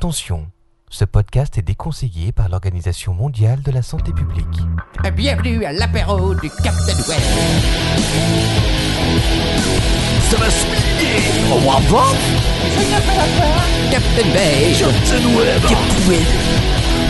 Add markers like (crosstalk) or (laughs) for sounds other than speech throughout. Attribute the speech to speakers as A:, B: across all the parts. A: Attention, ce podcast est déconseillé par l'Organisation mondiale de la santé publique.
B: Bienvenue à l'apéro du Captain Web.
C: Ça va speeder Au Warpant
B: Captain Bay.
C: Captain Web Captain Web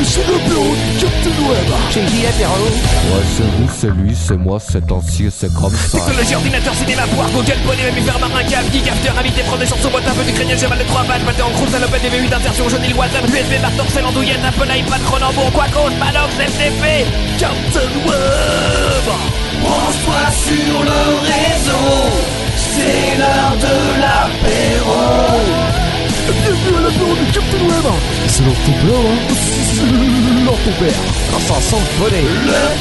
C: C'est le bureau du Captain Web
B: Chez J. Apéro.
D: Ouais, c'est vous, c'est lui, c'est moi, c'est ancien, c'est comme ça.
C: Technologie, ordinateur, cinéma, poire, Google, poney, mammifère, marin, cave, geek, after, invité, prendre des chansons, boîte un peu du craigneux, cheval de trois pattes, pâté en croûte, salopette, DVU d'insertion, jaune, île, WhatsApp, USB, barre torselle, andouillette, Apple, iPad, Cronenbourg, quoi qu'on, Manox, FTP, Captain Web Branche-toi sur le réseau, c'est l'heure de l'apéro Bienvenue à l'apéro du Captain Web C'est l'heure de ton père, là (laughs) C'est l'heure de ton père Ah, ça sent le poney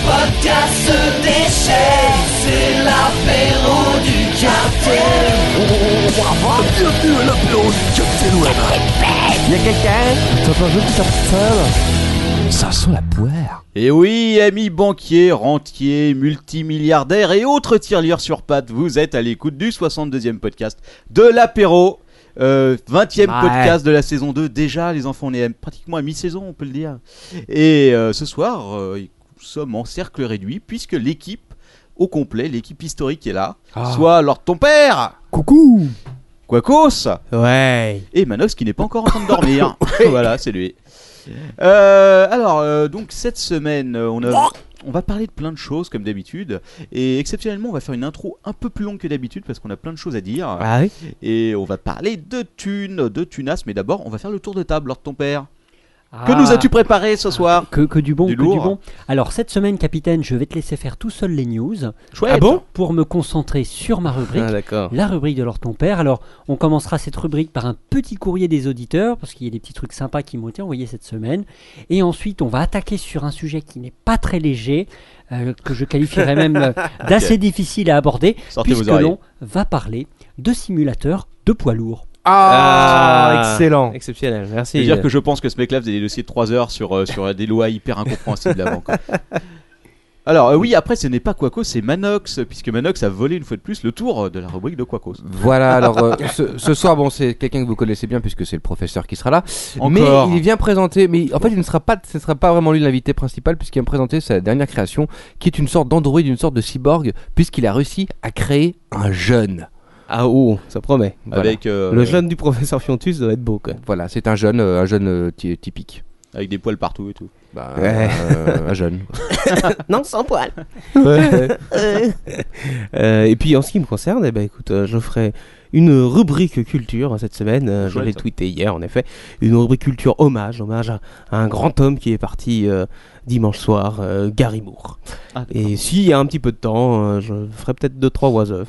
E: podcast déchaîne, c'est l'apéro du capitaine.
C: Bienvenue à l'apéro du Captain Web
F: Et Eh oui, amis banquiers, rentiers, multimilliardaires et autres tirelires sur pattes, vous êtes à l'écoute du 62e podcast de l'apéro. Euh, 20e podcast de la saison 2 déjà les enfants on est à- pratiquement à mi-saison on peut le dire et euh, ce soir euh, nous sommes en cercle réduit puisque l'équipe au complet l'équipe historique est là soit alors ton père coucou Quacos
G: Ouais.
F: et Manox qui n'est pas encore en train de dormir. voilà, c'est lui. Euh, alors, euh, donc cette semaine, euh, on, a-
H: Oh
F: on va parler de plein de choses comme d'habitude. Et exceptionnellement, on va faire une intro un peu plus longue que d'habitude parce qu'on a plein de choses à dire.
G: Ah oui
F: Et on va parler de thunes, de tunas. Mais d'abord, on va faire le tour de table lors de ton père. Que nous as-tu préparé ce soir
G: Ah,
H: que, que Ah. du bon,
F: Du
H: que
F: lourd.
H: du bon. Alors cette semaine, capitaine, je vais te laisser faire tout seul les news
F: Chouette.
H: pour me concentrer sur ma rubrique,
G: Ah d'accord.
H: la rubrique de Lord Ton Père. Alors on commencera cette rubrique par un petit courrier des auditeurs, parce qu'il y a des petits trucs sympas qui m'ont été envoyés cette semaine. Et ensuite, on va attaquer sur un sujet qui n'est pas très léger, euh, que je qualifierais même euh, d'assez difficile à aborder,
F: Sortez
H: puisque
F: vos oreilles.
H: l'on va parler de simulateurs de poids lourds.
G: Ah,
D: Ah,
G: excellent. Exceptionnel. Merci.
F: C'est-à-dire
H: euh,
F: que je pense que ce mec-là faisait des dossiers de 3 heures sur, euh, sur euh, des lois hyper incompréhensibles avant. quoi. Alors, euh, oui, après, ce n'est pas Quacos, c'est Manox, puisque Manox a volé une fois de plus le tour de la rubrique de Quacos.
D: Voilà, alors euh, ce, ce soir, bon, c'est quelqu'un que vous connaissez bien puisque c'est le professeur qui sera là.
F: Encore.
D: Mais il vient présenter, mais en fait, il ne sera pas, ce ne sera pas vraiment lui l'invité principal puisqu'il vient présenter sa dernière création qui est une sorte d'androïde, une sorte de cyborg puisqu'il a réussi à créer un jeune.
G: Ah oh, ça promet.
D: Voilà.
F: Avec, euh,
G: Le jeune du professeur Fiontus doit être
F: (laughs)
G: beau quoi.
D: Voilà, c'est un jeune, euh, un jeune euh, ty- typique.
F: avec des poils partout et tout.
D: Bah,
G: Ouais.
D: euh, un jeune.
G: Non, sans poil.
F: (laughs)
G: euh, et puis en ce qui me concerne, eh ben, écoute, euh, je ferai une rubrique culture euh, cette semaine. Euh, je
F: Chouette,
G: l'ai
F: ça.
G: tweeté hier en effet. Une rubrique culture hommage, hommage à, à un grand homme qui est parti euh, dimanche soir, euh, Gary Moore.
F: Ah,
G: et s'il y a un petit peu de temps, euh, je ferai peut-être deux trois oiseaux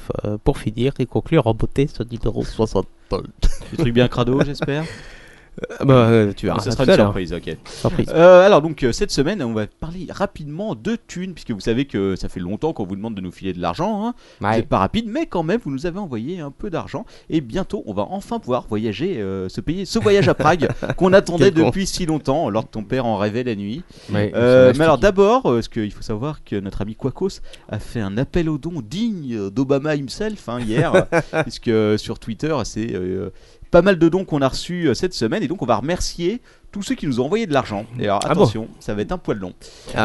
G: pour finir et conclure en beauté ce numéro 60.
F: (laughs) Des trucs bien
G: (laughs)
F: crado, j'espère.
G: Bah, euh, tu verras
F: Ça
G: ça
F: sera
G: tout
F: une
G: à l'heure.
F: surprise, ok.
G: Surprise.
F: Euh, alors donc euh, cette semaine on va parler rapidement de thunes puisque vous savez que ça fait longtemps qu'on vous demande de nous filer de l'argent. Hein.
G: Ah
D: Ouais.
F: Vous êtes pas rapide mais quand même vous nous avez envoyé un peu d'argent et bientôt on va enfin pouvoir voyager, euh, se payer ce voyage à
G: (laughs)
F: Prague qu'on attendait
G: Quel con.
F: depuis si longtemps alors que ton père en rêvait la nuit.
D: Ouais,
F: Euh,
D: c'est un
F: mais alors
D: sticky.
F: d'abord euh, parce qu'il faut savoir que notre ami Quacos a fait un appel aux dons digne d'Obama himself hein,
G: (laughs)
F: hier puisque euh, sur Twitter c'est euh, pas mal de dons qu'on a reçus euh, cette semaine et donc on va remercier tous ceux qui nous ont envoyé de l'argent. Et alors
G: Ah bon
F: attention, ça va être un poil long.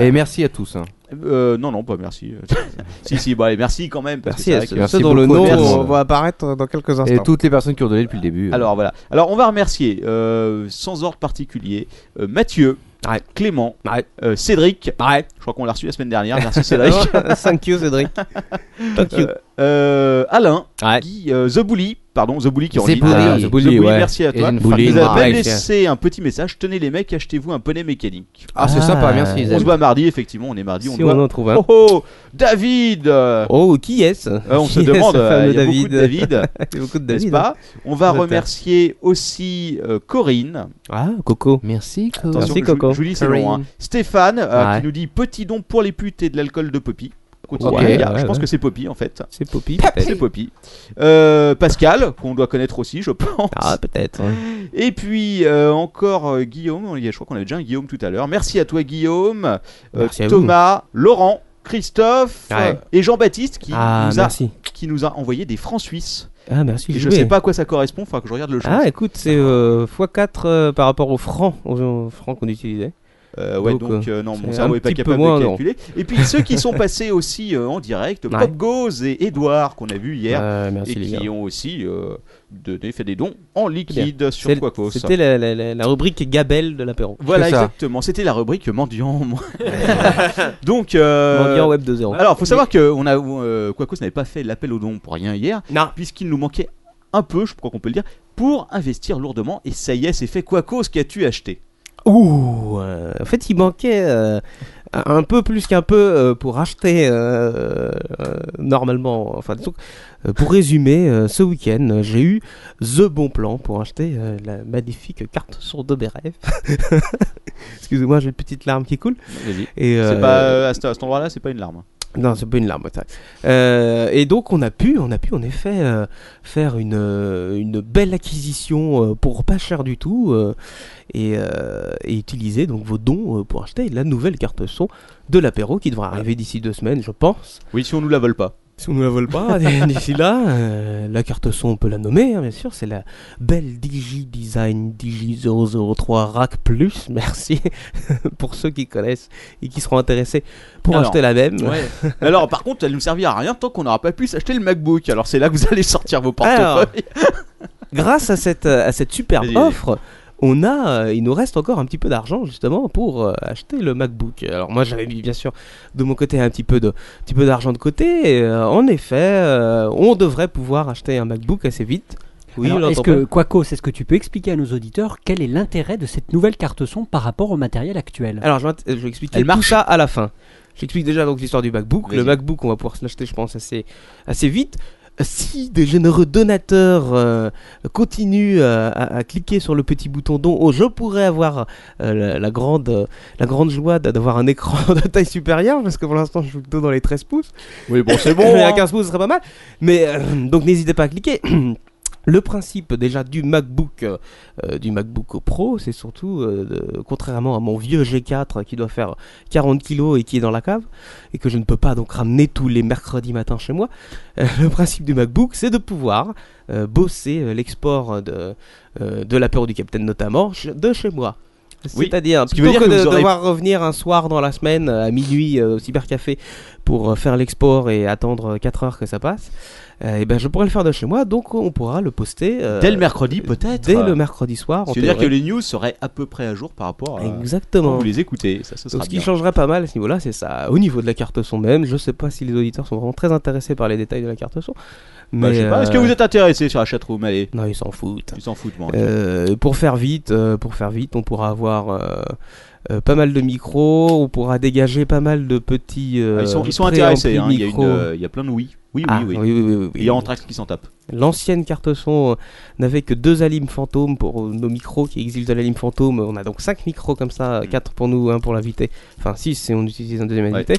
D: Et merci à tous. hein.
F: Euh, non, non, pas merci. (laughs) si, si, bon, allez, merci quand même. Parce que c'est
G: Merci, à
F: vrai
G: ceux
F: que-
D: merci
G: ceux dont le
D: beaucoup,
G: nom
D: merci.
G: euh, va apparaître dans quelques instants.
D: Et toutes les personnes qui ont donné depuis le début. euh.
F: Alors voilà. Alors on va remercier, euh, sans ordre particulier, euh, Mathieu,
G: Ouais.
F: Clément,
G: Ouais.
F: euh, Cédric.
G: Ouais.
F: Je crois qu'on l'a reçu la semaine dernière.
G: (laughs)
F: Merci Cédric.
G: Thank you, Cédric. (laughs) Thank you.
F: Euh, euh, Alain,
G: Ouais.
F: Guy, euh, The Bully, pardon, The Bully qui est en
D: The
F: ligne.
D: Bully.
F: Ah,
D: The
F: The
G: Bully,
F: Bully,
G: ouais.
F: merci à
D: Et
F: toi.
D: une
F: Il
D: Bully,
F: nous a
G: ouais.
F: même laissé un petit message. Tenez les mecs, achetez-vous un poney mécanique.
D: Ah, c'est
G: Ah.
D: sympa, merci
F: On
D: Isabelle.
F: se voit mardi, effectivement, on est mardi, on
G: Si on,
F: doit.
G: en trouve un.
F: Oh, oh, David euh,
G: Oh, qui est-ce
F: euh,
G: (laughs)
F: On se
G: Qui est ce
F: demande, euh,
G: fameux
F: il y a beaucoup de David.
G: (laughs) Il y a beaucoup de
F: N'est-ce
G: David, hein.
F: pas On va
G: Vous êtes
F: remercier aussi euh, Corinne.
G: hein. Ah, Coco.
D: Merci, Claude.
F: Attention,
G: Merci,
F: je, vous-
G: Coco.
F: je vous lis, c'est long. hein.
G: Corinne.
F: Stéphane euh,
G: Ouais.
F: qui nous dit petit don pour les putes et de l'alcool de Poppy. Continue,
D: Ok.
F: les gars.
G: Ouais,
F: je pense
G: ouais.
F: que c'est Poppy en fait.
G: C'est Poppy.
F: C'est
G: peut-être.
F: Poppy. Euh, Pascal, qu'on doit connaître aussi, je pense.
G: Ah, peut-être.
F: Et puis euh, encore euh, Guillaume. On y est, Je crois qu'on avait déjà un Guillaume tout à l'heure. Merci à toi, Guillaume. Euh,
G: Merci à vous. Ah
F: Thomas, Laurent, Christophe
G: Ouais.
F: euh, et Jean-Baptiste qui,
G: Ah,
F: nous a-
G: merci.
F: qui nous a envoyé des francs suisses.
G: Ah, merci.
F: Et je
G: Joué.
F: sais pas à quoi ça correspond, faudra que je regarde le change.
G: Ah, écoute, c'est euh, x4 euh, par rapport aux francs, aux, aux francs qu'on utilisait.
F: Euh, ouais,
G: donc,
F: donc,
G: euh,
F: euh, non, mon
G: c'est
F: cerveau
G: un
F: est pas
G: petit peu
F: capable
G: moins,
F: de
G: non.
F: calculer. Et puis ceux qui sont passés aussi euh, en direct,
G: Ouais.
F: Pop Goes et Edouard qu'on a vu hier
G: Ah, merci
F: et
G: les gars.
F: qui ont aussi euh, donné, fait des dons en liquide sur
G: C'est-
F: Quacos.
G: C'était la, la- la- la rubrique Gabelle de l'apéro.
F: Voilà,
D: C'est ça.
F: exactement. C'était la rubrique mendiant. moi. (laughs) donc, euh,
G: Mendiant Web 2.0.
F: alors, faut savoir que on a euh, Quacos n'avait pas fait l'appel aux dons pour rien hier,
G: Non.
F: puisqu'il nous manquait un peu, je crois qu'on peut le dire, pour investir lourdement. Et ça y est, c'est fait. Quacos, qu'as-tu acheté
G: Ouh, euh, en fait, il manquait euh, un peu plus qu'un peu euh, pour acheter euh, euh, normalement. Enfin, donc, euh, pour résumer, euh, ce week-end, euh, j'ai eu The Bon Plan pour acheter euh, la magnifique carte sourde de rêves. (laughs) Excusez-moi, j'ai une petite larme qui coule.
F: Vas-y.
G: Et,
F: C'est
G: euh,
F: pas euh, à cet à cet endroit-là, c'est pas une larme.
G: Non, c'est pas une larme. ça. Euh, et donc on a pu, on a pu en effet euh, faire une, euh, une belle acquisition euh, pour pas cher du tout euh, et, euh, et utiliser donc vos dons euh, pour acheter la nouvelle carte son de l'apéro qui devra arriver d'ici deux semaines, je pense.
F: Oui, si on nous la vole
G: (laughs)
F: pas.
G: Si on ne la vole (laughs) pas d'ici là, euh, la carte son on peut la nommer, hein, bien sûr, c'est la belle Digi Design Digi 003 Rack Plus. Merci (laughs) pour ceux qui connaissent et qui seront intéressés pour
F: Alors,
G: acheter la même.
F: Ouais. Alors par contre, elle nous servira à rien tant qu'on n'aura pas pu s'acheter le MacBook. Alors c'est là que vous allez sortir vos portefeuilles.
G: grâce à cette, à cette superbe
F: Vas-y, vas-y.
G: offre, on a, euh, il nous reste encore un petit peu d'argent justement pour euh, acheter le MacBook. Alors moi j'avais mis bien sûr de mon côté un petit peu de, un petit peu d'argent de côté. Et, euh, en effet, euh, on devrait pouvoir acheter un MacBook assez vite. Oui,
H: Alors,
G: on
H: est-ce
G: l'entend
H: que,
G: pas.
H: Quaco, c'est ce que tu peux expliquer à nos auditeurs Quel est l'intérêt de cette nouvelle carte son par rapport au matériel actuel
G: Alors je vais, int- je vais expliquer
F: Elle
G: tout
F: marche.
G: ça à la fin. J'explique déjà donc l'histoire du MacBook. Le
F: Vas-y.
G: MacBook, on va pouvoir se l'acheter, je pense, assez, assez vite. Si des généreux donateurs euh, continuent euh, à, à cliquer sur le petit bouton don, oh, je pourrais avoir euh, la, la grande, euh, la grande joie d'a- d'avoir un écran (laughs) de taille supérieure, parce que pour l'instant je suis plutôt dans les 13 pouces.
F: Oui, bon,
G: (laughs)
F: c'est
G: Mais
F: bon.
G: à
F: hein.
G: 15 pouces, ce serait pas mal. Mais euh, donc n'hésitez pas à cliquer. (clears throat) Le principe déjà du MacBook, euh, euh, du MacBook Pro, c'est surtout, euh, de- contrairement à mon vieux G4 qui doit faire 40 kilos et qui est dans la cave, et que je ne peux pas donc ramener tous les mercredis matins chez moi, (laughs) euh, le principe du MacBook, c'est de pouvoir euh, bosser euh, l'export de, euh, de l'apéro du Capitaine notamment ch- de chez moi.
F: Oui.
G: C'est-à-dire,
F: Ce qui veut dire
G: plutôt que,
F: que
G: de
F: vous aurez-
G: devoir revenir un soir dans la semaine euh, à minuit euh, au cybercafé pour euh, faire l'export et attendre 4 heures que ça passe, euh, eh ben, je pourrais le faire de chez moi, donc on pourra le poster euh,
F: Dès le mercredi peut-être. euh.
G: dès le mercredi soir. en
F: C'est-à-dire que
G: théorie.
F: les news seraient à peu près à jour par rapport à quand
G: Exactement.
F: vous les écoutez. Ça, ce
G: Donc,
F: sera
G: ce qui
F: bien.
G: changerait pas mal à ce niveau-là, c'est ça. Au niveau de la carte son même, je sais pas si les auditeurs sont vraiment très intéressés par les détails de la carte son. Mais
F: Bah, je sais pas. Est-ce que
G: euh,
F: vous êtes intéressé sur la chatroom Allez,
G: Non, ils s'en foutent.
F: ils s'en foutent, moi.
G: Euh, pour faire vite, euh, pour faire vite, on pourra avoir euh, euh, pas mal de micros, on pourra dégager pas mal de petits. euh,
F: Ah, ils sont, ils sont
G: préamplis
F: intéressés. hein. Il, y a une,
G: micros.
F: euh, il y a plein de oui. Oui,
G: Ah,
F: oui, oui.
G: oui, oui, oui, oui.
F: Il y a Anthrax qui s'en tape.
G: L'ancienne carte son euh, n'avait que deux alimes fantômes pour euh, nos micros qui exilent de l'alime fantôme. On a donc cinq micros comme ça, euh, quatre pour nous, un pour l'invité. Enfin six si on utilise un deuxième
F: Ouais.
G: invité.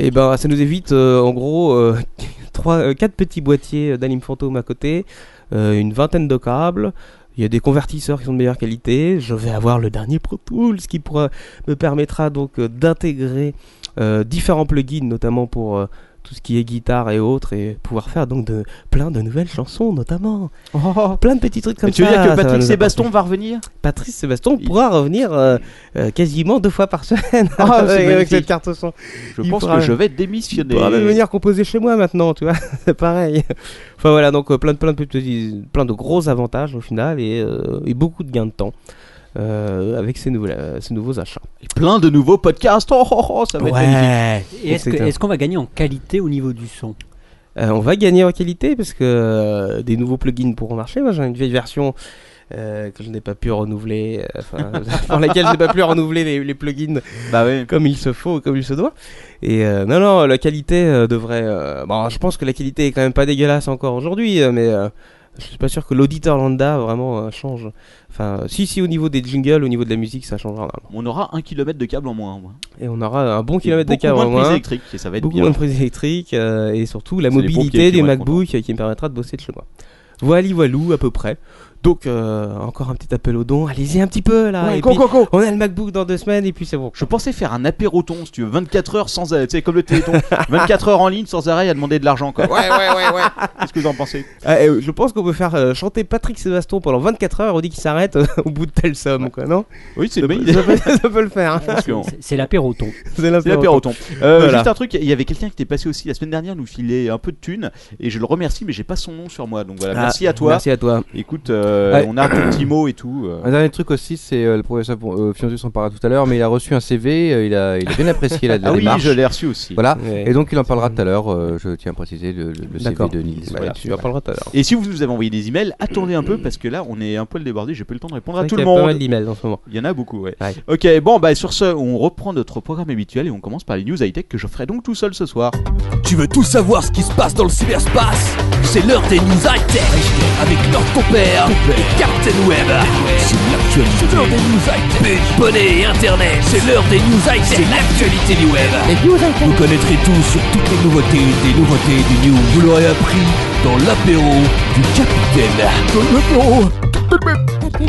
G: Et ben ça nous évite euh, en gros euh, (laughs) trois, euh, quatre petits boîtiers euh, d'alime fantôme à côté, euh, une vingtaine de câbles. Il y a des convertisseurs qui sont de meilleure qualité. Je vais avoir le dernier Pro Tools qui pourra, me permettra donc euh, d'intégrer euh, différents plugins, notamment pour euh, tout ce qui est guitare et autres, et pouvoir faire donc de, plein de nouvelles chansons, notamment. Plein de petits trucs comme
F: Oh. Mais tu
G: ça.
F: veux dire
G: ça
F: que
G: va
F: Patrick
G: nous
F: Sébaston
G: apporter.
F: va revenir
G: Patrice Sébaston
F: Il-
G: pourra revenir euh, euh, quasiment deux fois par semaine
F: Ah, c'est
G: (laughs) avec,
F: magnifique.
G: cette carte son.
F: Je
G: Il
F: pense
G: pourra-
F: que je vais
G: Il
F: démissionner.
G: pourra même venir composer chez moi maintenant, tu vois. (laughs) C'est pareil. Enfin voilà, donc euh, plein de, plein, de petits- plein de gros avantages au final et, euh, et beaucoup de gains de temps. euh, avec ces, nouvelles- euh, ces nouveaux achats.
F: Et plein de nouveaux podcasts. Oh, oh, oh, ça va être magnifique.
H: Et est-ce, que-
G: Etc.
H: est-ce qu'on va gagner en qualité au niveau du son
G: Euh, on va gagner en qualité parce que euh, des nouveaux plugins pourront marcher. Moi, j'ai une vieille version euh, que je n'ai pas pu renouveler, euh, enfin, (laughs) pour laquelle je n'ai pas pu renouveler les, les plugins
F: Bah oui.
G: comme il se faut, comme il se doit. Et euh, non, non, la qualité euh, devrait. euh, bon, je pense que la qualité est quand même pas dégueulasse encore aujourd'hui, euh, mais euh, je suis pas sûr que l'auditeur lambda vraiment euh, change. Enfin, euh, si, si, au niveau des jingles, au niveau de la musique, ça changera. normalement.
F: On aura un kilomètre de câble en moins. au moins.
G: Et on aura un bon
F: Et
G: kilomètre de
F: beaucoup
G: câble
F: moins
G: en
F: de prises
G: moins.
F: électriques et ça va être
G: Beaucoup
F: bien.
G: moins de prise électrique euh, et surtout la
F: C'est les pompiers
G: mobilité
F: qui hein.
G: du
F: vont être
G: MacBook euh, qui me permettra de bosser de chez moi. Voilà, voilou à peu près. Donc, euh, encore un petit appel au don. Allez-y un petit peu là.
F: Ouais,
G: Ah, Et
F: go,
G: puis,
F: go, go.
G: On a le MacBook dans deux semaines et puis c'est bon.
F: Je pensais faire un apéroton, si tu veux, 24 heures sans arrêt, tu sais, comme le
G: (laughs)
F: Téléthon, 24 heures en ligne sans arrêt à demander de l'argent, quoi. Ouais, ouais, ouais, ouais. Qu'est-ce que vous en pensez
G: Ah, et je pense qu'on peut faire euh, chanter Patrick Sébaston pendant 24 heures. On dit qu'il s'arrête euh, (laughs) au bout de telle somme, quoi, non
F: Oui, c'est une bonne idée.
G: ça, peut, (laughs) ça peut le faire. hein.
F: Je pense que-
H: C'est- C'est l'apéroton.
G: C'est
F: C'est
G: l'apéro.
F: l'apéroton. Euh,
G: Voilà.
F: Juste un truc, il y avait quelqu'un qui était passé aussi la semaine dernière, nous filait un peu de thunes, et je le remercie, mais j'ai pas son nom sur moi, donc voilà,
G: Ah,
F: merci à toi.
G: Merci Ah à toi.
F: Écoute, euh,
D: Ouais.
F: on a un petit mot et tout. euh.
D: Un dernier truc aussi, c'est euh, le professeur euh, Fionzus en parlera tout à l'heure, mais il a reçu un CV, euh, il, a, il a bien apprécié la, la (laughs)
F: Ah oui,
D: démarche.
F: je l'ai reçu aussi.
D: Voilà.
G: Ouais.
D: Et donc il en parlera tout à l'heure, euh, je tiens à préciser le, le- le CV
G: D'accord.
D: de Nils.
G: Voilà,
D: Voilà.
G: tu en parleras tout à l'heure.
F: Et si vous nous avez envoyé des emails, attendez un peu parce que là, on est un poil débordé, j'ai pas eu le temps de répondre à
G: C'est
F: tout le
G: vrai qu'il y a pas
F: monde.
G: mal d'emails en ce moment.
F: Il y en a beaucoup, ouais.
G: Ouais.
F: Ok, bon, bah sur ce, on reprend notre programme habituel et on commence par les news high-tech que je ferai donc tout seul ce soir.
C: Tu veux tout savoir ce qui se passe dans le cyberspace C'est l'heure des news high-tech avec Lord Compère et Captain Web. C'est l'actualité. C'est l'heure des news high-tech. Bonnet et Internet. C'est l'heure des news high-tech. C'est l'actualité du web. Vous connaîtrez tout sur toutes les nouveautés des nouveautés du news. Vous l'aurez appris dans l'apéro du Capitaine. Dans l'apéro.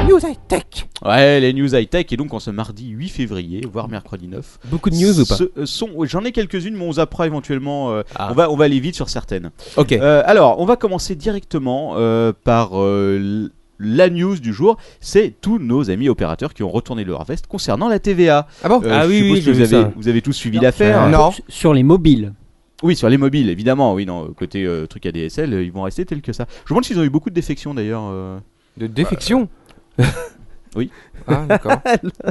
F: Ouais, les news high-tech et donc en ce mardi 8 février, voire mercredi 9.
G: Beaucoup de news ou pas
F: ce, euh, sont- ouais, J'en ai quelques-unes, mais on zappera éventuellement. euh,
G: Ah.
F: on, va, on va aller vite sur certaines.
G: Ok.
F: Euh, alors, on va commencer directement euh, par euh, l- la news du jour. C'est tous nos amis opérateurs qui ont retourné leur veste concernant la TVA.
D: Ah bon
F: Euh,
G: Ah
F: je
G: oui,
F: suppose
G: oui,
F: que
G: j'ai
F: vous
G: vu
F: avez,
G: ça.
F: vous avez tous suivi
H: Non.
F: l'affaire.
D: Non.
H: Sur- Sur les mobiles.
F: Oui, sur les mobiles, évidemment. Oui, non, côté euh, truc ADSL, euh, ils vont rester tels que ça. Je me demande s'ils ont eu beaucoup de défections d'ailleurs. euh.
D: De défection
F: oui.
D: Ah d'accord.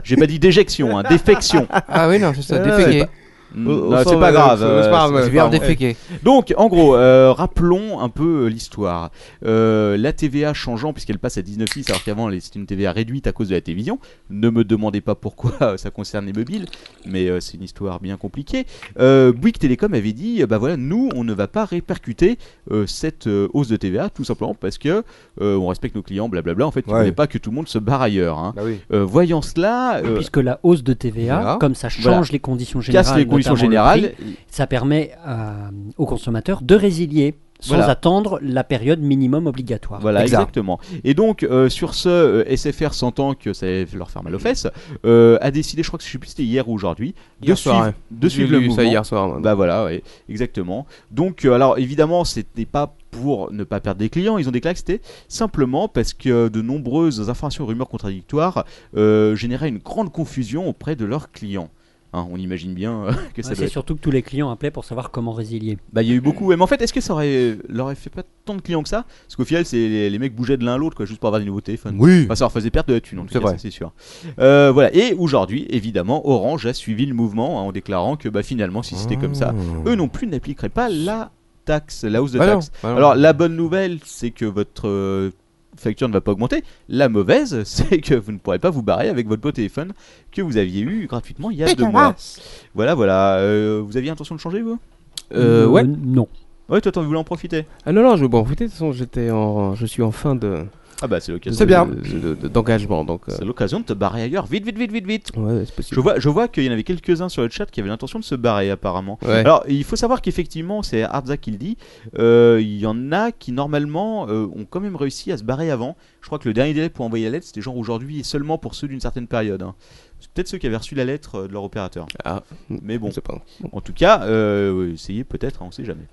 F: J'ai pas dit déjection, hein, défection.
D: (laughs) Ah oui, non, c'est ça,
G: Ouais,
D: déféqué.
F: Mm,
G: (laughs) Au- au
F: non,
G: fond,
F: c'est pas
G: ouais,
F: grave.
G: c'est-
F: euh,
G: c'est pas grave,
F: c'est
D: Je
G: ouais.
D: viens
F: pas-
D: déféquer.
F: Donc, en gros, euh, rappelons un peu euh, l'histoire. Euh, la TVA changeant, puisqu'elle passe à 19,6, alors qu'avant elle- c'était une TVA réduite à cause de la télévision. Ne me demandez pas pourquoi (laughs) euh, ça concerne les mobiles, mais euh, c'est une histoire bien compliquée. Euh, Bouygues Télécom avait dit euh, bah voilà, nous, on ne va pas répercuter euh, cette euh, hausse de TVA, tout simplement parce que euh, on respecte nos clients, blablabla. En fait, on
D: Ouais.
F: ne pas que tout le monde se barre ailleurs. hein.
D: Bah oui.
F: Euh, voyant cela. euh,
H: Puisque la hausse de TVA,
D: Voilà.
H: comme ça change
F: Voilà.
H: les conditions générales,
F: casse les conditions
H: notamment le
F: générales.
H: prix, ça permet euh, aux consommateurs de résilier sans
F: Voilà.
H: attendre la période minimum obligatoire.
F: Voilà,
D: Exact.
F: exactement. Et donc, euh, sur ce, euh, SFR sentant que ça allait leur faire mal aux fesses, euh, a décidé, je crois que je sais plus si c'était hier ou aujourd'hui, de
G: Hier soir,
F: suivre,
G: ouais.
F: de
G: J'ai
F: suivre
G: lu
F: le mouvement.
G: ça hier soir. moi.
F: Bah voilà, ouais, exactement. Donc, euh, alors évidemment, c'était pas pour ne pas perdre des clients, ils ont déclaré que c'était simplement parce que de nombreuses informations et rumeurs contradictoires euh, généraient une grande confusion auprès de leurs clients. Hein, on imagine bien euh, (laughs) que
H: Ouais,
F: ça doit
H: c'est surtout que tous les clients appelaient pour savoir comment résilier.
F: bah, il y a eu beaucoup. ouais, Mais en fait, est-ce que ça aurait, euh, leur aurait fait pas tant de clients que ça Parce qu'au final, c'est les, les mecs bougeaient de l'un à l'autre, quoi, juste pour avoir des nouveaux téléphones.
D: Oui.
F: Enfin, ça leur faisait perdre de la thune, en tout
D: Mmh. C'est
F: cas,
D: vrai.
F: ça, c'est sûr. Euh, voilà. Et aujourd'hui, évidemment, Orange a suivi le mouvement hein, en déclarant que bah, finalement, si c'était comme ça, eux non plus n'appliqueraient pas la taxe, la hausse de
D: Ah. Mmh. Bah non,
F: taxe.
D: bah non.
F: Alors, la bonne nouvelle, c'est que votre euh, facture ne va pas augmenter. La mauvaise, (laughs) c'est que vous ne pourrez pas vous barrer avec votre beau téléphone que vous aviez eu gratuitement il y a deux mois. Voilà, voilà. Euh, vous aviez intention de changer, vous
G: Euh, ouais.
H: Non.
F: Ouais, toi, t'en voulais en profiter
G: Ah non, non, je vais m'en foutais. De toute façon, j'étais en... je suis en fin de.
F: Ah bah c'est l'occasion.
D: C'est
G: de-
D: bien.
G: de- de- D'engagement, donc. euh,
F: C'est l'occasion de te barrer ailleurs. Vite, vite, vite, vite, vite.
G: Ouais, c'est possible.
F: Je vois, je vois qu'il y en avait quelques-uns sur le chat qui avaient l'intention de se barrer apparemment.
G: Ouais.
F: Alors il faut savoir qu'effectivement, c'est Arza qui le dit, euh, il y en a qui normalement euh, ont quand même réussi à se barrer avant. Je crois que le dernier délai pour envoyer la lettre, c'était genre aujourd'hui et seulement pour ceux d'une certaine période. hein. C'est peut-être ceux qui avaient reçu la lettre euh, de leur opérateur.
G: Ah.
F: Mais bon.
G: Je sais pas.
F: En tout cas, euh, essayez peut-être, hein, on sait jamais.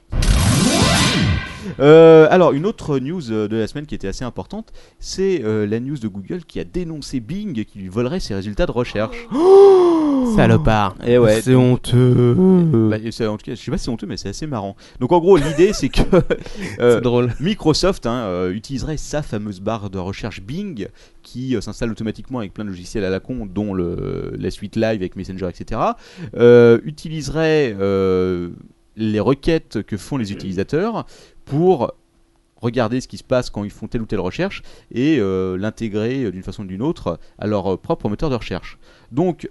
F: Euh, alors, une autre news euh, de la semaine qui était assez importante, c'est euh, la news de Google qui a dénoncé Bing qui lui volerait ses résultats de recherche.
G: Salopard.
D: (laughs)
F: Et ouais.
D: C'est honteux.
F: bah, c'est- en tout cas, je sais pas si c'est honteux, mais c'est assez marrant. Donc, en gros, l'idée c'est que (laughs) euh,
G: C'est drôle.
F: (laughs) Microsoft hein, euh, utiliserait sa fameuse barre de recherche Bing qui euh, s'installe automatiquement avec plein de logiciels à la con, dont le, la suite live avec Messenger, etc. euh, utiliserait euh, les requêtes que font les utilisateurs pour regarder ce qui se passe quand ils font telle ou telle recherche et euh, l'intégrer euh, d'une façon ou d'une autre à leur euh, propre moteur de recherche. Donc,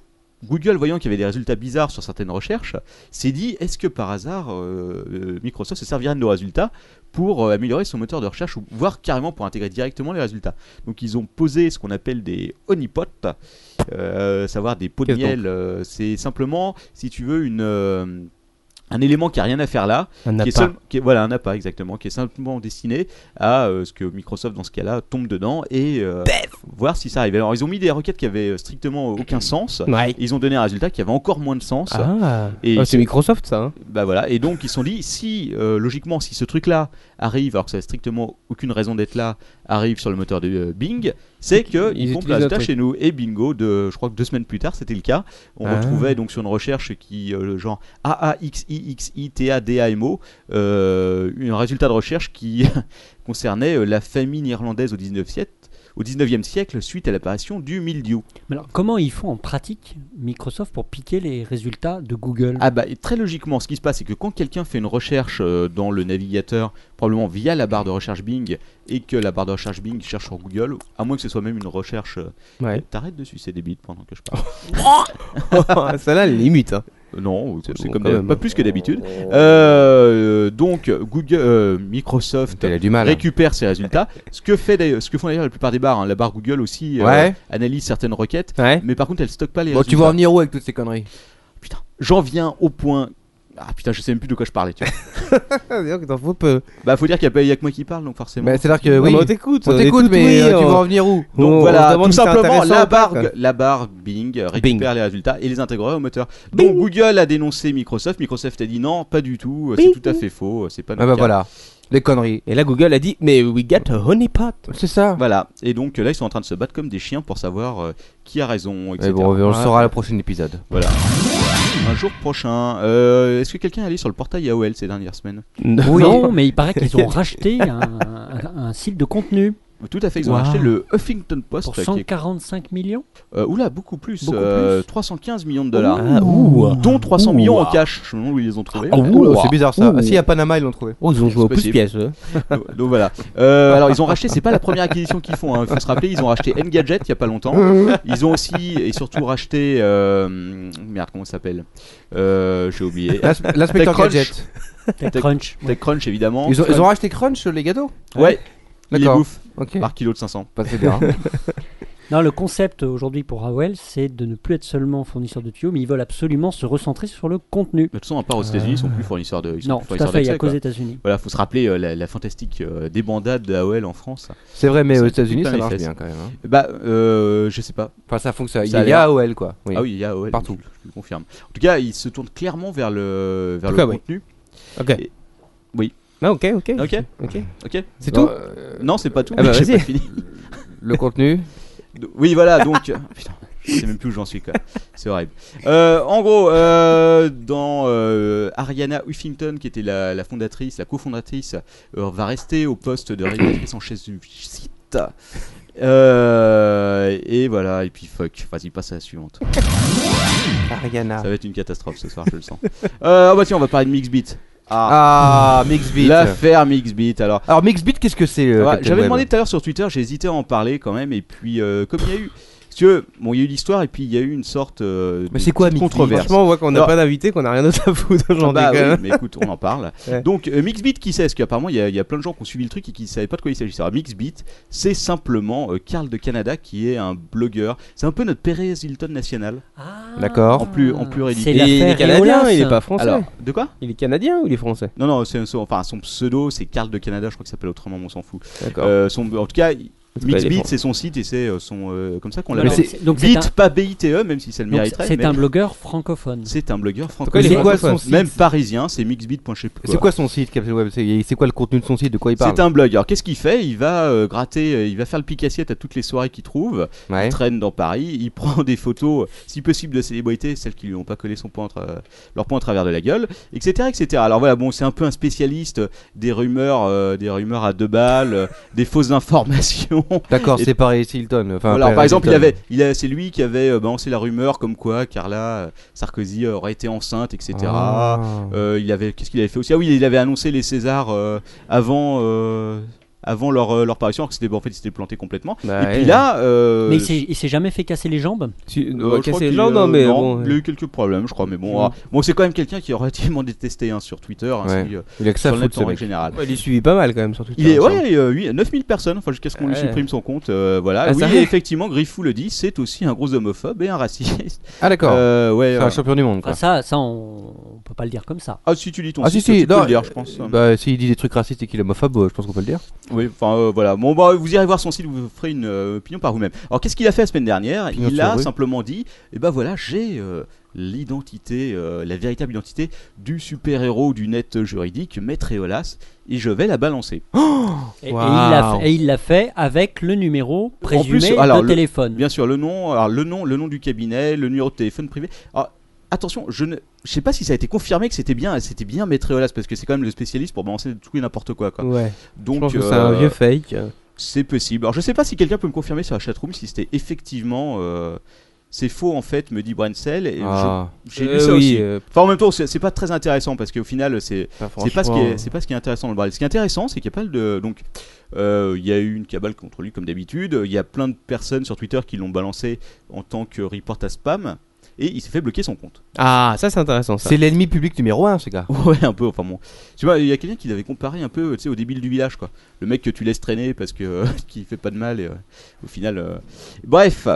F: Google, voyant qu'il y avait des résultats bizarres sur certaines recherches, s'est dit est-ce que par hasard euh, euh, Microsoft se servirait de nos résultats pour euh, améliorer son moteur de recherche ou voire carrément pour intégrer directement les résultats. Donc ils ont posé ce qu'on appelle des honeypots, euh, savoir des pots de
G: Qu'est-ce donc
F: miel. euh, c'est simplement, si tu veux, une euh, un élément qui a rien à faire là,
G: Un
F: qui est
G: appât.
F: seul- qui est- voilà un appât exactement, qui est simplement destiné à euh, ce que Microsoft dans ce cas-là tombe dedans et euh, voir si ça arrive. Alors ils ont mis des requêtes qui avaient euh, strictement aucun sens.
G: Ouais.
F: Ils ont donné un résultat qui avait encore moins de sens.
G: Ah,
F: Et
G: Ah,
F: c'est-
G: c'est Microsoft ça. hein.
F: Bah voilà. Et donc ils se sont dit si euh, logiquement si ce truc-là arrive alors que ça a strictement aucune raison d'être là arrive sur le moteur de euh, Bing, c'est que
G: Ils
F: ils pompe
G: utilisent un
F: résultat
G: truc.
F: chez nous. Et bingo, de, je crois que deux semaines plus tard c'était le cas. On
G: Ah.
F: retrouvait donc sur une recherche qui euh, le genre AAXIXITADAMO euh, un résultat de recherche qui (laughs) concernait euh, la famine irlandaise au 19e siècle, au 19e siècle suite à l'apparition du mildiou.
H: Mais alors, comment ils font en pratique Microsoft pour piquer les résultats de Google
F: Ah bah et très logiquement, ce qui se passe, c'est que quand quelqu'un fait une recherche euh, dans le navigateur, probablement via la barre de recherche Bing, et que la barre de recherche Bing cherche sur Google, à moins que ce soit même une recherche. euh,
G: Ouais.
F: T'arrêtes de sucer des bites pendant que je parle.
G: (laughs) ça là, limite. hein.
F: Euh, non, c'est c'est
G: bon,
F: comme
G: quand
F: d'hab-
G: même. Oh.
F: pas plus que d'habitude. Euh, euh, donc Google, euh, Microsoft
D: Elle a du mal. hein.
F: récupère ces résultats. Ce que fait d'ailleurs- ce que font d'ailleurs la plupart des barres, hein. la barre Google aussi euh,
D: Ouais.
F: analyse certaines requêtes,
G: Ouais.
F: mais par contre elle stocke pas les
D: Bon,
F: résultats.
D: tu vas en venir où avec toutes ces conneries
F: Putain, j'en viens au point. Ah putain, je sais même plus de quoi je parlais. Tu vois.
G: Ah, dis donc, t'en fous peu.
F: bah faut dire qu'il y a pas y a que moi qui parle, donc forcément.
D: Bah, C'est-à-dire que oui,
G: on t'écoute.
D: on t'écoute,
G: écoute,
D: mais
G: oui,
D: euh, tu
G: on-
D: vas en venir où
F: Donc
G: on- on se
F: voilà,
G: demande
F: tout
G: si c'est
F: simplement,
G: intéressant
F: la
G: ou pas,
F: barre,
G: quoi.
F: la barre Bing euh, récupère
G: Bing.
F: les résultats et les intégrera au moteur. Donc Google a dénoncé Microsoft, Microsoft a dit non, pas du tout, euh, c'est tout à fait faux, euh, c'est pas
D: Ah
F: notre
D: bah
F: cas.
D: voilà, les conneries.
G: Et là, Google a dit, mais we got a honeypot.
D: C'est ça.
F: Voilà. Et donc euh, là, ils sont en train de se battre comme des chiens pour savoir euh, qui a raison,
D: Mais
F: etc.
D: bon, on le saura à le prochain épisode.
F: Un jour prochain, euh, est-ce que quelqu'un est allé sur le portail AOL ces dernières semaines (laughs)
H: Non, mais il paraît qu'ils ont racheté un, un- un site de contenu
F: Tout à fait, ils ont
G: Wow.
F: acheté le Huffington Post.
H: pour
F: euh, qui est-
H: 145 millions.
F: euh, oula, beaucoup plus,
H: Beaucoup
F: euh,
H: plus.
F: 315 millions de dollars.
G: Ah, ouh. Ah,
F: Dont 300 millions en cash. Je me demande où ils les ont trouvés.
D: C'est bizarre ça. Ah, si, à Panama, ils l'ont trouvé.
G: Oh, ils ont joué au
F: C'est possible.
G: pouce-pièce. eux.
F: Donc donc voilà. Euh, alors ils ont racheté, c'est pas la première acquisition qu'ils font. hein. Il faut se rappeler, ils ont racheté Engadget il y a pas longtemps. Ils ont aussi et surtout racheté euh, merde comment ça s'appelle Euh, J'ai oublié.
D: L'ins- L'inspecteur
F: Crunch.
D: Gadget.
H: Crunch.
F: TechCrunch évidemment.
D: Ils ont, ils ont racheté Crunch, les gâteaux
F: Ouais. Il les
D: D'accord.
F: bouffe
D: Ok.
F: par kilo de 500.
D: Pas très bien.
H: Non, le concept euh, aujourd'hui pour AOL, c'est de ne plus être seulement fournisseur de tuyaux, mais ils veulent absolument se recentrer sur le contenu.
F: De toute façon, à part aux États-Unis, ils sont plus fournisseurs de. Ils sont
H: Non,
F: plus
H: tout à
F: fournisseurs
H: fait, il y a
F: d'accès,
H: qu'aux
F: quoi.
H: États-Unis.
F: Voilà, faut se rappeler euh, la, la fantastique euh, débandade d'AOL en France.
D: C'est vrai, mais aux
F: C'est
D: États-Unis,
F: plein
D: ça
F: les
D: marche
F: fesses.
D: bien quand même. hein.
F: Bah, euh, je sais pas.
D: Enfin, ça fonctionne. Il
F: Ça a
D: y
F: l'air.
D: a AOL quoi. Oui.
F: Ah oui, il y a AOL.
D: Partout.
F: Je, je le confirme. En tout cas, ils se tournent clairement vers le vers
G: En tout
F: le
G: cas, oui.
F: contenu.
G: Ok.
F: Et- oui.
G: Ah, ok, ok.
F: Ok.
G: Ok.
F: Ok.
G: C'est
D: Non,
G: tout.
D: euh,
F: Non, c'est pas tout.
G: Ah
F: (laughs)
G: bah,
F: j'ai
G: vas-y.
F: pas fini.
D: Le contenu.
F: Do- Oui, voilà, donc. euh, (laughs) Putain, je sais même plus où j'en suis, quoi. C'est horrible. Euh, en gros, euh, dans euh, Ariana Huffington, qui était la, la fondatrice, la cofondatrice, euh, va rester au poste de rédactrice en chaise du site. Euh, et voilà, et puis fuck, vas-y, passe à la suivante.
G: Ariana.
F: Ça va être une catastrophe ce soir, je le sens. Euh, bah tiens, on va parler de Mixbit. Ah,
D: Ah, Mixbit.
F: l'affaire Mixbit. Alors,
D: Alors Mixbit, qu'est-ce que c'est euh,
F: Ouais,
D: Captain
F: Ah, J'avais
D: Web
F: demandé tout à l'heure sur Twitter, j'ai hésité à en parler quand même, et puis euh, comme il y a eu, si tu veux, bon, il y a eu l'histoire, et puis il y a eu une sorte euh,
D: Mais
F: de
D: c'est quoi,
F: petite
D: Mixbit
F: controverse.
G: Franchement, on voit qu'on n'a
F: Alors-
G: pas d'invité, qu'on n'a rien d'autre à foutre
F: Ah
G: aujourd'hui.
F: bah
G: quand
F: oui,
G: même.
F: mais écoute, on en parle.
G: Ouais.
F: Donc euh, Mixbit, qui sait Parce qu'apparemment, il y, a- il y a plein de gens qui ont suivi le truc et qui ne savaient pas de quoi il s'agissait. Alors Mixbit, c'est simplement euh, Karl de Canada qui est un blogueur. C'est un peu notre Perez Hilton national.
H: Ah.
D: D'accord.
F: En plus- en plus réduit.
H: C'est
G: Il est
H: l'affaire
G: canadien,
H: Eolas.
G: il est pas français.
F: Alors, de quoi
G: Il est canadien ou il est français
F: Non, non, c'est un- son, enfin, son pseudo, c'est Karl de Canada, je crois que ça s'appelle autrement, mais on s'en fout.
G: D'accord.
F: Euh, son, en tout cas,
G: tout cas, il est
F: Mixbit,
G: français.
F: c'est son site et c'est euh, son, euh, comme ça qu'on
H: Voilà,
F: l'appelle.
H: donc c'est- donc c'est
F: Bit,
H: un-
F: pas BITE, E, même si ça le
H: donc
F: mériterait.
H: c'est
F: mais
H: un blogueur francophone.
F: C'est un blogueur
G: quoi, il
F: francophone.
G: est
D: C'est quoi
G: francophone.
D: son site
F: Même parisien, c'est mixbit. je sais plus
D: C'est quoi son site Captain Web C'est c'est quoi le contenu de son site De quoi il parle
F: C'est un blog. Alors qu'est-ce qu'il fait Il va euh, gratter, euh, il va faire le pique-assiette à toutes les soirées qu'il trouve.
D: Ouais.
F: Il traîne dans Paris, il (laughs) prend des photos, si possible, de célébrités, celles qui lui ont pas collé son point en tra- leur point à travers de la gueule, etc., etc. Alors voilà, bon, c'est un peu un spécialiste des rumeurs, euh, des rumeurs à deux balles, (laughs) euh, des fausses informations.
D: D'accord,
F: Et-
D: c'est pareil, c'est Hilton. Enfin,
F: Voilà,
D: Paris
F: par exemple, il
D: Hilton.
F: avait, il a- c'est lui qui avait euh, balancé la rumeur comme quoi Carla euh, Sarkozy aurait été enceinte, etc.
D: Ah.
F: Euh, il avait, qu'est-ce qu'il avait fait aussi Ah oui, il avait annoncé les Césars euh, avant. euh, avant leur, euh, leur parution, alors que c'était bon, en fait, ils s'étaient plantés complètement.
G: Bah
F: et
G: ouais.
F: puis là, euh,
H: Mais il s'est- il s'est jamais fait casser les jambes
G: Tu-
F: euh,
G: ouais,
F: je crois
G: casser-
F: qu'il,
G: non, non,
F: euh,
G: mais
F: non,
G: bon, Mm.
F: il a eu quelques problèmes, je crois, mais bon, ah. bon, c'est quand même quelqu'un qui est (laughs) relativement détesté hein, sur Twitter, ainsi,
D: Ouais.
F: euh,
D: Il a que ça
F: sur
D: à
F: le
D: foutre,
F: net
D: ce
F: en règle
D: mec.
F: générale.
G: il est suivi pas mal quand même sur Twitter.
F: Il est
G: il me
F: ouais,
G: semble.
F: euh, oui, 9000 personnes, enfin jusqu'à ce qu'on lui
G: Ouais.
F: supprime son compte, euh, voilà.
G: Ah,
F: oui,
G: ça
F: et
G: va
F: effectivement, Griffou le dit, c'est aussi un gros homophobe et un raciste.
D: Ah, d'accord.
F: Euh, ouais,
D: c'est
F: euh,
D: un champion du monde,
H: Ah,
D: quoi.
H: ça, ça on, on peut pas le dire comme ça.
F: Ah si tu lis ton
D: Ah, si,
F: site,
D: si,
F: tu peux
D: non,
F: le dire, je pense.
D: Bah, s'il dit des trucs racistes et qu'il est homophobe, euh, je pense qu'on peut le dire.
F: Oui, enfin euh, voilà. Bon, bah, vous irez voir son site, vous ferez une euh, opinion par vous-même. Alors, qu'est-ce qu'il a fait la semaine dernière
D: Opinion
F: Il a
D: sur- oui.
F: simplement dit, eh ben voilà, j'ai euh, l'identité, euh, la véritable identité du super-héros du net juridique, Maître Eolas, et je vais la balancer.
H: Et, et il l'a
G: Waouh.
H: fait- et il l'a fait avec le numéro présumé
F: plus, alors,
H: de
F: le-
H: téléphone.
F: Bien sûr, le nom, alors, le nom, le nom du cabinet, le numéro de téléphone privé. Alors, attention, je ne je sais pas si ça a été confirmé que c'était bien, c'était bien Maître Eolas, parce que c'est quand même le spécialiste pour balancer tout et n'importe quoi. quoi.
G: Ouais.
F: Donc,
G: Je pense que c'est un
F: euh,
G: vieux fake.
F: C'est possible. Alors je sais pas si quelqu'un peut me confirmer sur la chatroom si c'était effectivement euh, c'est faux en fait, me dit Brancel. Et je-
D: Ah.
F: J'ai
G: Euh,
F: lu ça
G: oui,
F: aussi.
G: euh,
F: Enfin en même temps c'est c'est pas très intéressant parce qu'au final c'est
G: enfin,
F: c'est pas ce qui
G: franchement,
F: est c'est pas ce qui est intéressant dans le Braille. Ce qui est intéressant c'est qu'il y a pas de donc euh, il y a eu une cabale contre lui comme d'habitude. Il y a plein de personnes sur Twitter qui l'ont balancé en tant que report à spam et il s'est fait bloquer son compte. (laughs)
G: Ah, ça c'est intéressant ça.
D: C'est l'ennemi public numéro un, ces gars.
F: Ouais, un peu, enfin bon. Tu vois, il y a quelqu'un qui l'avait comparé un peu, tu sais, au débile du village, quoi. Le mec que tu laisses traîner parce que (laughs) euh, qui fait pas de mal, et euh, au final. euh, Bref.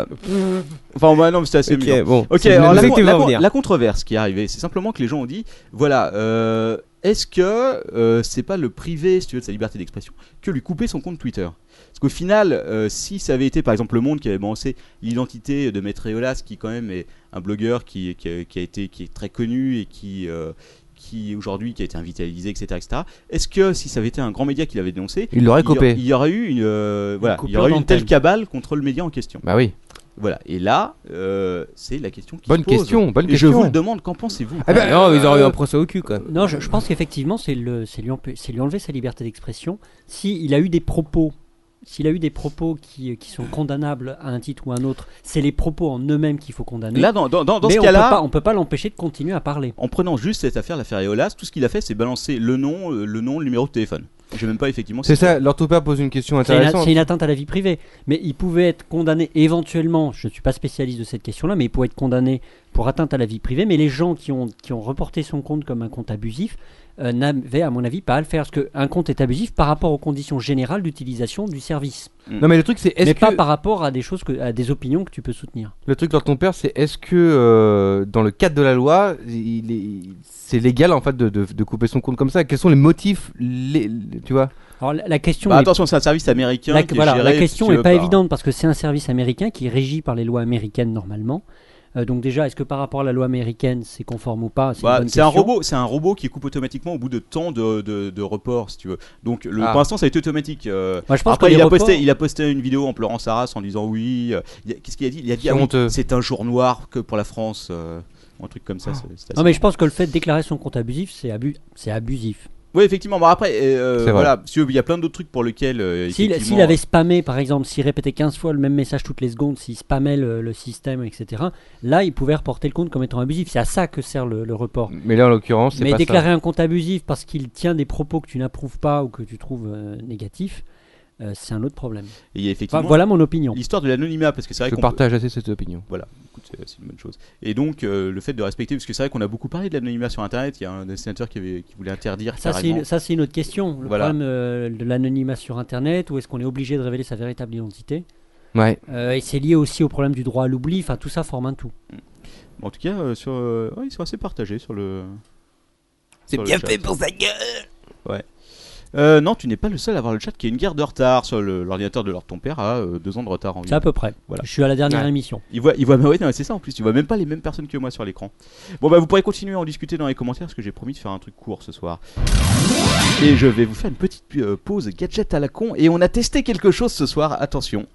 F: Enfin, bah, non, mais c'était assez
G: Ok,
F: mignon.
G: bon.
F: Ok,
G: C'est-
F: alors
G: je
F: la,
G: sais que
F: con-
G: tu vas
F: la
G: en
F: con-
G: venir.
F: la controverse qui est arrivée, c'est simplement que les gens ont dit voilà, euh, est-ce que euh, c'est pas le privé, si tu veux, de sa liberté d'expression, que lui couper son compte Twitter Parce qu'au final, euh, si ça avait été par exemple Le Monde qui avait balancé l'identité de Maître Eolas, qui quand même est un blogueur qui, qui, a, qui a été, qui est très connu et qui. euh, qui aujourd'hui qui a été invitalisé etc etc est-ce que si ça avait été un grand média qui l'avait dénoncé
D: Il l'aurait
F: il y, a-
D: copé.
F: il y aurait eu une euh, voilà il y
H: coupure
F: aurait eu une
H: d'antenne.
F: telle cabale contre le média en question
D: Bah oui.
F: voilà. Et là, euh, c'est la question qui se
D: Bonne
F: pose.
D: question, bonne
F: Et
D: question.
F: je vous le demande, qu'en pensez-vous
D: Ah ben,
G: non, ils auraient eu
D: euh,
G: un procès au cul quand même.
H: Non, je, je pense qu'effectivement, c'est le- c'est lui, enpe- c'est lui enlever sa liberté d'expression. S'il a eu des propos, s'il a eu des propos qui, qui sont condamnables à un titre ou à un autre, c'est les propos en eux-mêmes qu'il faut condamner.
F: Là, dans, dans, dans, dans
H: Mais
F: ce
H: on peut
F: cas-là,
H: pas- on peut pas l'empêcher de continuer à parler.
F: en prenant juste cette affaire, l'affaire Eolas, tout ce qu'il a fait, c'est balancer le nom, euh, le nom, le numéro de téléphone. J'ai même pas effectivement.
D: C'est
F: si-
D: ça, l'orthopère pose une question
H: C'est une,
D: intéressante.
H: c'est une atteinte à la vie privée. Mais il pouvait être condamné éventuellement, je ne suis pas spécialiste de cette question-là, mais il pouvait être condamné pour atteinte à la vie privée. Mais les gens qui ont, qui ont reporté son compte comme un compte abusif euh, n'avaient, à mon avis, pas à le faire. Parce qu'un compte est abusif par rapport aux conditions générales d'utilisation du service.
D: Non, mais le truc, c'est est-ce
H: Mais
D: que.
H: pas par rapport à des, choses que, à des opinions que tu peux soutenir.
D: Le truc lors ton père, c'est est-ce que euh, dans le cadre de la loi, il est- c'est légal en fait de, de- de couper son compte comme ça Quels sont les motifs, les, les- tu vois
H: Alors la, la question
F: Bah,
H: n'est
F: attention, c'est un service américain.
H: La,
F: qui est
H: voilà,
F: géré,
H: la
F: si
H: question
F: tu
H: n'est
F: veux,
H: pas
F: par-
H: évidente parce que c'est un service américain qui est régi par les lois américaines normalement. Euh, donc déjà, est-ce que par rapport à la loi américaine, c'est conforme ou pas C'est une
F: Bah,
H: bonne
F: c'est un
H: question.
F: robot, c'est un robot qui coupe automatiquement au bout de temps de, de, de report, si tu veux. Donc, le,
D: Ah.
F: pour l'instant, ça a été automatique. euh,
H: Moi, je pense
F: Après,
H: que
F: il
H: les
F: a,
H: reports-
F: posté, il a posté une vidéo en pleurant sa race en disant oui. euh, il y a- Qu'est-ce qu'il a dit Il a dit
D: C'est
F: ah oui,
D: honteux.
F: c'est un jour noir que pour la France. euh, un truc comme ça. c'est- c'est assez
H: Ah. Non mais je pense que le fait de déclarer son compte abusif, c'est abu- c'est abusif.
F: Oui, effectivement. Bon, après, euh,
D: C'est vrai.
F: voilà, si tu veux, il y a plein d'autres trucs pour lesquels. euh,
H: S'il
F: effectivement,
H: s'il avait spammé, par exemple, s'il répétait 15 fois le même message toutes les secondes, s'il spammait le, le système, etc., là, il pouvait reporter le compte comme étant abusif. C'est à ça que sert le, le report.
D: Mais là, en l'occurrence, c'est
H: Mais
D: pas
H: déclarer un compte abusif parce qu'il tient des propos que tu n'approuves pas ou que tu trouves euh, négatifs, euh, c'est un autre problème.
F: il y a
H: Enfin,
F: effectivement
H: voilà mon opinion.
F: l'histoire de l'anonymat, parce que c'est
D: ça.
F: vrai
D: Je
F: qu'on. peut-
D: partage assez cette opinion.
F: écoute, euh, C'est c'est une bonne chose. Et donc, euh, le fait de respecter, parce que c'est vrai qu'on a beaucoup parlé de l'anonymat sur Internet. Il y a un sénateur qui, avait, qui voulait interdire
H: Ça c'est,
F: carrément.
H: une, ça, c'est une autre question. Le
F: Voilà.
H: problème euh, de l'anonymat sur Internet, où est-ce qu'on est obligé de révéler sa véritable identité
D: Ouais.
H: Euh, Et c'est lié aussi au problème du droit à l'oubli. Enfin, tout ça forme un tout.
F: Bon, en tout cas, euh, sur, euh, ouais, ils sont assez partagés sur le.
G: C'est
F: sur le
G: bien
F: chat.
G: fait pour sa gueule.
F: Euh, non, tu n'es pas le seul à avoir le chat qui a une guerre de retard sur le- l'ordinateur de leur ton père a euh, deux ans de retard
H: C'est à
F: environ.
H: peu près.
F: Voilà.
H: Je suis à la dernière
F: Ouais.
H: émission.
F: Il voit, il voit, mais ouais, non, c'est ça en plus. Tu vois même pas les mêmes personnes que moi sur l'écran. Bon bah vous pourrez continuer à en discuter dans les commentaires parce que j'ai promis de faire un truc court ce soir. Et je vais vous faire une petite euh, pause gadget à la con et on a testé quelque chose ce soir. Attention.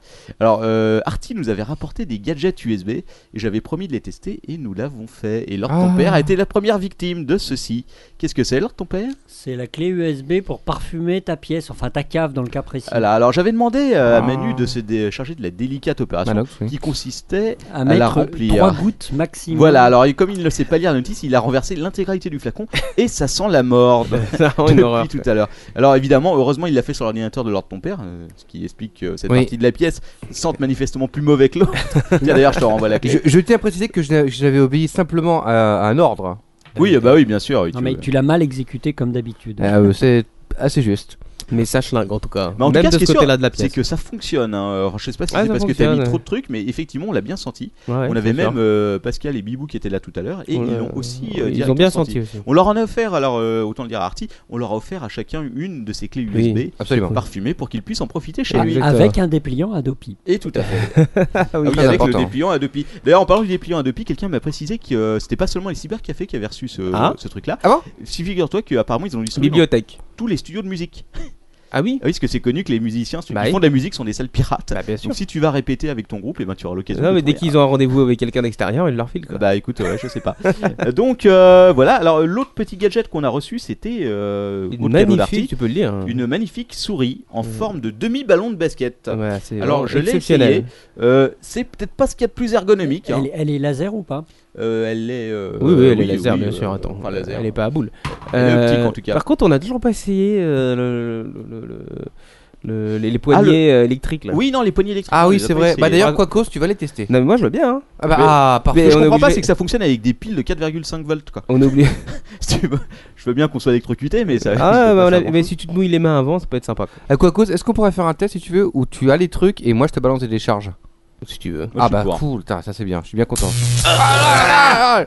F: Alors euh, Arty nous avait rapporté des gadgets USB et j'avais promis de les tester et nous l'avons fait. Et Lord ton
D: Ah.
F: père a été la première victime de ceci. Qu'est-ce que c'est Lord ton père
H: C'est la clé USB pour parfumer ta pièce, enfin ta cave dans le cas précis.
F: Voilà, Ah Alors j'avais demandé euh, à
D: Ah.
F: Manu de se dé- charger de la délicate opération
D: Manox, oui.
F: qui consistait
H: à
F: la
H: mettre
F: remplir.
H: trois gouttes maximum.
F: euh, Voilà, alors et comme il ne sait pas lire la notice, il a renversé l'intégralité du flacon et ça sent la mort.
G: (laughs) C'est vraiment Oh, une horreur.
F: dit tout à l'heure. Alors évidemment, heureusement, il l'a fait sur l'ordinateur de l'ordre de ton père, euh, ce qui explique que cette
D: Oui.
F: partie de la pièce sente manifestement plus mauvais
G: (laughs)
F: que l'autre. Tiens, d'ailleurs, je te renvoie la
D: Je,
F: clé.
D: je tiens à préciser que je n'a- j'avais obéi simplement à, à un ordre.
F: Oui, bah oui, bien sûr. oui,
H: Non,
F: tu-
H: mais tu l'as mal exécuté comme d'habitude.
F: Ah
D: Euh, c'est assez juste.
G: Mais ça schlingue en tout cas.
F: Mais en tout
G: Même
F: cas, ce
G: de
F: qui
G: ce
F: est sûr,
G: côté-là de la
F: c'est
G: pièce.
F: que ça fonctionne. hein. Alors, je sais pas si c'est
G: Ouais, Ah, ça
F: parce que t'as mis
G: fonctionne,
F: trop de trucs, mais effectivement, on l'a bien senti.
G: Ouais, ouais,
F: on avait
G: c'est sûr.
F: même euh, Pascal et Bibou qui étaient là tout à l'heure, et
G: On
F: ils
G: l'a-
F: l'ont aussi. euh,
G: Ils
F: directement
G: ont bien senti aussi.
F: On leur en a offert, alors euh, autant le dire à Arty, on leur a offert à chacun une de ces clés USB
D: Absolument.
F: parfumées pour qu'ils puissent en profiter chez
H: Ah,
F: lui.
G: exact.
H: avec un dépliant à Dopi.
F: Et tout à fait.
G: Ah oui,
F: Ah oui,
D: très
F: avec le
D: important.
F: dépliant à deux plis. D'ailleurs, en parlant du dépliant à deux plis, quelqu'un m'a précisé que euh, c'était pas seulement les cybercafés qui avaient reçu ce,
G: Ah.
F: ce truc-là.
D: Ah bon
F: Si figure-toi qu'apparemment ils ont distribué dans
G: Bibliothèque.
F: tous les studios de musique.
G: Ah oui
F: Ah oui, parce que c'est connu que les musiciens ceux
G: Bah
F: qui
G: oui.
F: font de la musique sont des salles
G: (laughs)
F: pirates.
G: Bah bien sûr.
F: Donc si tu vas répéter avec ton groupe, et ben tu auras l'occasion.
G: Non,
F: de
G: mais dès
F: trouver
G: qu'ils ont un rendez-vous avec quelqu'un d'extérieur, ils leur filent
F: un-
G: quoi.
F: hein. Bah écoute, ouais, je sais pas. (laughs) Donc euh, voilà. Alors l'autre petit gadget qu'on a reçu, c'était euh,
G: Une
F: au piano d'Arty,
G: magnifique, tu peux le lire. hein.
F: une magnifique souris en
G: Mm. Ah
F: forme de demi ballon de basket.
G: Ouais, c'est
F: Alors,
G: vraiment
F: je l'ai
G: exceptionnel.
F: essayé. Euh, c'est peut-être pas ce qu'il y a de plus ergonomique. hein.
H: Elle, elle est laser ou pas
F: Euh, elle est. euh,
G: Oui, oui, elle est
F: oui,
G: laser,
F: oui,
G: bien
F: euh,
G: sûr. Attends,
F: enfin, laser.
G: elle est pas à boule. Euh,
F: Elle est optique, en tout cas.
G: Par contre, on a toujours pas essayé euh, le, le- le- le- le- les, les
F: Ah,
G: poignées
F: le-
G: euh, électriques là.
F: Oui, non, les poignées électriques.
D: Ah
F: on
D: oui,
F: les a
D: c'est
F: pas
D: vrai.
F: essayées.
D: Bah d'ailleurs,
F: Ah,
D: quoi cause, tu vas les tester.
G: Non, mais moi je veux bien. hein.
D: Ah bah
F: Mais-
D: ah,
F: ce que
D: parfait.
F: je
G: on est
F: comprends pas,
G: obligé-
F: c'est que ça fonctionne avec des piles de 4,5 volts, quoi. (laughs)
G: On a oublié.
F: Si tu veux, je veux bien qu'on soit électrocuté, mais (laughs) ça. ça
G: ah, (laughs)
F: peut
G: bah,
F: pas
G: on a-
F: faire grand
G: mais
F: chose.
G: si tu te mouilles les mains avant, ça peut être sympa. quoi.
D: À quoi cause, Euh, est-ce qu'on pourrait faire un test si tu veux où tu as les trucs et moi je te balance des décharges
G: Si tu veux.
F: Moi, je
D: Ah
F: suis
D: bah
F: pour.
D: cool, putain, ça c'est bien, je suis bien content. Ah, ah, ah,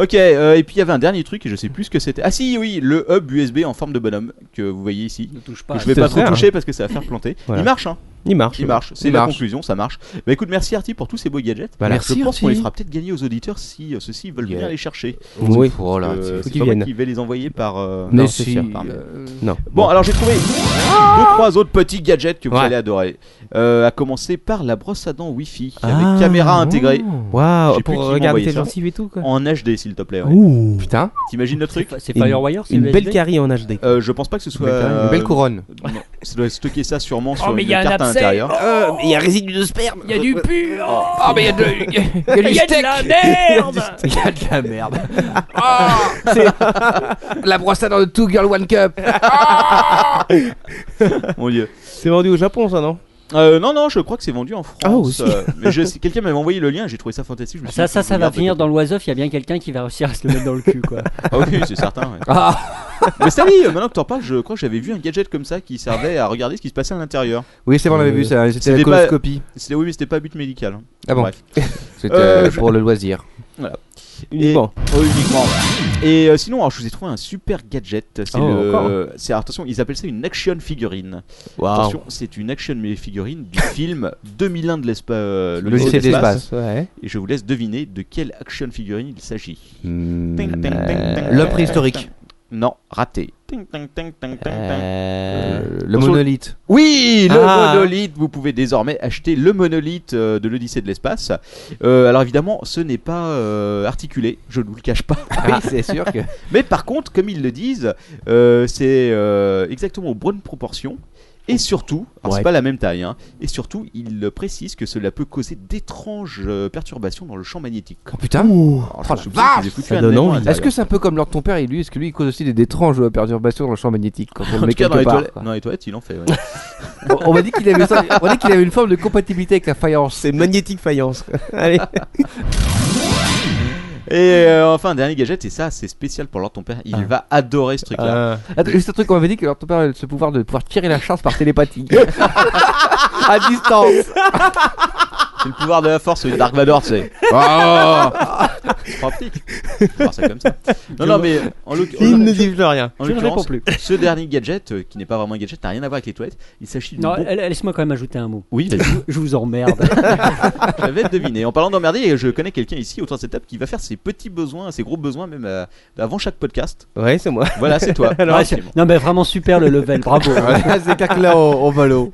F: Ok, euh, et puis il y avait un dernier truc, et je sais plus ce que c'était. Ah si, oui, le hub USB en forme de bonhomme que vous voyez ici.
H: Ne touche
F: que
H: pas.
F: je vais
G: c'est
F: pas trop
G: vrai, hein.
F: toucher parce que ça va faire planter.
G: Voilà.
F: Il marche, hein.
G: Il marche.
F: Il marche. C'est
D: Il
F: la
D: marche.
F: conclusion, ça marche. Bah écoute, merci Artie pour tous ces beaux gadgets.
G: Voilà.
F: je pense
D: Merci,
F: qu'on les
D: Artie.
F: fera peut-être gagner aux auditeurs si euh, ceux-ci veulent bien
G: Yeah.
F: les chercher.
G: Oui.
D: Oh là,
F: Euh,
G: faut
F: c'est
G: qu'ils
F: pas moi
G: viennent.
F: qui vais les envoyer par. euh,
D: mais
G: non, c'est
D: si.
G: sûr,
F: par mail.
D: euh,
G: Non.
F: Bon, alors j'ai trouvé deux, trois autres petits gadgets que vous
G: Ouais.
F: allez adorer. Euh, à commencer par la brosse à dents Wi-Fi
G: Ah,
F: avec caméra intégrée Je
G: Waouh,
F: sais plus
G: pour
F: qui m'a
G: regarder
F: envoyé
G: tes
F: ça.
G: gencives et tout quoi.
F: en HD, s'il te plaît. ouais.
G: Ouh.
D: Putain,
F: T'imagines le
H: C'est
F: truc
H: fa- C'est
G: Une-
H: Firewire, c'est
G: Une
H: USB
G: belle carie en HD.
F: Euh, Je pense pas que ce soit.
D: une belle
F: euh,
D: couronne.
F: non, ça doit stocker ça sûrement sur
B: Oh, mais
F: une
B: y a un
F: carte à
B: abcès.
F: l'intérieur.
G: Il y a résidu de sperme.
B: Il y a du pur
F: Oh.
B: Ah, mais il y a de.
C: (laughs)
B: Il y a de la
I: (laughs)
B: merde
D: Il y a de la merde.
B: Ah
D: la brosse à dents de Two Girl One Cup.
F: Mon dieu.
G: C'est vendu au Japon ça, non
F: Euh, non, non, je crois que c'est vendu en France.
G: Ah, aussi.
F: euh, mais je sais- quelqu'un m'avait envoyé le lien, j'ai trouvé ça fantastique. je me suis
H: Ah, Ça,
F: dit,
H: ça,
F: faut
H: ça
F: que
H: va
F: je
H: finir
F: regarde
H: dans l'oiseuf, il y a bien quelqu'un qui va réussir à se le mettre dans le cul, quoi.
F: Ah oui, c'est certain. ouais.
D: Ah,
F: mais ça oui, euh, maintenant que t'en parles, je crois que j'avais vu un gadget comme ça qui servait à regarder ce qui se passait à l'intérieur.
D: oui, c'est bon, on avait
G: Euh,
D: vu ça. C'était
F: c'était
D: la
F: pas-
D: coloscopie.
F: C'était oui, mais c'était pas à but médical. hein.
D: Ah bon.
F: Bref.
D: C'était
F: Euh,
D: euh, pour le loisir.
G: Uniquement.
F: Oh, uniquement. Et euh, sinon, alors, je vous ai trouvé un super gadget. C'est
G: Oh,
F: le-
G: encore.
F: c'est- attention, ils appellent ça une action figurine.
G: Waouh.
F: Attention, c'est une action mais figurine du film 2001 de l'espace.
D: Le lycée de l'espace.
G: Ouais.
F: Et je vous laisse deviner de quelle action figurine il s'agit.
D: Hmm.
F: Ting, ting, ting, ting.
J: Euh,
D: L'homme préhistorique.
F: Non, raté.
G: Euh,
D: Euh, Le
F: attention.
D: monolithe.
F: Oui, le
G: Ah.
F: monolithe. Vous pouvez désormais acheter le monolithe euh, de l'Odyssée de l'espace. Euh, alors évidemment, ce n'est pas euh, articulé, je ne vous le cache pas.
D: (laughs) Oui, c'est sûr que.
F: Mais par contre, comme ils le disent, euh, c'est euh, exactement aux bonnes proportions. Et surtout, alors c'est
G: Ouais.
F: pas la même taille, hein, et surtout, ils précisent que cela peut causer d'étranges euh, perturbations dans le champ magnétique.
D: Oh putain.
F: Alors,
D: Oh
F: je
D: la
F: suppose qu'ils
D: vache,
F: aient foutu
G: ça
F: un
G: donne
F: élément à
G: envie.
D: Est-ce
F: l'intérieur.
D: que c'est un peu comme leur ton père et lui Est-ce que lui il cause aussi des étranges euh, perturbations dans le champ magnétique (laughs) quand on
F: En
D: le met
F: tout cas, dans
D: quelque
F: les,
D: part
F: toilettes,
D: quoi.
F: dans les toilettes, il en fait. ouais. (laughs)
D: On on m'a dit qu'il (laughs) avait, ça- on m'a dit qu'il avait une forme de compatibilité avec la faïence.
G: C'est magnétique faïence. (laughs) Allez.
F: et euh, enfin, dernier gadget, et ça, c'est spécial pour l'ordre de ton père. Il va adorer ce truc-là.
G: Euh,
D: Attends, juste un truc, on m'avait dit que leur ton père avait ce pouvoir de pouvoir tirer la chasse par (laughs) télépathie. à distance.
F: C'est le pouvoir de la force, c'est Dark Vador, c'est. (laughs) C'est pratique. Voir ça comme ça. Non, non, mais en l'oc- en
G: (laughs) Il ne
F: l'oc-
G: dit plus rien.
F: en
H: Je ne réponds
F: l'occurrence,
H: plus.
F: ce dernier gadget, euh, qui n'est pas vraiment un gadget, n'a rien à voir avec les toilettes, il s'agit d'une
H: (laughs) Non, euh,
F: bombe.
H: elle- elle- laisse-moi quand même ajouter un mot.
F: Oui, vas-y.
H: (laughs) Je vous emmerde.
F: J'avais deviné. En parlant d'emmerder, je connais quelqu'un ici autour de cette table qui va faire ses petits besoins, ses gros besoins, même euh, avant chaque podcast.
G: Ouais, c'est moi.
F: Voilà, c'est toi.
G: Alors,
F: Ouais,
H: (laughs) Ouais, c'est-
F: c'est bon.
H: non, mais vraiment super le level, bravo.
F: (laughs)
D: c'est là au, valo.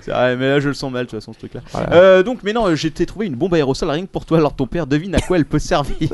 F: C'est vrai, mais là je le sens mal, de toute façon, ce truc-là.
D: Voilà.
F: Euh, donc, mais non, euh, j'ai trouvé une bombe aérosol rien que pour toi. Alors, ton père devine à quoi elle peut servir.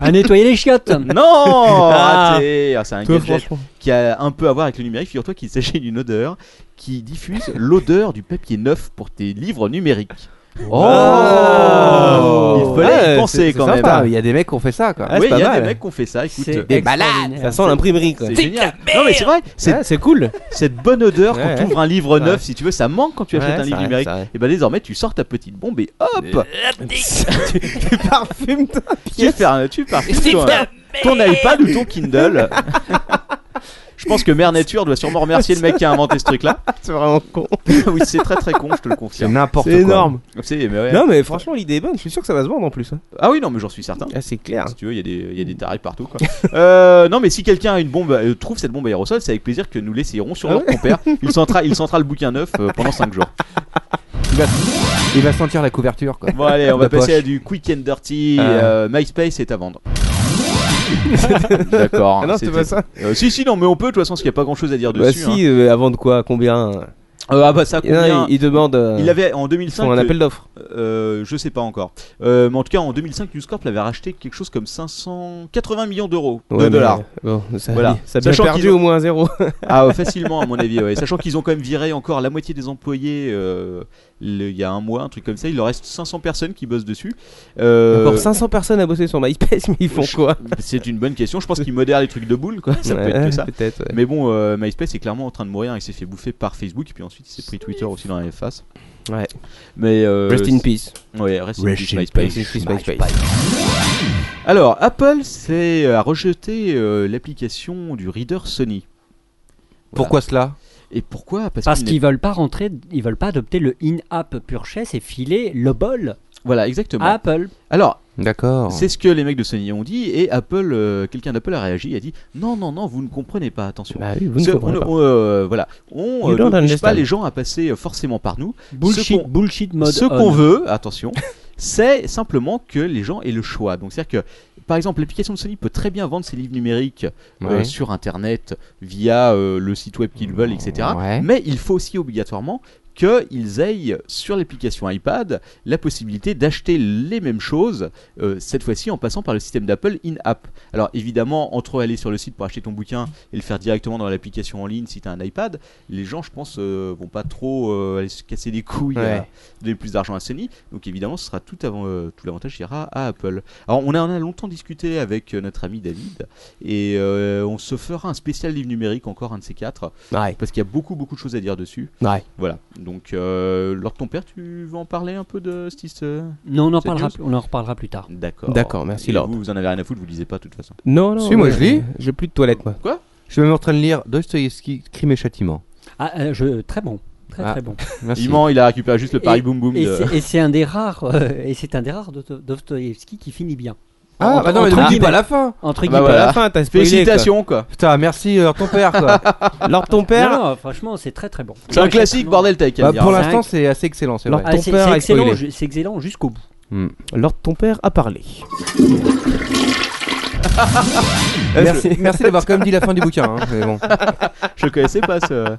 H: À nettoyer
F: (laughs)
H: les chiottes.
G: (laughs)
F: non
G: Ah.
F: Raté Ah, C'est un
G: Toi,
F: gadget
G: franchement.
F: qui a un peu à voir avec le numérique. Figure-toi (laughs) qu'il s'agit d'une odeur qui diffuse l'odeur du papier neuf pour tes livres numériques.
D: Oh
F: Ah, Il fallait
G: Oh. Ouais,
F: Ah, y penser
G: c'est-
F: quand
G: c'est
F: même.
G: sympa.
D: il y a des mecs qui ont fait ça quoi.
G: Ah,
F: oui,
G: c'est
F: il
G: pas
F: y a
G: mal.
F: des mecs qui ont fait ça. Écoute,
H: C'est
F: euh,
D: des balades.
G: Ça
H: extraordinaire.
G: sent l'imprimerie quoi.
F: c'est génial. Non, mais c'est vrai. C'est
G: Ouais, Ah, C'est cool.
F: cette bonne odeur quand
G: Ouais.
F: tu ouvres un livre
G: Ouais.
F: neuf, si tu veux, ça manque quand tu achètes
G: Ouais,
F: un
G: c'est
F: livre
G: vrai,
F: numérique.
G: c'est vrai.
F: Et ben désormais, tu sors ta petite bombe et hop,
G: tu tu parfumes ta
F: tu
G: pièce.
F: fais tu parfumes ton, ton iPad ou ton
G: (laughs)
F: Kindle. Je pense que Mère Nature doit sûrement remercier le mec qui a inventé ce
G: (laughs)
F: truc-là.
G: C'est vraiment con.
F: oui, c'est très très con, je te le
D: C'est
F: confirme.
D: n'importe quoi.
G: C'est énorme.
F: C'est- mais ouais.
G: Non mais franchement l'idée est bonne. Je suis sûr que ça va se vendre en plus. hein.
F: Ah oui, non, mais j'en suis certain.
G: Ah, c'est clair.
F: Si tu veux, il y, a des- il y a des tarés partout. Quoi. (laughs) Euh, non, mais si quelqu'un a une bombe, euh, trouve cette bombe aérosol, c'est avec plaisir que nous l'essayerons sur
G: Ah
F: leur
G: (laughs)
F: compère. Il sentera, il sentera le bouquin neuf euh, pendant 5 jours.
D: Il va, il va sentir la couverture quoi.
F: Bon, allez, on
D: De
F: va passer
D: poche.
F: à du quick and dirty.
D: Ah.
F: euh, MySpace est à
G: (laughs)
F: vendre. D'accord.
G: Ah non c'est
F: c'était-
G: pas ça.
F: Euh, si, si, non, mais on peut, de toute façon, parce qu'il n'y a pas grand chose à dire
G: Bah
F: dessus. hein.
G: si euh, avant de quoi combien.
F: Euh, ah, bah ça,
G: Et là,
F: combien
G: il, il demande. euh,
F: Il avait en
G: ils
F: 2005.
G: font un appel d'offres.
F: euh, je sais pas encore. Euh, mais en tout cas, en 2005, News Corp avait racheté quelque chose comme 580 millions d'euros. de
G: Ouais, mais, euh,
F: dollars.
G: Bon, ça, a
F: Voilà.
G: bien- ça a bien
F: Sachant
G: perdu
F: qu'ils ont-
G: au moins un zéro.
F: Ah, euh, facilement, à mon avis, ouais. Sachant qu'ils ont quand même viré encore la moitié des employés euh, le- il y a un mois, un truc comme ça. Il leur reste 500 personnes qui bossent dessus. Euh,
G: Encore 500 personnes à bosser sur MySpace, (laughs) mais ils font
F: je-
G: quoi
F: C'est une bonne question. Je pense qu'ils modèrent les trucs de boule, quoi. Ça peut être
G: Ouais,
F: que ça.
G: Peut-être. ouais.
F: Mais bon, euh, MySpace est clairement en train de mourir. Il s'est fait bouffer par Facebook, et puis ensuite il s'est pris Twitter aussi dans la face.
G: Ouais.
F: Mais euh,
G: Rest in peace.
F: Ouais, rest in peace,
G: Rest in
F: MySpace.
G: peace, MySpace.
F: Alors, Apple c'est a rejeté euh, l'application du Reader Sony.
D: (laughs) Pourquoi cela
F: Et pourquoi
H: Parce
F: qu'il
H: qu'ils veulent pas rentrer, ils veulent pas adopter le in-app purchase et filer le bol
F: Voilà, exactement.
H: à
G: Ah.
H: Apple.
F: Alors,
G: Oh.
D: D'accord.
F: c'est ce que les mecs de Sony ont dit et Apple, euh, quelqu'un d'Apple a réagi et a dit non, non, non, vous ne comprenez pas, attention.
G: Bah oui, vous ne
F: Ce-
G: comprenez
F: on-
G: pas.
F: on, euh, voilà, on
G: You
F: euh,
G: don't
F: n'oblige pas
G: understand.
F: les gens à passer euh, forcément par nous.
H: Bullshit,
F: qu'on-
H: bullshit mode.
F: Ce
H: on.
F: qu'on veut, attention, (laughs) c'est simplement que les gens aient le choix. Donc, c'est-à-dire que, par exemple, l'application de Sony peut très bien vendre ses livres numériques euh,
D: Ouais.
F: sur Internet, via euh, le site web qu'ils veulent, etc.
D: Ouais.
F: Mais il faut aussi obligatoirement qu'ils aient sur l'application iPad la possibilité d'acheter les mêmes choses, euh, cette fois-ci en passant par le système d'Apple in-app. Alors évidemment, entre aller sur le site pour acheter ton bouquin et le faire directement dans l'application en ligne si tu as un iPad, les gens, je pense, euh, vont pas trop euh, aller se casser les couilles
G: Ouais.
F: à donner plus d'argent à Sony. Donc évidemment, ce sera tout, avant, euh, tout l'avantage ira à Apple. Alors on en a longtemps discuté avec euh, notre ami David et euh, on se fera un spécial livre numérique, encore un de ces quatre,
G: Ouais.
F: parce qu'il y a beaucoup beaucoup de choses à dire dessus.
G: Ouais.
F: Voilà. Donc, euh, Lord ton père, tu veux en parler un peu de cette euh,
H: Non, on en,
F: Cette
H: parlera,
F: news
H: plus- on en reparlera plus tard.
F: D'accord.
G: D'accord, merci,
F: Et
G: Lord.
F: Vous, vous en avez rien à foutre, vous lisez pas de toute façon.
G: Non, non.
D: Si, moi,
G: Bah ouais,
D: je lis.
G: (laughs) J'ai plus de toilette, moi.
D: Je suis même en train de lire Dostoïevski, Crime et Châtiment.
H: Ah, euh, je, très bon. Très
D: Ah.
H: très bon.
D: Merci.
F: Il ment, il a récupéré juste le
H: Et-
F: Paris Boom Boom.
H: Et
F: de-
H: c'est- et c'est un des rares, euh, et c'est un des rares Dosto- Dostoïevski qui finit bien.
D: Ah, bah non, mais
H: Entre
D: ne dis
H: guillemets.
D: pas la fin.
H: Entre
F: bah
H: guillemets.
F: voilà.
G: À la fin, t'as
F: (laughs)
G: spoilé.
F: Félicitations, quoi.
D: Putain, merci euh, ton père (laughs) quoi.
G: quoi. Lord ton père.
H: Non, non, franchement, c'est très très bon.
F: C'est un
H: Ouais,
F: classique,
H: franchement.
F: bordel, t'as qu'à
D: Bah,
F: dire.
D: pour
H: la-
D: l'instant, c'est assez excellent, c'est
G: Non.
D: vrai.
H: Ah,
G: Ton
H: c'est
G: peur
H: c'est
G: a
H: excellent,
G: spoilé.
H: ju- c'est excellent jusqu'au bout.
G: Lord ton père a parlé.
D: Merci, merci d'avoir quand même dit la fin du bouquin. hein, mais bon.
F: Je connaissais pas ce,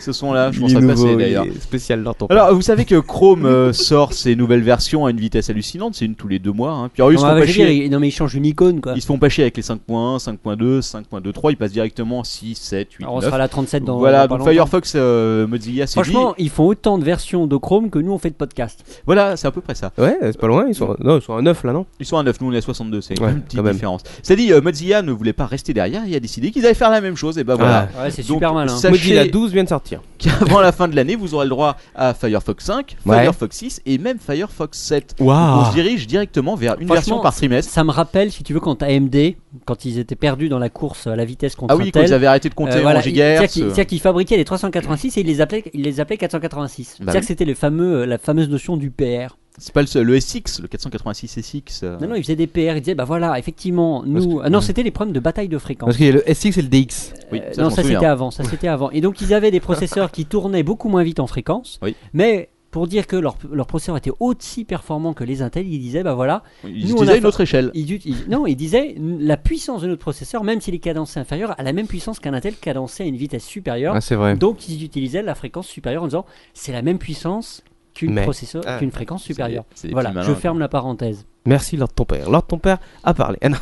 F: ce son-là. Ah, Je
G: Il
F: pense
G: est
F: à
G: nouveau,
F: passer
G: il
F: d'ailleurs.
G: est Spécial Lord ton père.
F: Alors, vous savez que Chrome euh, sort ses nouvelles versions à une vitesse hallucinante. C'est une tous les deux mois. Hein. Puis alors, ils se
H: Non,
F: font
H: mais
F: pas
H: je veux dire,
F: chier.
H: il- non, mais il change une icône quoi.
F: Ils se font pas chier avec les 5.1, 5.2, 5.23. Ils passent directement 6, 7, 8,
H: Alors, on
F: 9.
H: sera à la 37 dans.
F: voilà,
H: dans
F: donc
H: pas longtemps.
F: Firefox, euh, Mozilla, c'est dit.
H: Franchement, ils font autant de versions de Chrome que nous on fait de podcast.
F: Voilà, c'est à peu près ça.
G: Ouais, c'est pas loin. Ils sont, non, ils sont à 9 là, non
F: Ils sont à 9, nous on est à 62, c'est
G: Ouais,
F: une petite
G: quand même.
F: différence. C'est dit, euh, Mozilla ne voulait pas rester derrière, il a décidé qu'ils allaient faire la même chose, et bah voilà.
H: Ouais, c'est
F: Donc,
H: super malin.
F: sachez
G: Mozilla 12 vient de sortir.
F: (laughs) qu'avant la fin de l'année, vous aurez le droit à Firefox 5,
D: Ouais.
F: Firefox 6 et même Firefox 7. On se dirige directement vers une
H: Franchement,
F: version par trimestre.
H: Ça me rappelle, si tu veux, quand AMD, quand ils étaient perdus dans la course à la vitesse contre
F: Ah oui, quand
H: Intel,
F: ils avaient arrêté de
H: euh,
F: compter
H: voilà,
F: en
H: ils- c'est-à-dire
F: gigahertz.
H: qu'ils- c'est-à-dire qu'ils fabriquaient les 386 et ils les appelaient, ils les appelaient 486.
F: Bah
H: c'est-à-dire
F: oui.
H: que c'était le fameux, euh, la fameuse notion du PR.
F: C'est pas le seul, le SX, le 486 SX. euh,
H: Non, non, ils faisaient des PR, ils disaient, bah voilà, effectivement, nous. Ah non, c'était les problèmes de bataille de fréquence.
D: Parce qu'il y a le SX et le DX.
F: oui,
H: Euh,
F: ça,
H: non,
F: je m'en
H: ça
F: souviens.
H: c'était avant, ça c'était avant. Et donc ils avaient des processeurs qui tournaient beaucoup moins vite en fréquence.
F: Oui.
H: Mais pour dire que leurs leurs processeurs étaient aussi performants que les Intel, ils disaient bah voilà,
F: Ils
H: Nous, on a
F: utilisaient
H: fait-
F: une autre échelle.
H: ils, ut- ils- non, ils disaient la puissance de notre processeur, même s'il est cadencé inférieur, a la même puissance qu'un Intel cadencé à une vitesse supérieure.
D: Ah, c'est vrai.
H: Donc ils utilisaient la fréquence supérieure en disant c'est la même puissance qu'une
G: Mais-
H: processeur,
G: Ah.
H: qu'une fréquence supérieure.
F: C'est des
H: Voilà,
F: petits malins,
H: je
F: quoi.
H: ferme la parenthèse.
G: Merci Lord ton père. Lord ton père a parlé. Ah non,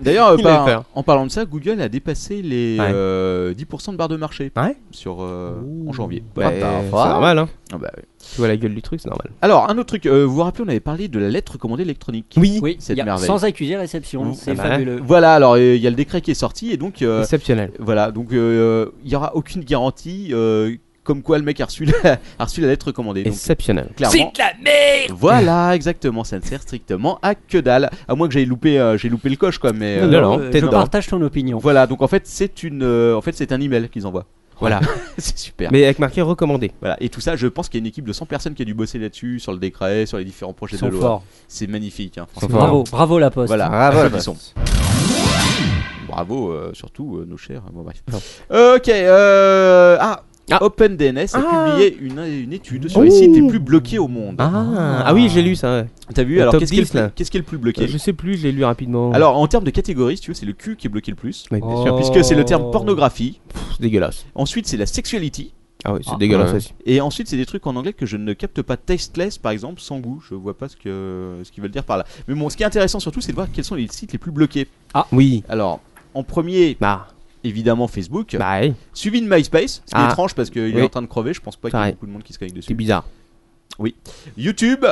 F: D'ailleurs, euh,
G: Il avait
F: par-
G: peur.
F: en parlant de ça, Google a dépassé les
G: Ouais.
F: euh, 10% de barre de marché
G: Ouais.
F: sur, euh, en janvier.
G: Ah, bah, c'est normal, hein.
F: Ah bah oui.
G: Tu vois la gueule du truc, c'est normal.
F: Alors, un autre truc, euh, vous vous rappelez, on avait parlé de la lettre commandée électronique.
H: Oui,
F: Cette
H: y a-
F: merveille.
H: sans accuser réception,
F: Ouh,
H: c'est
G: ah bah.
H: fabuleux.
F: Voilà, alors euh, il y a le décret qui est sorti et donc euh,
G: Exceptionnel.
F: voilà, donc euh, il y aura aucune garantie euh, comme quoi le mec a reçu la, a reçu la lettre commandée. Donc,
G: Exceptionnel.
F: clairement.
B: C'est de la merde
F: Voilà, exactement, ça ne sert strictement à que dalle. À moins que j'ai loupé, euh, j'ai loupé le coche quoi, mais.
G: Non, non,
H: Euh,
G: t'es
H: je
G: dedans.
H: partage ton opinion.
F: Voilà, donc en fait c'est une, euh, en fait c'est un email qu'ils envoient. (laughs) Voilà, c'est super.
G: Mais avec marqué recommandé.
F: Voilà, et tout ça, je pense qu'il y a une équipe de 100 personnes qui a dû bosser là-dessus, sur le décret, sur les différents projets
H: Ils
F: de hein.
H: sont
F: loi.
H: forts.
F: C'est magnifique. hein, franchement.
G: Ils sont forts.
H: Bravo, bravo la poste.
F: Voilà,
D: Bravo, la
F: applaudissons. Bravo, euh, surtout euh, nos chers. bon, bref. Ok, euh, ah,
G: Ah.
F: OpenDNS a
G: Ah.
F: publié une, une étude sur les sites les plus bloqués au monde.
G: Ah, ah oui, j'ai lu ça. ouais.
F: T'as vu
G: le
F: Alors,
G: top
F: qu'est-ce qui est le
G: 10,
F: plus-
G: là.
F: qu'est-ce qui est le plus bloqué
G: Euh, Je sais plus, je l'ai lu rapidement.
F: Alors, en termes de catégorie, si tu veux, c'est le cul qui est bloqué le plus.
G: Mais bien sûr,
F: Puisque c'est le terme pornographie.
G: Oh. Pff, c'est dégueulasse.
F: Ensuite, c'est la sexuality.
G: Ah oui, c'est
H: Ah,
G: dégueulasse
D: ouais.
G: aussi.
F: Et ensuite, c'est des trucs en anglais que je ne capte pas. Tasteless, par exemple, sans goût. Je vois pas ce que ce qu'ils veulent dire par là. Mais bon, ce qui est intéressant surtout, c'est de voir quels sont les sites les plus bloqués.
G: Ah, Oui.
F: Alors, en premier,
G: Bah,
F: évidemment, Facebook.
G: bah, ouais,
F: Suivi de MySpace, ce qui est
G: Ah.
F: étrange parce qu'il est
G: Oui.
F: en train de crever, je pense pas qu'il y ait
G: Pareil.
F: beaucoup de monde qui se connecte
G: c'est
F: dessus.
G: bizarre.
F: YouTube,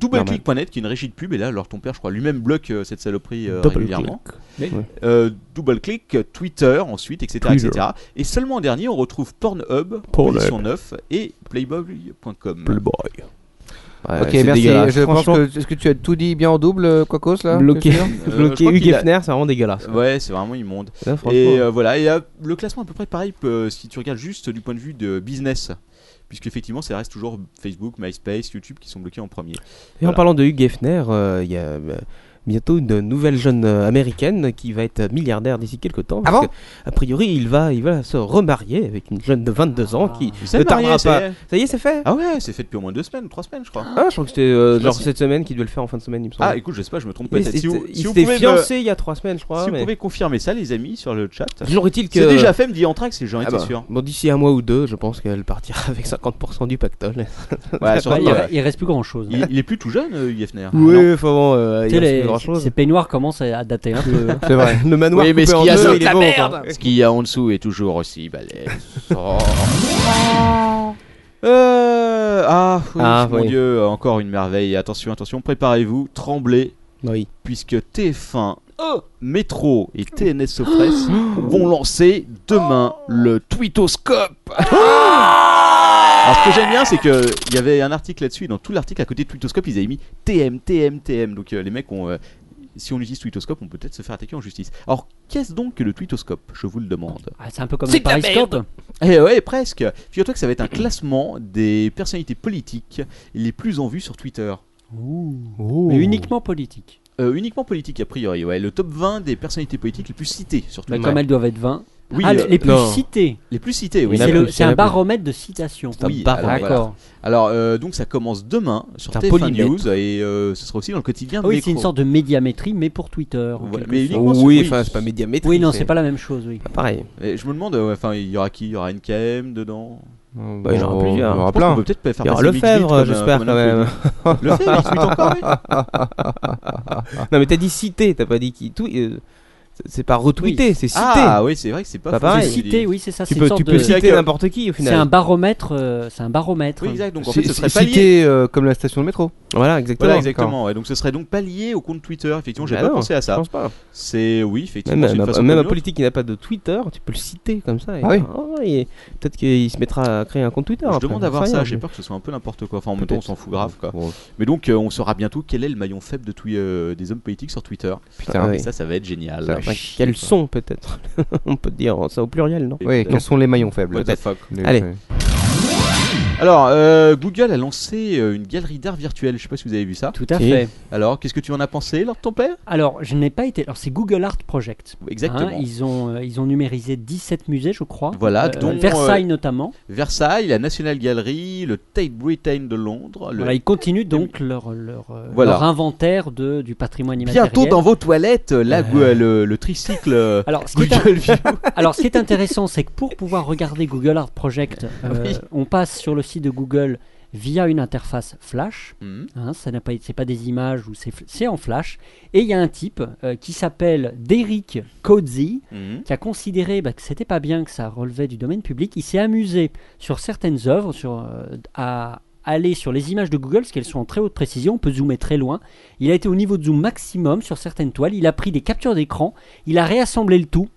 F: doubleclick.net qui est une régie de pub, et là, alors ton père, je crois, lui-même bloque euh, cette saloperie euh,
G: Double
F: régulièrement.
G: click.
F: Euh, doubleclick, euh, Twitter, ensuite, etc.,
G: Twitter.
F: etc. Et seulement en dernier, on retrouve Pornhub,
G: Pornhub.
F: Position 9 et Playboy.com.
G: Playboy. Ouais,
D: Ok,
G: Euh, c'est
D: merci.
G: dégueulasse.
D: Je pense
G: Franchement,
D: que est-ce que tu as tout dit bien en double, euh, Quacos là
G: bloqué, (laughs)
D: monsieur
F: Euh, je
G: bloqué
F: crois
G: Hugh
F: qu'il a-
G: Hefner, c'est vraiment dégueulasse.
F: Ouais, c'est vraiment immonde.
G: Là, franchement.
F: Et euh, voilà, et euh, le classement à peu près pareil euh, si tu regardes juste du point de vue de business. Puisque effectivement, ça reste toujours Facebook, MySpace, YouTube qui sont bloqués en premier.
G: Et en
F: Voilà.
G: parlant de Hugh Hefner, euh, il y a euh, bientôt une nouvelle jeune euh, américaine qui va être milliardaire d'ici quelques
F: Ah
G: temps. parce
D: bon
G: que, a priori, il va, il va se remarier avec une jeune de 22 ans qui
F: Ah. Vous êtes
G: ne tardera
F: mariés, ça y
G: pas.
F: est
G: Ça y est, c'est fait
F: Ah ouais, c'est fait depuis au moins deux semaines, trois semaines, je crois.
G: Ah, je crois que c'était euh,
F: Je sais pas
G: genre
F: si-
G: cette semaine qu'il devait le faire en fin de semaine, il me semble.
F: Ah, écoute, je sais pas, je me trompe
G: il
F: peut-être. Si vous,
G: s'était-
F: si
G: il
F: vous
G: s'était
F: pouvez me-
G: fiancé il y a trois semaines, je crois.
F: si vous
G: mais-
F: pouvez confirmer ça, les amis, sur le chat.
G: Toujours est-il que.
F: C'est déjà fait, me dit Anthrax, et j'en étais
G: Ah bah, (laughs)
F: sûr.
G: Bon, d'ici un mois ou deux, je pense qu'elle partira (laughs) avec 50% du pactole.
F: Ouais,
H: Bah,
F: surtout,
H: il,
F: euh,
H: il reste plus grand chose.
F: il, il est plus tout jeune, euh, Yefner.
G: Oui, enfin bon, euh, il
H: Tu sais,
G: reste
H: les-
G: plus grand chose.
H: ces peignoirs commencent à à dater un peu.
F: (laughs)
H: hein.
G: C'est vrai. (laughs)
D: Ah,
G: Le manoir
F: Oui, mais
G: coupé
F: ce
G: en
F: qu'il y a,
G: deux,
F: c'est
G: il
F: de
G: est
F: la
G: bon,
B: merde.
G: quoi.
F: Ce qu'il y a en dessous est toujours aussi
G: (laughs)
F: balèze. Oh. Euh, ah, oui,
G: Ah,
F: mon
G: oui.
F: dieu, encore une merveille. Attention, attention, préparez-vous, tremblez,
G: Oui.
F: puisque TF1, Métro et TNS (gasps) Sofres vont lancer demain le Twittoscope. (laughs) Alors ce que j'aime bien, c'est que il y avait un article là-dessus, et dans tout l'article à côté de Twittoscope, ils avaient mis TM, TM, TM. Donc euh, les mecs ont. euh, si on utilise Twittoscope, on peut peut-être se faire attaquer en justice. Alors, qu'est-ce donc que le Twittoscope Je vous le demande.
H: Ah, c'est un peu comme
B: C'est
H: le
B: de la
H: Pariscope.
F: (laughs) Eh ouais, presque Figure-toi que ça va être un classement des personnalités politiques les plus en vue sur Twitter.
H: Mais uniquement politique.
F: Euh, uniquement politique, a priori, ouais. Le top 20 des personnalités politiques les plus citées sur
H: Bah,
F: Twitter.
H: Comme elles doivent être 20.
F: Oui,
H: ah,
F: euh,
H: les plus
G: non.
H: cités.
F: les plus citées, oui.
G: la
H: C'est
G: plus-
H: le-
G: c'est
H: c'est
G: la
H: un
G: plus-
H: baromètre de citation.
F: un Oui, baromètre. alors,
H: D'accord.
F: Alors, euh, donc ça commence demain sur
G: C'est un
F: TF1
G: polymètre.
F: News et euh, ce sera aussi dans le quotidien de
H: Ah oui,
F: Métro.
H: c'est une sorte de médiamétrie, mais pour Twitter. ou
F: Voilà,
H: quelque
F: mais
H: chose.
F: uniquement sur-
G: Oui, enfin, Ah, c'est pas médiamétrique.
H: Oui, non, c'est pas la même chose, oui.
G: pas pareil.
F: Et je me demande, euh, enfin, il y aura qui Il y aura NKM dedans
D: Bah,
G: il y en aura
D: bon,
G: plusieurs.
D: Il y en aura
F: Je pense qu'on
D: plein.
F: peut peut-être pas faire
G: Il y aura
F: passer Mixbit comme,
G: Lefebvre,
F: euh,
G: j'espère
F: comme
G: quand
F: un Ah,
G: même.
F: inconnu. Lefebvre, il tweet encore, oui Ah.
G: Non, mais t'as dit cité, t'as pas dit qui. tout- euh, c'est- C'est pas retweeté, c'est cité.
F: Ah oui, c'est vrai que c'est pas
G: Pas
F: faux,
G: pareil.
H: C'est
F: j'ai dit.
H: cité, oui, c'est ça.
G: tu
H: c'est
G: peux,
H: une sorte
G: tu
H: de-
G: peux citer
F: C'est-à-dire que-
G: n'importe qui au
H: C'est
G: final.
H: un baromètre. euh, C'est un baromètre.
F: Oui, exact. Donc en
D: C'est-
F: fait, ce serait
D: c'est
F: pas lié.
D: cité euh, comme la station de métro.
G: Voilà, exactement.
F: Voilà, exactement. ouais. donc ce serait donc pas lié au compte Twitter. Effectivement, j'avais
G: Bah
F: pas
G: non,
F: pensé à
G: Je
F: ça.
G: pense pas.
F: C'est oui, effectivement.
G: Même,
F: c'est une
G: même,
F: façon
G: même
F: comme
G: un
F: une autre.
G: politique qui n'a pas de Twitter, tu peux le citer comme ça. et-
D: Ah oui.
G: et Peut-être qu'il se mettra à créer un compte Twitter.
F: Je
G: après,
F: demande
G: j'en
F: à voir
G: sais
F: ça.
G: rien,
F: J'ai
G: mais-
F: peur que ce soit un peu n'importe quoi. Enfin, en même temps, on
G: Peut-être.
F: s'en fout grave, quoi.
D: Bon,
F: Mais donc, euh, on saura bientôt quel est le maillon faible de twi- euh, des hommes politiques sur Twitter.
D: Putain.
G: Ah
F: Et
G: oui.
F: ça, ça va être génial.
D: Ça va.
G: Enfin, Quels sont peut-être (laughs) On peut dire ça au pluriel, non
D: Oui, quels sont les maillons faibles
F: What the fuck.
D: Les-
G: Allez.
D: les-
F: Alors, euh, Google a lancé euh, une galerie d'art virtuelle. Je sais pas si vous avez vu ça.
H: Tout à
G: Si.
H: fait.
F: Alors, qu'est-ce que tu en as pensé, Lord ton père
H: Alors, je n'ai pas été. Alors, c'est Google Art Project. hein.
F: Exactement.
H: ils, ont, euh, ils ont numérisé 17 musées, je crois.
F: Voilà,
H: Euh,
F: dont,
H: Versailles notamment.
F: Versailles, la National Gallery, le Tate Britain de Londres. le-
H: Voilà, ils continuent donc leur, leur, euh,
F: Voilà.
H: leur inventaire de, du patrimoine immatériel.
F: Bientôt dans vos toilettes, euh, la, gu- euh, le, le tricycle
H: (laughs)
F: euh,
H: Alors ce, qui est in-
F: Google View.
H: alors, ce qui
F: (laughs)
H: est intéressant, c'est que pour pouvoir regarder Google Art Project, euh,
F: Oui.
H: on passe sur le site de Google via une interface Flash.
F: Mhm.
H: Hein, ça n'a pas, c'est pas des images ou c'est, fl- c'est en Flash. Et il y a un type euh, qui s'appelle Derek Cozy
F: Mhm.
H: qui a considéré bah, que c'était pas bien que ça relevait du domaine public. Il s'est amusé sur certaines œuvres sur, euh, à aller sur les images de Google parce qu'elles sont en très haute précision. On peut zoomer très loin. Il a été au niveau de zoom maximum sur certaines toiles. Il a pris des captures d'écran. Il a réassemblé le tout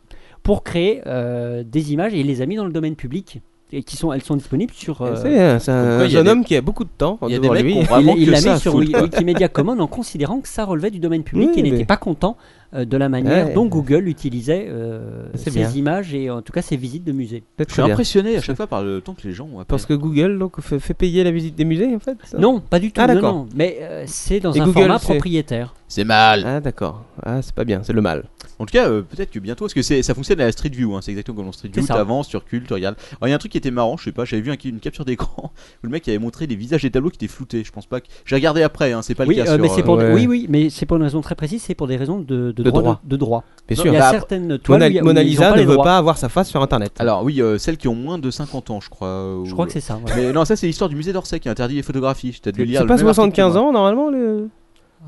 H: pour créer euh, des images et il les a mis dans le domaine public. Et qui sont, elles sont disponibles sur. euh,
G: Eh, C'est un, c'est un
F: Comme quoi, il y a
G: jeune
F: des-
G: homme qui a beaucoup de temps
F: Il y a des
G: devant
F: mecs
G: lui.
F: qui ont vraiment
H: il il
F: que
H: l'a
F: ça
H: mis
F: à
H: sur
F: foutre,
H: Wiki-
F: quoi.
G: (laughs)
H: Wikimedia Commons en considérant que ça relevait du domaine public
G: Oui,
H: et n'était
G: mais-
H: pas content euh, de la manière
G: Ouais.
H: dont Google utilisait euh,
G: C'est
H: ces
G: bien.
H: images et en tout cas ces visites de musées.
G: Peut-être
F: Je suis
G: très bien.
F: impressionné à chaque fois par le temps que les gens ont à
G: Parce que Google donc, fait, fait payer la visite des musées en fait ça
H: Non, pas du tout.
G: Ah,
H: non,
G: d'accord.
H: non. Mais euh, c'est dans
G: Et
H: un
G: Google,
H: format
G: c'est-
H: propriétaire.
F: C'est mal.
G: Ah d'accord. Ah c'est pas bien, c'est le mal.
F: En tout cas, euh, peut-être que bientôt, parce que c'est- ça fonctionne à la Street View, hein, c'est exactement comme dans Street
H: C'est
F: View,
H: ça.
F: t'avances, tu recules, tu regardes. Alors, Il y a un truc qui était marrant, je sais pas, j'avais vu un- une capture d'écran (laughs) où le mec avait montré des visages des tableaux qui étaient floutés. Je pense pas que. J'ai regardé après, hein, c'est pas
H: Oui,
F: le cas
H: euh,
F: sur,
H: mais c'est
F: euh,
H: pour
G: ouais.
H: oui, oui, mais c'est pour une raison très précise. C'est pour des raisons de, de
G: De
H: droit.
G: droit.
H: De, de droit.
G: Bien
F: Non,
G: sûr.
H: il y
F: bah,
H: a
F: après-
H: certaines toiles
G: Mona,
H: où il y a- où
G: Mona
H: ils ont
G: Lisa
H: pas
G: ne
H: les
G: veut
H: droits.
G: pas avoir sa face sur internet.
F: Alors oui, euh, celles qui ont moins de 50 ans, je crois. euh,
H: Je
F: ou-
H: crois que c'est ça. ouais.
F: Mais non, ça c'est l'histoire du musée d'Orsay qui interdit les photographies. T'as dû lire
G: c'est
F: le
G: pas
F: même article
G: 75
F: que moi.
G: ans normalement le-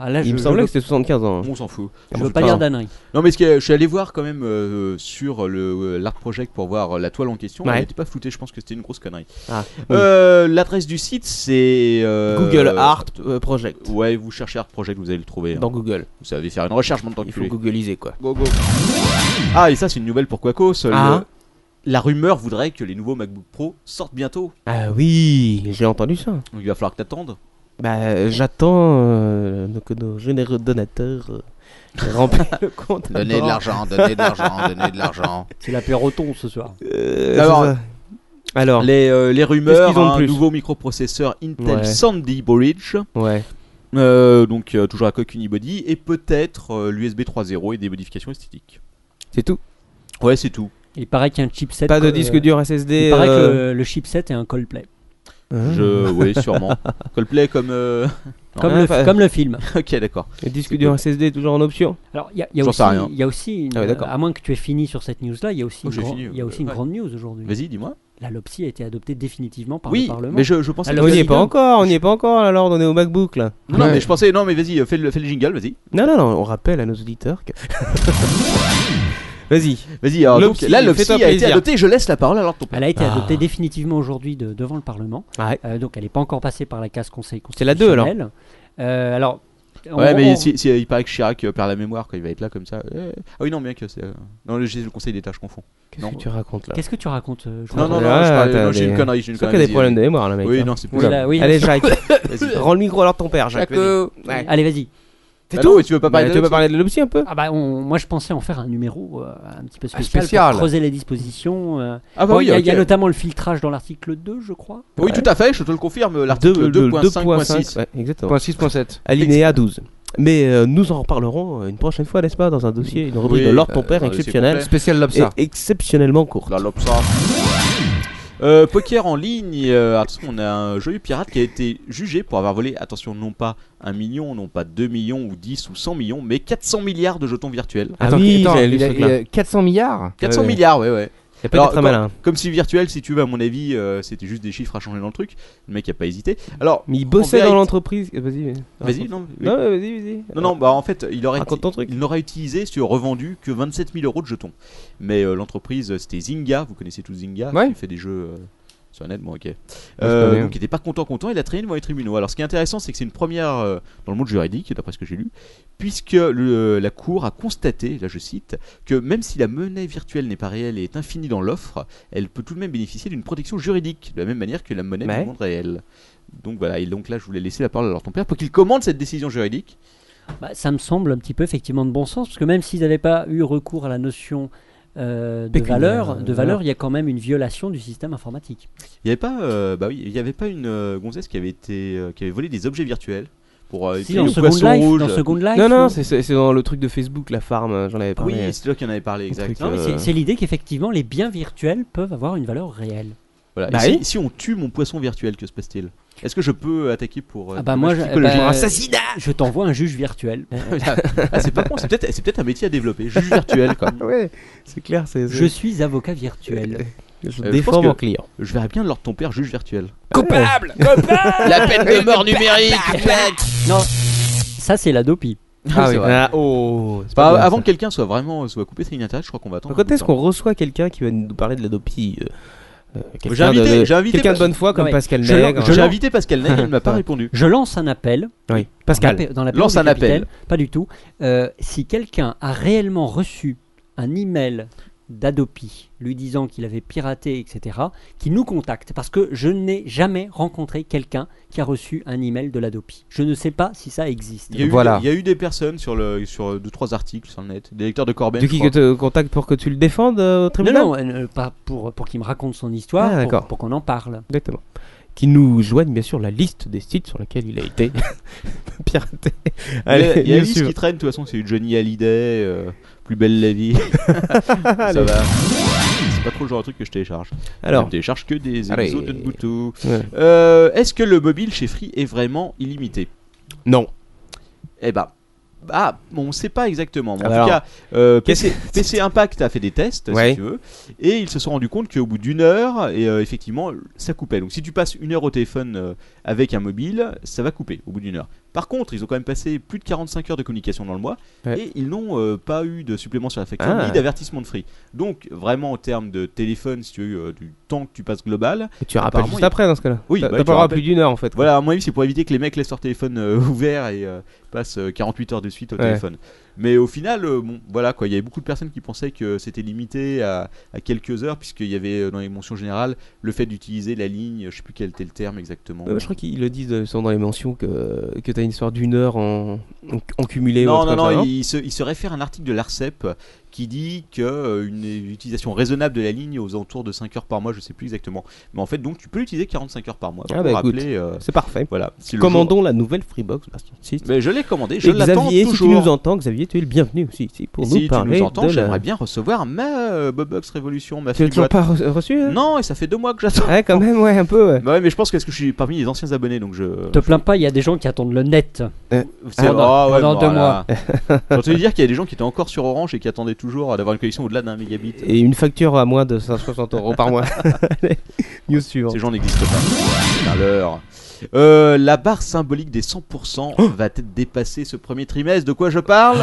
H: Ah, là,
G: Il
H: je,
G: me
H: je
G: semblait
H: veux-
G: que c'était 75 ans.
F: On s'en fout.
H: je
F: On
H: veux
F: s'en
H: pas
F: fout.
H: dire d'annerie.
F: Non, mais ce que je suis allé voir quand même euh, sur le euh, l'art project pour voir la toile en question.
G: Ouais.
F: Elle n'était pas floutée. Je pense que c'était une grosse connerie.
G: Ah,
F: Euh, L'adresse du site c'est euh,
G: Google Art euh, Project
F: Ouais, vous cherchez Art Project, vous allez le trouver. hein.
G: dans Google.
F: Vous savez faire une recherche maintenant
G: Il
F: que
G: faut googliser quoi.
F: Go, go. Ah, et ça, c'est une nouvelle pour Quacos. Le-
G: Ah.
F: La rumeur voudrait que les nouveaux MacBook Pro sortent bientôt.
G: Ah oui, j'ai entendu ça.
F: Donc il va falloir que t'attendes.
G: Bah, j'attends euh, que nos généreux donateurs euh,
F: (laughs)
G: remplissent le compte. Euh, à bord.
F: l'argent, donnez de l'argent, donnez de l'argent.
H: C'est la péroton ce soir.
G: Euh,
F: Alors-
G: c'est ça. Alors,
F: Les, euh, les rumeurs,
G: Qu'est-ce qu'ils ont de
F: un
G: plus
F: nouveau microprocesseur Intel
G: Ouais.
F: Sandy Bridge,
G: ouais.
F: euh, donc euh, toujours à coque unibody, et peut-être euh, l'USB 3.0 et des modifications esthétiques.
G: C'est tout.
F: Ouais, c'est tout.
H: Il paraît qu'il y a un chipset.
G: Pas de
H: euh,
G: disque dur SSD.
H: Il paraît que
G: euh,
H: le, le chipset est un Coldplay.
G: hein.
F: Je, ouais, sûrement. Coldplay comme. euh, (laughs) Non.
H: Comme,
G: Ah,
H: le,
G: pas-
H: comme le film.
F: ok, d'accord.
G: Le disque dur SSD est toujours en option.
H: Alors, il y a, il y a
F: J'en
H: aussi,
F: sais rien.
H: il y a aussi une-
G: Ah ouais, d'accord.
H: à moins que tu aies fini sur cette news-là, il y a aussi
F: Oh,
H: une,
F: j'ai
H: grand-
F: fini,
H: il y a aussi
F: euh,
H: une
F: ouais.
H: grande news aujourd'hui.
F: Vas-y, dis-moi.
H: La LOPSI a été adoptée définitivement par le
F: Oui,
H: Parlement.
F: mais je, je pensais.
H: Ah,
G: On n'y est pas
H: président.
G: encore, on n'y est pas encore, alors on est au MacBook là.
F: Non, non,
D: Ouais.
F: mais je pensais. Non, mais vas-y, euh, fais le, fais le jingle, vas-y.
G: Non, non, non, on rappelle à nos auditeurs que. (laughs) Vas-y.
F: Vas-y, alors donc,
G: L'Opsi,
F: là, l'Opsi
G: fais-toi
F: a été
G: plaisir.
F: adopté, je laisse la parole alors ton père.
H: Elle a été
G: Ah.
H: adoptée définitivement aujourd'hui de- devant le Parlement.
G: Ouais.
H: Euh, donc elle n'est pas encore passée par la case Conseil
G: C'est la deux,
H: constitutionnel. Euh, alors. on-
F: Ouais, mais
H: on-
F: si, si- il paraît que Chirac euh, perd la mémoire quand il va être là comme ça. Euh, Ah oui, non, bien que c'est. euh, Non, j'ai le Conseil d'État, je confonds.
G: Qu'est-ce
F: Non.
G: que tu racontes là
H: Qu'est-ce que tu racontes euh, Jean-
F: Non, non, non,
G: Ouais,
F: je parlais-
G: t'as
F: non, j'ai
G: des-
F: une connerie, j'ai une
G: Je crois qu'il y a
F: connerie.
G: des problèmes de mémoire là, mec.
F: euh, Oui,
G: hein.
F: non, c'est plus
H: Oui,
F: grave.
H: là, oui.
G: Allez, Jacques,
F: Vas-y.
G: rends le micro alors ton père, Jacques. vas-y.
F: euh,
G: Ouais.
H: Allez, vas-y.
F: C'est tout et Ah tu veux pas parler
G: Bah,
F: de
G: Tu veux
F: l'Opsi
G: parler de l'opsie un peu
H: Ah bah, on- moi, je pensais en faire un numéro euh, un petit peu spécial,
D: spécial.
H: pour creuser les dispositions. euh.
F: Ah bah
H: Bon,
F: oui,
H: il y a- il y a
F: ok.
H: notamment le filtrage dans l'article 2, je crois.
F: Oui, tout à fait, je te le confirme, l'article 2.5.6.
G: Ouais, exactement.
D: Point 6.7.
G: Alinéa 12. Mais euh, nous en reparlerons une prochaine fois, n'est-ce pas, dans un dossier, une rubrique
F: Oui,
G: de l'ordre ton
F: euh,
G: père
F: euh,
G: exceptionnelle
F: s'il
D: Spécial
G: et
D: Lobsar.
G: exceptionnellement courte.
F: La Lopsa. Euh, poker en ligne, euh, attention, on a un joli pirate qui a été jugé pour avoir volé, attention, non pas 1 million, non pas 2 millions ou 10 ou 100 millions, mais 400 milliards de jetons virtuels.
G: Ah
D: Attends,
G: oui,
D: attends,
G: j'avais lu
D: il
G: ce
D: a-
G: truc-là.
D: il a 400 milliards Ah
F: 400
G: Ouais, ouais.
F: milliards, ouais, ouais.
G: Il a pas
F: Alors,
G: été très malin.
F: Comme si virtuel, si tu veux, à mon avis, euh, c'était juste des chiffres à changer dans le truc. Le mec a pas hésité. Alors,
G: Mais il
F: en
G: bossait
F: vérité-
G: dans l'entreprise. Euh, Vas-y.
F: Vas-y,
G: raconte.
F: non, oui.
G: Non, euh, vas-y, vas-y.
F: Non, non, bah en fait, il aurait
G: Raconte
F: été-
G: ton truc.
F: il n'aura utilisé sur revendu que 27 000 euros de jetons. Mais euh, l'entreprise, euh, c'était Zynga, vous connaissez tous Zynga,
D: Ouais.
F: qui fait des jeux euh, sur la net, bon ok.
D: je
F: Euh,
D: connais,
G: hein.
F: donc il n'était pas content, content, il a traîné devant les tribunaux. Alors ce qui est intéressant, c'est que c'est une première euh, dans le monde juridique, d'après ce que j'ai lu, puisque le- euh, la Cour a constaté, là je cite, que même si la monnaie virtuelle n'est pas réelle et est infinie dans l'offre, elle peut tout de même bénéficier d'une protection juridique, de la même manière que la monnaie
G: Ouais.
F: du monde réel. Donc voilà, et donc là je voulais laisser la parole à leur ton père pour qu'il commande cette décision juridique.
H: Bah, ça me semble un petit peu effectivement de bon sens, parce que même s'ils n'avaient pas eu recours à la notion euh, de
G: Pécuniaire,
H: valeur, de
G: euh,
H: valeur, il y a quand même une violation du système informatique.
F: Il y avait pas, euh, bah oui, il y avait pas une euh, gonzesse qui avait été, euh, qui avait volé des objets virtuels pour euh,
H: Si,
F: payer
H: dans
F: le
H: Second
F: poisson
H: Life,
F: rouge.
H: dans Second Life,
G: Non, non,
H: non
G: c'est- c'est c'est dans le truc de Facebook, la farm, euh, j'en avais
F: Ah oui,
G: parlé.
F: c'est toi qui en avait parlé, exact.
G: truc,
F: Non, mais
G: euh,
F: c'est-
H: Ah c'est c'est l'idée qu'effectivement les biens virtuels peuvent avoir une valeur réelle.
F: voilà. Et
G: bah
F: si,
G: oui.
F: si on tue mon poisson virtuel, que se passe-t-il Est-ce que je peux attaquer pour euh,
H: Ah bah
F: dommage
H: moi, je,
G: Eh
F: psychologique
G: ben,
H: bah, Euh, je t'envoie un juge virtuel.
F: (laughs) Ah, c'est pas con, c'est peut-être, c'est peut-être un métier à développer, juge virtuel quoi.
H: euh.
G: Ouais, c'est clair, c'est.
F: (laughs)
H: Je suis avocat virtuel.
G: (laughs) Je
F: Euh, je
G: défends
F: pense
G: mon
F: que-
G: client.
F: Je verrais bien de leur ton père juge virtuel.
B: Coupable Coupable
E: La peine de mort
F: (laughs)
E: numérique
F: Ah
E: Ah
H: Non, ça c'est la dopie.
F: C'est vrai.
G: Ah, oh, c'est
F: Bah,
G: pas bien,
F: avant
G: ça.
F: que quelqu'un soit vraiment soit coupé, c'est une attaque, je crois qu'on va attendre.
G: Donc, Quand
F: un
G: est-ce
F: bout
G: qu'on
F: de temps.
G: reçoit quelqu'un qui va nous parler de la dopie euh, euh, quelqu'un
F: J'ai invité-
G: de- de-
F: j'ai invité
G: quelqu'un de
F: Pascal-
G: bonne foi comme
H: Ouais.
G: Pascal
H: Je
G: Nègre.
H: l'en-
F: J'ai
H: je-
F: invité Pascal Nègre, il m'a pas répondu.
H: Je lance un appel.
G: Oui.
H: dans
G: Pascal.
H: l'appel- dans l'appel
F: lance
H: du
F: un appel.
H: capitaine, Pas du tout. Euh, si quelqu'un a réellement reçu un email d'Adopi lui disant qu'il avait piraté, etc., qui nous contacte, parce que je n'ai jamais rencontré quelqu'un qui a reçu un email de l'Adopi. Je ne sais pas si ça existe.
F: Il y, a eu,
D: Voilà.
F: il y a eu des personnes sur le sur deux trois articles sur le net, des lecteurs de Corben.
G: De
F: je
G: qui que
F: crois.
G: te contacte pour que tu le défendes euh, au
H: Non,
G: tribunal
H: non, euh, pas pour, pour qu'il me raconte son histoire,
G: Ah,
H: pour-
G: d'accord.
H: pour, qu'on en parle.
G: Exactement. Qui nous joignent bien sûr la liste des sites sur lesquels il a été (laughs) piraté.
F: Il y a-
G: (laughs) Allez,
F: il y a une
G: nous
F: liste
G: suivons.
F: qui traîne, de toute façon, c'est Johnny Hallyday, euh, Plus belle la
G: (laughs)
F: vie. ça va. C'est pas trop le genre de truc que je télécharge. je
G: Alors,
F: ne télécharge que des
G: Allez.
F: épisodes de Boutou.
G: Ouais.
F: Euh, Est-ce que le mobile chez Free est vraiment illimité
G: non.
F: Eh ben. Ah, bon, on ne sait pas exactement. mais en
G: Alors,
F: tout cas, euh,
G: qu'est-ce-
F: PC, PC Impact a fait des tests,
G: Ouais.
F: si tu veux, et ils se sont rendus compte qu'au bout d'une heure, et, euh, effectivement, ça coupait. Donc, si tu passes une heure au téléphone euh, avec un mobile, ça va couper au bout d'une heure. Par contre, ils ont quand même passé plus de 45 heures de communication dans le mois,
G: Ouais.
F: et ils n'ont euh, pas eu de supplément sur la facture
G: Ah.
F: ni d'avertissement de free. Donc, vraiment, en termes de téléphone, si tu veux, euh, du temps que tu passes global,
G: Et tu rappelles
F: Apparemment,
G: juste
F: il-
G: après dans ce cas-là.
F: Oui,
G: T'as
F: bah, tu
G: t'as pas le droit à
F: rappelles.
G: plus d'une heure en fait.
F: Voilà, à mon avis, c'est pour éviter que les mecs laissent leur téléphone euh, (laughs) ouvert et euh, passent euh, 48 heures de suite au
G: Ouais.
F: téléphone. Mais au final, euh, bon, voilà quoi, il y avait beaucoup de personnes qui pensaient que c'était limité à, à quelques heures, puisqu'il y avait euh, dans les mentions générales le fait d'utiliser la ligne, je sais plus quel était le terme exactement.
G: Euh, je crois qu'ils le disent euh, sont dans les mentions que, que t'as une histoire d'une heure en, en, en cumulé. ou
F: non,
G: autre
F: non,
G: comme
F: non,
G: ça,
F: il se, il se réfère à un article de l'ARCEP E qui dit que euh, une utilisation raisonnable de la ligne aux alentours de 5 heures par mois, je sais plus exactement. Mais en fait, donc tu peux l'utiliser 45 heures par mois.
G: Ah
F: pour
G: bah, écoute.
F: rappeler, euh,
G: C'est parfait.
F: voilà. Si le
G: Commandons
F: jour-
G: la nouvelle Freebox version 6.
F: Mais je l'ai commandé, je
G: Et
F: l'attends
G: Xavier, si tu
F: toujours.
G: nous entends, Xavier, tu es le bienvenu aussi ici pour
F: si
G: nous
F: tu
G: parler
F: nous entends,
G: de la...
F: j'aimerais bien recevoir ma euh, Bobbox Révolution, ma
G: Tu l'as
F: fille
G: toujours
F: boîte.
G: pas re- reçu hein
F: Non, et ça fait deux mois que j'attends.
G: Ouais, quand même, ouais, un peu. ouais.
F: Bah ouais, mais je pense que parce que je suis parmi les anciens abonnés, donc je.
H: Te plains pas, il y a des gens qui attendent le net.
F: C'est-
H: Pendant-
F: Ah ouais,
H: pendant
F: bon,
H: deux
F: voilà. J'ai entendu dire qu'il y a des gens qui étaient encore sur Orange et qui attendaient toujours d'avoir une collection au-delà d'un mégabit.
G: Et une facture à moins de 160 euros par
F: (laughs)
G: mois. (laughs) Allez, News suivante.
F: Ces gens n'existent pas. C'est un leurre. Euh, la barre symbolique des 100% va être dépassée ce premier trimestre. De quoi je parle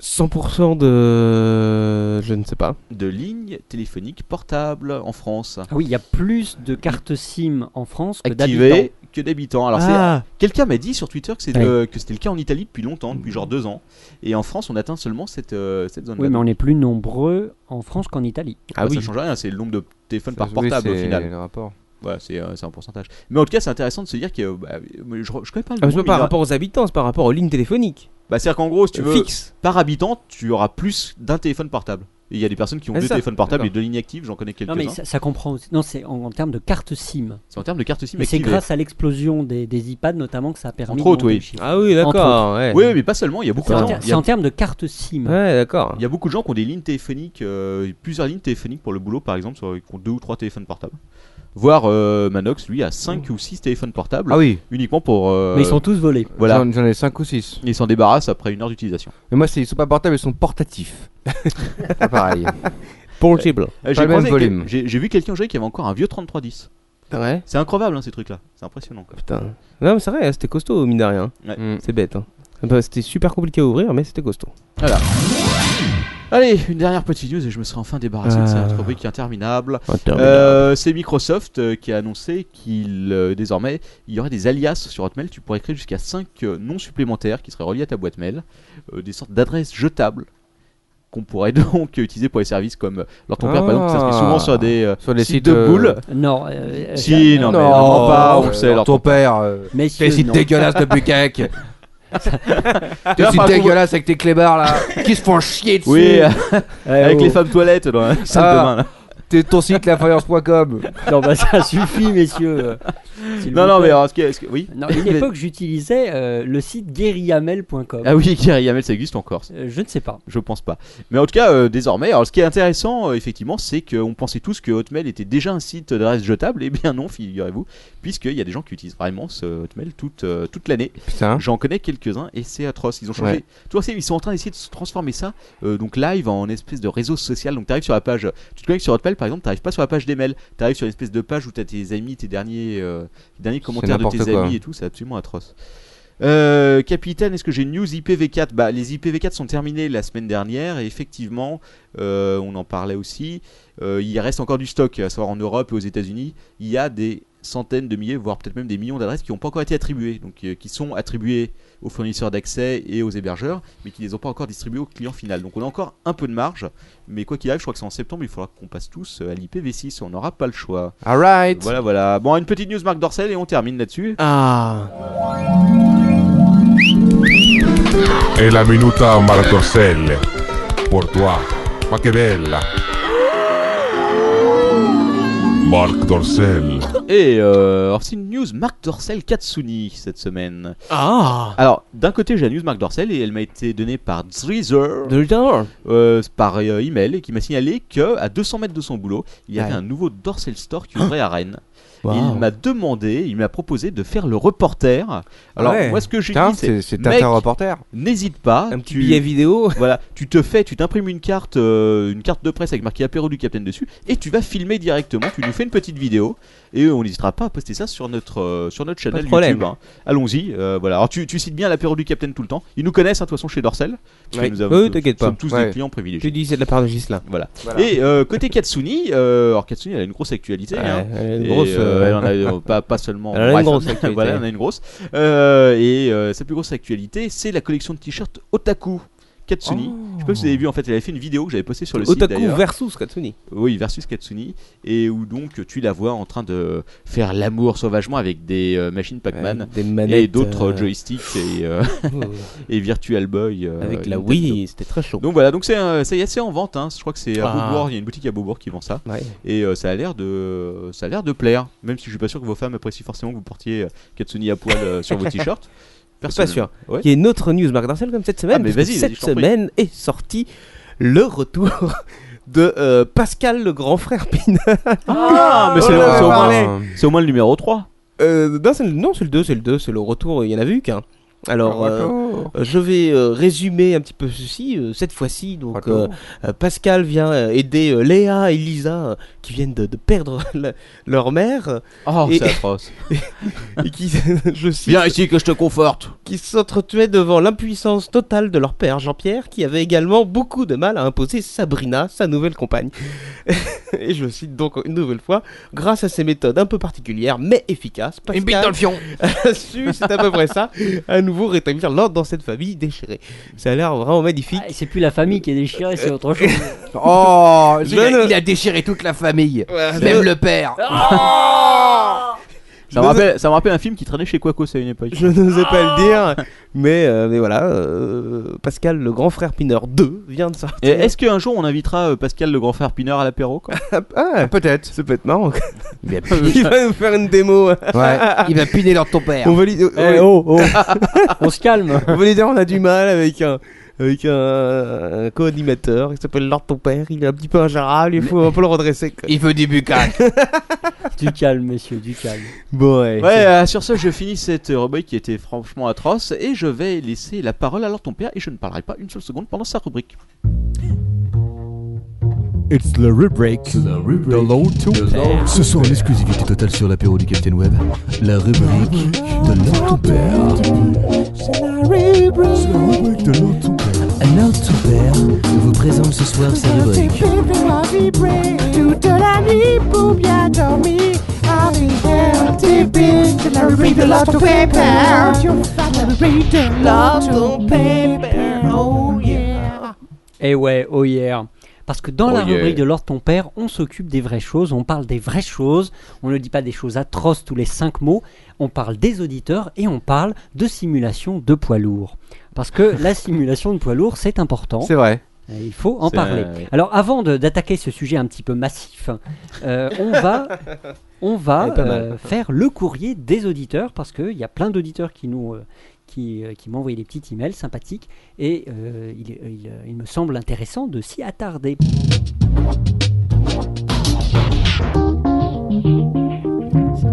G: 100% de. Je ne sais pas.
F: De lignes téléphoniques portables en France.
H: Ah oui, il y a plus de cartes SIM en France que d'habitants.
F: Activées que d'habitants. Alors c'est
G: ah,
F: Quelqu'un m'a dit sur Twitter que c'est,
H: Ouais.
F: euh, que c'était le cas en Italie depuis longtemps, depuis genre deux ans. Et en France, on atteint seulement cette, euh, cette zone-là.
H: Oui, mais on est plus nombreux en France qu'en Italie.
G: ah
F: Bah,
G: oui.
F: Ça change rien, c'est le nombre de téléphones
D: Ça-
F: par portable
D: Ah oui,
F: au
D: c'est
F: final.
D: le rapport.
F: Voilà, c'est, euh, c'est un pourcentage. Mais en tout cas, c'est intéressant de se dire que euh, bah, je, je connais pas le
G: Ah, mais
F: nombre,
G: c'est pas
F: mais il
G: par
F: y a-
G: rapport aux habitants, c'est par rapport aux lignes téléphoniques.
F: Bah, c'est-à-dire qu'en gros, si tu
G: Euh,
F: veux,
G: Fixes.
F: par habitant, tu auras plus d'un téléphone portable. Et Il y a des personnes qui ont
G: Ah,
F: deux
G: ça.
F: téléphones portables et
G: D'accord.
F: deux lignes actives, j'en connais quelques-uns.
H: Non, mais ça, ça comprend aussi. Non, c'est en, en termes de cartes SIM.
F: C'est en termes de carte SIM
H: Mais c'est
F: activée.
H: grâce à l'explosion des, des iPads notamment que ça a permis.
F: Entre autres,
H: de monter
F: oui.
H: le chiffre.
G: Ah oui,
H: Entre
G: d'accord. Ouais,
F: Oui, mais pas seulement, il y a beaucoup de
H: C'est en,
F: gens.
H: ter-
F: Il y a-
H: c'est en termes de cartes SIM.
G: Ouais, d'accord.
F: il y a beaucoup de gens qui ont des lignes téléphoniques, euh, plusieurs lignes téléphoniques pour le boulot par exemple, sur- euh, qui ont deux ou trois téléphones portables. Voire euh, Manox, lui, a 5 ou 6 téléphones portables,
D: Mmh. Ah oui,
F: uniquement pour... euh,
H: Mais ils sont tous volés.
F: Voilà,
D: j'en j'en ai 5 ou 6.
F: ils s'en débarrassent après une heure d'utilisation.
D: Mais moi, c'est- ils sont pas portables, ils sont portatifs. pas pareil.
G: Portable.
F: Euh,
D: Pas
F: J'ai
D: le même
F: croisé
D: volume.
F: quel- j'ai- j'ai vu quelqu'un jouer qui avait encore un vieux 3310.
G: Ouais.
F: C'est incroyable hein, ces trucs-là, c'est impressionnant. quoi.
G: Putain. Non, mais c'est vrai, c'était costaud, mine de rien.
F: Ouais.
D: Mm.
G: C'est bête. hein. Bah, c'était super compliqué à ouvrir, mais c'était costaud.
F: Allez, une dernière petite news et je me serai enfin débarrassé de
G: Ah.
F: cette rubrique interminable.
G: Euh,
F: Euh, c'est Microsoft euh, qui a annoncé qu'il euh, désormais il y aurait des alias sur Hotmail. Tu pourrais créer jusqu'à 5 noms supplémentaires qui seraient reliés à ta boîte mail, euh, des sortes d'adresses jetables qu'on pourrait (laughs) donc utiliser pour les services comme leur ton père par exemple qui s'inscrit souvent sur des euh,
D: Sur les sites,
F: de
D: euh,
F: boules.
H: Non. euh,
F: Si,
H: euh,
F: non, mais
D: Non,
F: vraiment pas, on
D: euh,
F: le sait, leur
D: ton
F: ton-
D: père. euh,
H: messieurs,
D: Tes sites
H: non.
D: dégueulasses de bucaque. Tes
F: D'ailleurs,
D: sites
F: par contre,
D: dégueulasses avec tes clébards là. (laughs) Qui se font chier dessus.
F: Oui,
H: Eh,
F: avec
H: oh.
F: les femmes toilettes dans la salle de
D: Ah.
F: bain. là.
D: T'es ton site lafaillance.com.
H: Non, bah ça suffit, messieurs. S'il
F: Non,
H: vous
F: non, mais
H: plaît.
F: alors, est-ce que, est-ce que- oui.
H: Non, à une époque, j'utilisais euh, le site guerrillamel.com.
F: Ah oui, Guerriamel, ça existe encore. ça.
H: Euh, je ne sais pas.
F: Je pense pas. Mais en tout cas, euh, désormais, alors ce qui est intéressant, euh, effectivement, c'est qu'on pensait tous que Hotmail était déjà un site d'adresse jetable. Eh bien non, figurez-vous, puisqu'il y a des gens qui utilisent vraiment ce Hotmail toute, euh, toute l'année.
D: Putain.
F: J'en connais quelques-uns et c'est atroce. Ils ont changé.
D: Hein Ouais.
F: Tu vois, c'est- ils sont en train d'essayer de se transformer ça, euh, donc live, en espèce de réseau social. Donc tu arrives sur la page, tu te connectes sur Hotmail, par exemple, t'arrives pas sur la page des mails. T'arrives sur une espèce de page où t'as tes amis, tes derniers, euh, les derniers commentaires de
D: n'importe
F: tes
D: quoi.
F: amis et tout. C'est absolument atroce. Euh, capitaine, est-ce que j'ai une news IPv4 Bah, les IPv4 sont terminés la semaine dernière et effectivement, euh, on en parlait aussi. euh, il reste encore du stock, à savoir en Europe et aux États-Unis. Il y a des centaines de milliers, voire peut-être même des millions d'adresses qui n'ont pas encore été attribuées, donc euh, qui sont attribuées aux fournisseurs d'accès et aux hébergeurs, mais qui ne les ont pas encore distribuées au client final. Donc on a encore un peu de marge, mais quoi qu'il arrive, je crois que c'est en septembre, il faudra qu'on passe tous euh, à l'IPv6, on n'aura pas le choix.
D: Alright.
F: Voilà, voilà. Bon, une petite news Marc Dorcel et on termine là-dessus.
G: Ah
J: E la minuta Martorcelle. Pour toi. Ma che bella. Marc Dorcel.
F: Et euh, alors c'est une news Marc Dorcel Katsuni cette semaine.
G: Ah
F: Alors d'un côté j'ai la news Marc Dorcel et elle m'a été donnée par Dreezer
G: De l'Utah
F: euh, par euh, email et qui m'a signalé que à 200 mètres de son boulot il y avait
G: Ouais. Ah.
F: un nouveau Dorcel Store qui ouvrait à Rennes.
G: Wow.
F: Il m'a demandé, il m'a proposé de faire le reporter. Alors
G: Ah Ouais.
F: moi ce que j'ai
D: Putain,
F: dit
D: c'est
F: c'est
D: c'est
F: mec,
D: un reporter.
F: n'hésite pas,
G: Un petit
F: tu-
G: billet vidéo
F: voilà, tu te fais, tu t'imprimes une carte, euh, une carte de presse avec marqué apéro du capitaine dessus, et tu vas filmer directement. Tu nous fais une petite vidéo, et euh, on n'hésitera pas à poster ça sur notre euh, sur notre
G: Pas
F: channel
G: de problème.
F: YouTube. hein. Allons-y, euh, voilà. Alors tu, tu cites bien l'apéro du capitaine tout le temps. Ils nous connaissent, hein, de toute façon, chez Dorcel. parce que
G: Ouais.
F: nous avons-
G: Oui, t'inquiète pas.
F: sommes tous
D: Ouais.
F: des clients
G: Tu
F: privilégiés.
G: dis c'est de la part de Gislain.
F: Voilà. Et euh, côté Katsuni, euh, alors Katsuni, elle a une grosse actualité. hein.
G: Ouais, elle a une
F: Et,
G: grosse,
F: euh,
G: euh,
F: elle en
G: (laughs)
F: a euh, pas, pas seulement.
G: Elle en a une
F: bref,
G: grosse actualité.
F: voilà, elle en a une grosse. Euh, et euh, sa plus grosse actualité, c'est la collection de t-shirts Otaku Katsuni. Je sais pas si vous avez vu, en fait, elle avait fait une vidéo que j'avais postée sur le site.
G: Otaku
F: d'ailleurs.
G: versus Katsuni.
F: Oui, versus Katsuni. Et où donc tu la vois en train de faire l'amour sauvagement avec des euh, machines Pac-Man.
G: Des manettes.
F: Et d'autres
G: euh, (laughs)
F: joysticks et, euh, (laughs) et Virtual Boy. euh,
G: Avec
F: et
G: la
F: Nintendo.
G: Wii, c'était très chaud.
F: Donc voilà, donc c'est un- c'est assez en vente. hein. Je crois que c'est à
G: Ah.
F: Beaubourg, il y a une boutique à Beaubourg qui vend ça
G: Ouais.
F: et euh, ça a l'air de euh, ça a l'air de plaire même si je suis pas sûr que vos femmes apprécient forcément que vous portiez euh, Katsuni à poil euh, sur vos (laughs) t-shirts
G: Pas sûr.
F: Ouais.
G: Qui est notre news Marc Darcel comme cette semaine.
F: Ah, mais
G: parce que
F: vas-y, vas-y,
G: cette
F: je t'en prie.
G: semaine est sorti le retour (laughs) de euh, Pascal le grand frère Pinard.
F: ah
D: Oh
F: mais c'est
G: on en avait
F: c'est au,
G: parlé.
F: moins- c'est au moins le numéro 3
G: Euh, non, c'est le, non, c'est le 2, c'est le 2, c'est le retour, il y en avait eu qu'un. Alors, euh, euh, je vais euh, résumer un petit peu ceci, euh, cette fois-ci. Donc, euh, euh, Pascal vient euh, aider euh, Léa et Lisa, euh, qui viennent de, de perdre (laughs) la- leur mère, euh,
F: oh
G: Et-
F: c'est atroce
G: et qui, (laughs) je cite,
F: viens ici que je te conforte
G: qui s'entretuaient devant l'impuissance totale de leur père Jean-Pierre, qui avait également beaucoup de mal à imposer Sabrina, sa nouvelle compagne. (laughs) et je cite donc une nouvelle fois, grâce à ses méthodes un peu particulières, mais efficaces, Pascal...
D: fion.
G: (laughs) a su, c'est à peu près ça, à nouveau rétablir l'ordre dans cette famille déchirée. Ça a l'air vraiment magnifique.
H: Ah, et c'est plus la famille qui est déchirée, c'est autre chose.
F: Ah,
D: Oh,
G: Je
D: il a-
G: ne-
D: il a déchiré toute la famille.
G: Ouais,
D: Même
G: je-
D: le père.
F: ça me rappelle ça me rappelle un film qui traînait chez Quaco à une époque
G: Je n'osais pas le dire, mais, euh, mais voilà, euh, Pascal, le grand frère Pineur 2, vient de
F: Et
G: sortir.
F: est-ce qu'un jour on invitera euh, Pascal le grand frère Pinard à l'apéro quoi
G: Ah,
D: Peut-être.
G: ça peut être marrant.
D: Il va-
G: (laughs) Il va nous faire une
D: (laughs)
G: démo.
D: ouais, il va piner l'ordre de ton père.
G: On va lui,
H: Eh,
G: on-
H: (laughs) oh, oh. (laughs) On se calme.
G: on va lui dire on a du mal avec un, avec un, un co-animateur qui s'appelle Lord Ton Père. Il est un petit peu ingérable, il faut un peu le redresser. quoi.
D: Il veut du bucac.
H: Du calme, messieurs, du calme.
G: Bon, ouais.
F: Ouais euh, sur ce je finis cette euh, rubrique qui était franchement atroce et je vais laisser la parole à leur ton père et je ne parlerai pas une seule seconde pendant sa rubrique
I: It's the rubric. The low to Ce soir en exclusivité totale sur l'apéro du Captain Web. La rubrique de l'autre père. C'est la rubrique de l'autre père. L'autre père vous présente ce soir sa rubrique.
K: Toute la nuit pour bien dormir Avec RTP C'est la rubrique de Lost on Paper La rubrique de Lost on Paper Oh yeah
H: Eh ouais, oh yeah. Parce que dans
F: Oh
H: la
F: yeah.
H: rubrique de l'ordre ton père, on s'occupe des vraies choses, on parle des vraies choses, on ne dit pas des choses atroces tous les cinq mots, on parle des auditeurs et on parle de simulation de poids lourd. Parce que la simulation de poids lourd, c'est important.
D: C'est vrai.
H: Et Il faut en
F: C'est
H: parler.
F: un- oui.
H: Alors, avant de- d'attaquer ce sujet un petit peu massif, euh, on va, on
G: Elle est
H: va
G: pas mal.
H: euh, faire le courrier des auditeurs parce qu'il y a plein d'auditeurs qui nous. euh, qui, euh, qui m'ont envoyé des petits emails sympathiques et euh, il, il- il me semble intéressant de s'y attarder.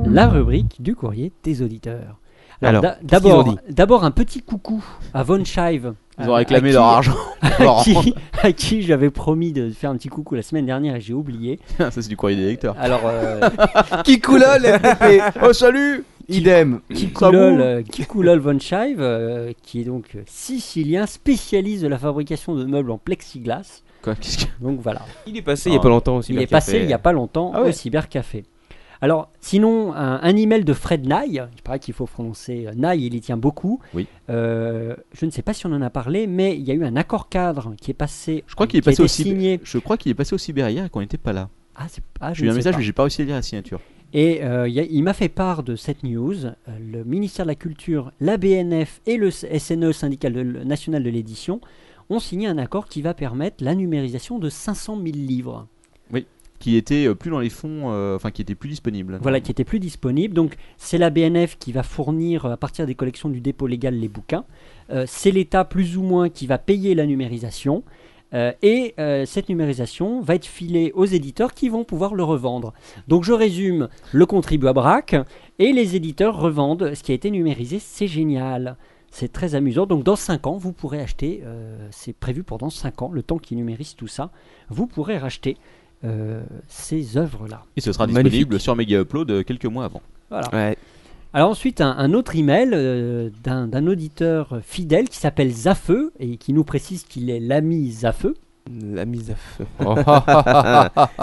H: La rubrique du courrier des auditeurs.
G: Alors,
H: Alors, d'a-
G: qu'est-ce qu'ils ont
H: d'abord, d'abord un petit coucou à Von Chive
F: Ils ont réclamé leur (laughs) argent. Oh.
H: À qui, à qui j'avais promis de faire un petit coucou la semaine dernière et j'ai oublié.
F: Ça, c'est du courrier des lecteurs.
H: Alors, euh,
F: (laughs) Qui coulole, FDP Oh, salut Idem
H: Kikoulol, euh, Kikoulol von Scheive, euh, qui est donc euh, sicilien, spécialiste de la fabrication de meubles en plexiglas.
F: Quoi, qu'est-ce Ah. que-
H: Donc voilà.
G: Il est passé il y a pas longtemps au
H: Il est
G: cybercafé.
H: passé il n'y a pas longtemps
G: Ah ouais.
H: au cybercafé. Alors, sinon, un, un email de Fred Nye, il paraît qu'il faut prononcer euh, Nye, il y tient beaucoup.
F: Oui.
H: Euh, je ne sais pas si on en a parlé, mais il y a eu un accord cadre qui est passé.
F: Je crois qu'il est
H: qui a
F: passé
H: été
F: au cyber.
H: signé.
F: Je crois qu'il est passé au cyber hier et qu'on n'était pas là.
H: Ah, c'est- ah, je
F: J'ai eu
H: ne
F: un
H: sais
F: message,
H: pas.
F: mais j'ai pas réussi à lire la signature.
H: Et euh, il y a- il m'a fait part de cette news. Euh, le ministère de la Culture, la BNF et le SNE, Syndicat de- le National de l'Édition, ont signé un accord qui va permettre la numérisation de 500 000 livres.
F: Oui. Qui était euh, plus dans les fonds, euh, enfin qui était plus disponible.
H: Voilà, qui était plus disponible. Donc, c'est la BNF qui va fournir, euh, à partir des collections du dépôt légal, les bouquins. Euh, c'est l'État, plus ou moins, qui va payer la numérisation. Euh, et euh, cette numérisation va être filée aux éditeurs qui vont pouvoir le revendre. Donc, je résume le contribuable braque et les éditeurs revendent ce qui a été numérisé. C'est génial. C'est très amusant. Donc, dans 5 ans, vous pourrez acheter. euh, c'est prévu pour dans 5 ans, le temps qu'ils numérisent tout ça. Vous pourrez racheter euh, ces œuvres-là.
F: Et ce sera
G: Magnifique.
F: disponible sur Mega Upload euh, quelques mois avant.
H: Voilà.
G: Ouais.
H: Alors ensuite, un, un autre email euh, d'un d'un auditeur fidèle qui s'appelle Zafeu et qui nous précise qu'il est l'ami Zafeu.
G: La mise à feu. (laughs)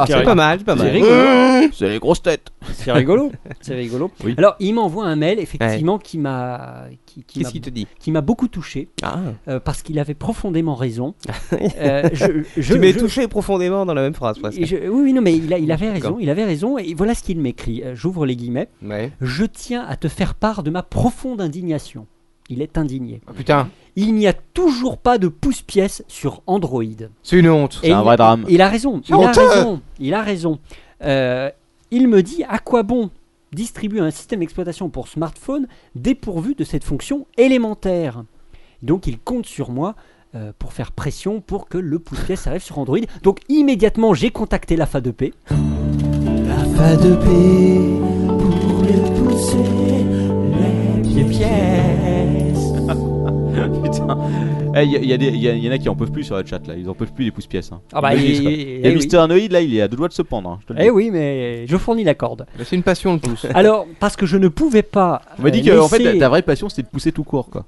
G: c'est pas mal, c'est pas mal.
F: (laughs)
G: Euh,
F: C'est les grosses têtes.
H: C'est rigolo. (laughs) C'est rigolo.
F: Oui.
H: Alors il m'envoie un mail effectivement qui m'a qui, qui m'a-
G: Qu'est-ce qu'il te dit
H: qui m'a beaucoup touché
G: ah.
H: euh, parce qu'il avait profondément raison. Euh, je, je-
G: Tu m'as
H: je-
G: touché profondément dans la même phrase. presque.
H: et je- oui, oui, non, mais il, a- il avait raison,
G: D'accord.
H: il avait raison, et voilà ce qu'il m'écrit. Euh, J'ouvre les guillemets.
G: Ouais.
H: Je tiens à te faire part de ma profonde indignation. Il est indigné.
G: Ah,
D: Putain,
H: il n'y a toujours pas de pouce-pièce sur Android.
D: c'est une honte.
F: (laughs)
H: Et
F: un
H: il-
F: vrai
H: (laughs)
F: drame.
H: Il a raison.
D: C'est
H: Il a
D: honteux.
H: raison. Il a raison. Euh, il me dit à quoi bon distribuer un système d'exploitation pour smartphone dépourvu de cette fonction élémentaire. Donc il compte sur moi euh, pour faire pression pour que le pouce-pièce arrive sur Android. Donc immédiatement j'ai contacté la FA2P.
E: Pas de paix pour le pousser les pièces.
F: Putain. Eh, Il y, a- il y a des- il y a- il y en a qui en peuvent plus sur le chat là. Ils en peuvent plus des pouces-pièces. Hein.
H: Ah bah,
F: Je le
H: et-
F: dis, quoi.
H: et-
F: Il y a
H: eh oui.
F: Mister Noïd là, il est à deux doigts de se pendre. hein, je te le
H: Eh
F: dis.
H: oui, mais je fournis la corde.
D: Mais C'est une passion le
G: (laughs)
D: pouce.
H: Alors, parce que je ne pouvais pas.
F: On m'a dit
H: euh,
F: que en fait,
H: laisser-
F: ta- ta vraie passion c'était de pousser tout court quoi.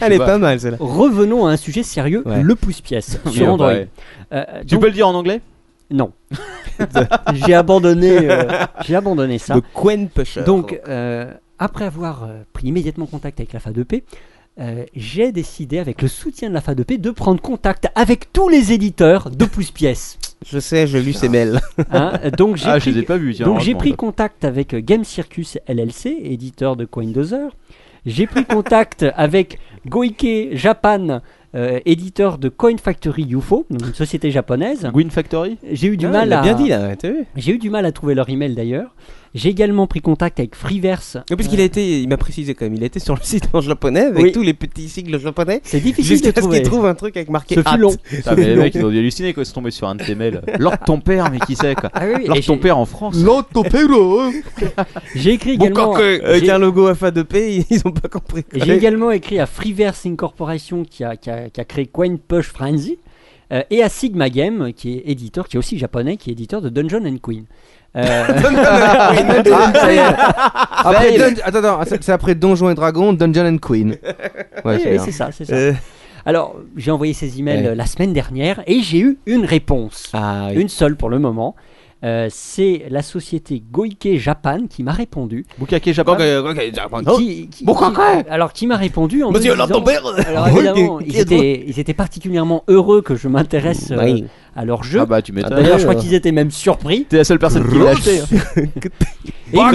G: Elle est pas mal celle-là.
H: Revenons à un sujet sérieux,
G: Ouais.
F: (laughs)
H: le pouce-pièce
F: Oui,
H: sur Android.
F: bah ouais.
H: Euh,
F: Tu
H: donc-
F: peux le dire en anglais
H: Non. (laughs) j'ai abandonné,
F: (laughs)
H: euh, j'ai abandonné ça.
G: Le Quen Pusher.
H: Donc, euh, après avoir euh, pris immédiatement contact avec la FA2P, euh, j'ai décidé, avec le soutien de la FA2P, de prendre contact avec tous les éditeurs de pouce-pièce.
G: je sais, j'ai lu ses mails.
F: (laughs)
H: Hein, Donc, j'ai
F: Ah, je
H: pris-
F: les ai pas vus. tiens, bah.
H: donc j'ai
F: heureusement.
H: pris contact avec euh, Game Circus LLC, éditeur de Coindozer. J'ai
G: (laughs)
H: pris contact avec Goike Japan, euh, éditeur de Coin Factory UFO, donc une société japonaise.
F: Gwyn
H: (laughs)
F: Factory
H: J'ai eu du
G: Ah,
H: mal
G: il l'a
H: à
G: bien dit là, t'as vu
H: j'ai eu du mal à trouver leur email d'ailleurs. J'ai également pris contact avec Freeverse.
G: Non, Puisqu'il a été, il m'a précisé quand même, il a été sur le site en japonais avec
H: Oui.
G: tous les petits sigles japonais.
H: C'est difficile de
G: Jusqu'à ce
H: trouver.
G: qu'il trouve un truc avec marqué
H: Ce fut
G: hâte.
H: long.
F: Putain, mais les mecs, ils ont dû halluciner quand ils sont tombés sur un de tes mails. Lors de ton père, mais qui sait quoi.
H: Ah oui, oui,
F: Lors
H: et
F: de ton
H: j'ai-
F: père en France.
D: L'autre ton pélo, hein.
H: J'ai écrit
G: Bon,
H: également.
G: quand que- avec
H: j'ai-
G: un logo FA2P, ils ont pas compris.
H: Et J'ai également écrit à Freeverse Incorporation qui a, qui a- qui a créé Coin Push Frenzy euh, et à Sigma Game qui est éditeur, qui est aussi japonais, qui est éditeur de Dungeon and Queen.
G: (laughs)
H: Euh,
D: Ça y est. Après Dun- Attends, attends, c'est c'est après Donjons et Dragons, Dungeon and Queen. Ouais,
H: oui,
D: c'est
H: oui,
D: bien.
H: c'est ça, c'est ça.
G: Euh,
H: Alors, j'ai envoyé ces emails
G: Ouais.
H: euh, la semaine dernière et j'ai eu une réponse.
G: Ah, oui.
H: Une seule pour le moment. Euh, c'est la société Goike Japan qui m'a répondu.
F: Bukake Japan.
G: Oh,
H: Qui- qui- qui- alors, qui m'a répondu en me disant- Alors, évidemment, ils, étaient, ils étaient particulièrement heureux que je m'intéresse euh,
G: Oui.
H: à leur jeu.
F: Ah bah tu m'étonnes.
H: D'ailleurs, je crois qu'ils étaient même surpris.
F: T'es la seule personne qui l'a acheté. hein.
H: Et ils m'ont-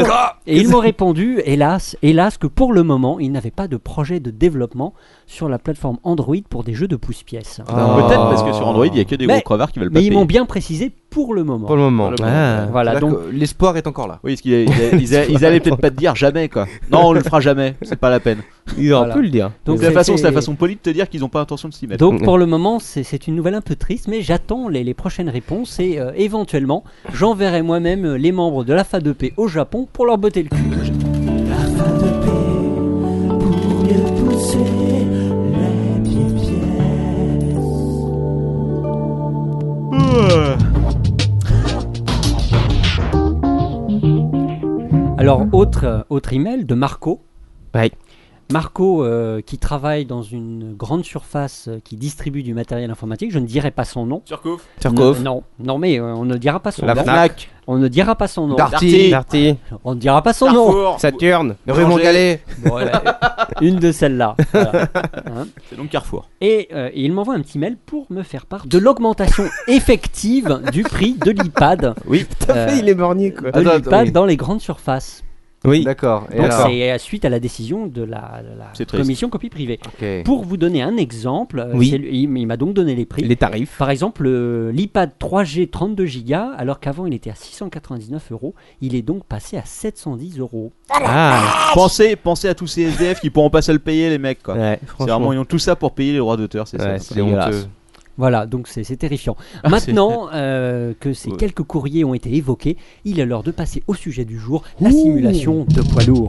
H: et ils m'ont répondu, hélas, hélas, que pour le moment, ils n'avaient pas de projet de développement sur la plateforme Android pour des jeux de pouce-pièce.
G: Ah.
F: Peut-être parce que sur Android, il y a que des gros
H: Mais-
F: crevards qui veulent pas
H: Mais ils
F: payer.
H: m'ont bien précisé pour le moment.
D: Pour le moment.
G: Ah.
H: Voilà,
D: C'est-à-dire
H: donc
D: que l'espoir est encore là.
F: Oui, parce qu'ils ils- ils-
H: (laughs)
F: ils- ils allaient peut-être pas te dire jamais quoi. Non, on le fera jamais, c'est pas la peine.
G: Ils auraient
H: Voilà.
G: pu le dire.
H: Donc,
F: C'est la façon,
H: c'était-
F: c'est la façon polie de te dire qu'ils ont pas intention de s'y mettre.
H: Donc pour le moment, c'est c'est une nouvelle un peu triste, mais j'attends les, les prochaines réponses et euh, éventuellement, j'enverrai moi-même euh, les membres de la FA2P au Japon pour leur botter le cul.
E: Pas de paix pour le
H: Alors, autre, euh, autre email de Marco. Marco, euh, qui travaille dans une grande surface euh, qui distribue du matériel informatique, je ne dirai pas son nom.
F: Surcouf.
H: Surcouf. Non, non, non, mais euh, on ne dira pas son
G: La
H: nom.
G: Fnac.
H: On ne dira pas son nom.
G: Darty. Darty.
H: On ne dira pas son nom.
G: Carrefour. Saturne. Rue Montgallet. (laughs)
H: Voilà. Une de celles-là. Voilà. Hein.
F: C'est donc Carrefour.
H: Et euh, et il m'envoie un petit mail pour me faire part de l'augmentation (laughs) effective du prix de l'iPad.
G: Oui, tout à fait, Ah, il est morgné, quoi.
H: Euh,
F: Ah,
H: De
G: Attends,
H: l'iPad
G: oui.
H: dans les grandes surfaces.
G: Oui. D'accord. Et
H: Donc
G: alors
H: c'est euh, suite à la décision de la, de la
G: C'est triste.
H: commission copie privée.
G: Ok.
H: Pour vous donner un exemple, euh,
G: Oui.
H: c'est lui- il, il m'a donc donné les prix.
G: Les tarifs.
H: Par exemple, euh, l'iPad 3G 32 Go, alors qu'avant il était à 699 euros, il est donc passé à 710 euros. Ah,
F: Pensez, pensez à tous ces SDF qui pourront pas se le payer, les mecs. Quoi. c'est
H: franchement.
F: vraiment, ils ont tout ça pour payer les droits d'auteur. C'est ça.
H: Ouais, c'est dégueulasse. Voilà, donc c'est c'est
G: (laughs)
H: terrifiant.
G: Ah,
H: Maintenant euh, que ces
F: Ouais.
H: quelques courriers ont été évoqués, il est l'heure de passer au sujet du jour, la simulation de poids lourd.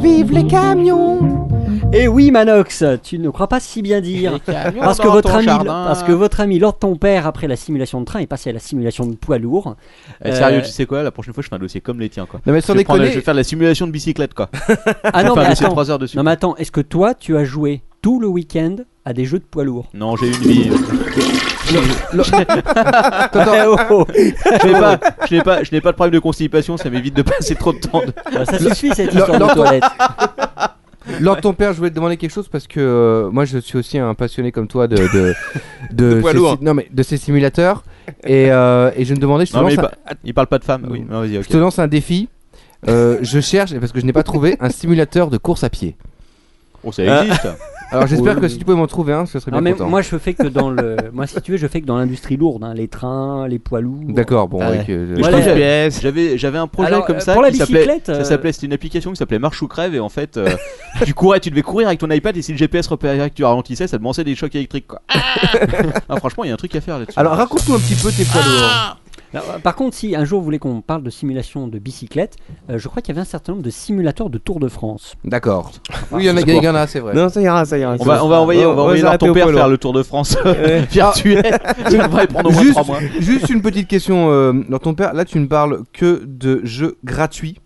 K: Vive les camions
H: Et Eh oui, Manox, tu ne crois pas si bien dire.
K: camions
H: Parce que,
K: dans
H: votre
K: ton
H: ami,
K: jardin.
H: parce que votre ami Lord Ton Père, après la simulation de train, est passé à la simulation de
G: (laughs)
H: poids lourd.
F: Eh,
H: Euh,
F: sérieux, tu sais quoi La prochaine fois, je fais un dossier comme les tiens. Quoi.
H: Non, mais sans
F: je, vais prendre-
H: déconner-
F: je vais faire de la simulation de bicyclette. Quoi.
H: Ah non, mais attends,
F: 3 heures dessus.
H: non, mais attends, est-ce que toi, tu as joué tout le week-end à des jeux de poids lourd
F: Non, j'ai eu une vie.
D: Ah,
H: (laughs) oh,
F: je n'ai pas, je n'ai pas, je n'ai pas de problème de constipation, ça m'évite de passer trop de temps. de-
H: Ça
D: suffit, cette histoire de toilette. Lors ton père, je voulais te demander quelque chose parce que euh, moi je suis aussi un passionné comme toi de
F: (laughs)
D: de,
F: De poids
D: ces,
F: lourd.
D: non, mais de ces simulateurs et, euh, et je me demandais je te
F: Non, mais bah-
D: lance
F: il,
D: un-
F: pa- il parle pas de femme. Ah Oui, non, vas-y, ok.
D: je te lance un défi. Euh, je cherche parce que je n'ai pas trouvé un simulateur de course à pied.
F: Oh, ça existe.
D: Alors j'espère
H: Oui.
D: que si tu pouvais m'en trouver un, ce serait
H: Non,
D: bien
H: mais
D: content.
H: moi, je fais que dans le. moi, si tu veux, je fais que dans l'industrie lourde, hein, les trains, les poids lourds.
D: D'accord, bon,
F: Ah Ouais.
D: avec, euh,
F: Mais je
H: Voilà.
F: crois que j'avais- j'avais j'avais un projet
H: Alors,
F: comme
H: euh,
F: ça
H: pour la
F: qui s'appelait
H: bicyclette, euh,
F: ça s'appelait c'était une application qui s'appelait marche ou crève et en fait
H: (laughs)
F: euh, tu courais tu devais courir avec ton iPad et si le GPS repérait que tu ralentissais ça te lançait des chocs électriques quoi. (laughs) Ah, franchement il y a un truc à faire là-dessus.
D: Alors raconte-nous un petit peu tes poids lourds.
H: Alors, euh, par contre, si un jour vous voulez qu'on parle de simulation de bicyclette, euh, je crois qu'il y avait un certain nombre de simulateurs de Tour de France.
D: D'accord.
F: Ah,
D: Oui, il y en a- il y en a, c'est vrai. Non, ça
G: ira, ça ira.
F: On va, on va envoyer, on va envoyer leur ton père faire le tour de France (laughs) virtuel.
H: (laughs)
F: Ça va prendre au moins
D: juste,
F: 3 mois.
D: juste une petite question, euh, dans ton père, là tu ne parles que de jeux gratuits.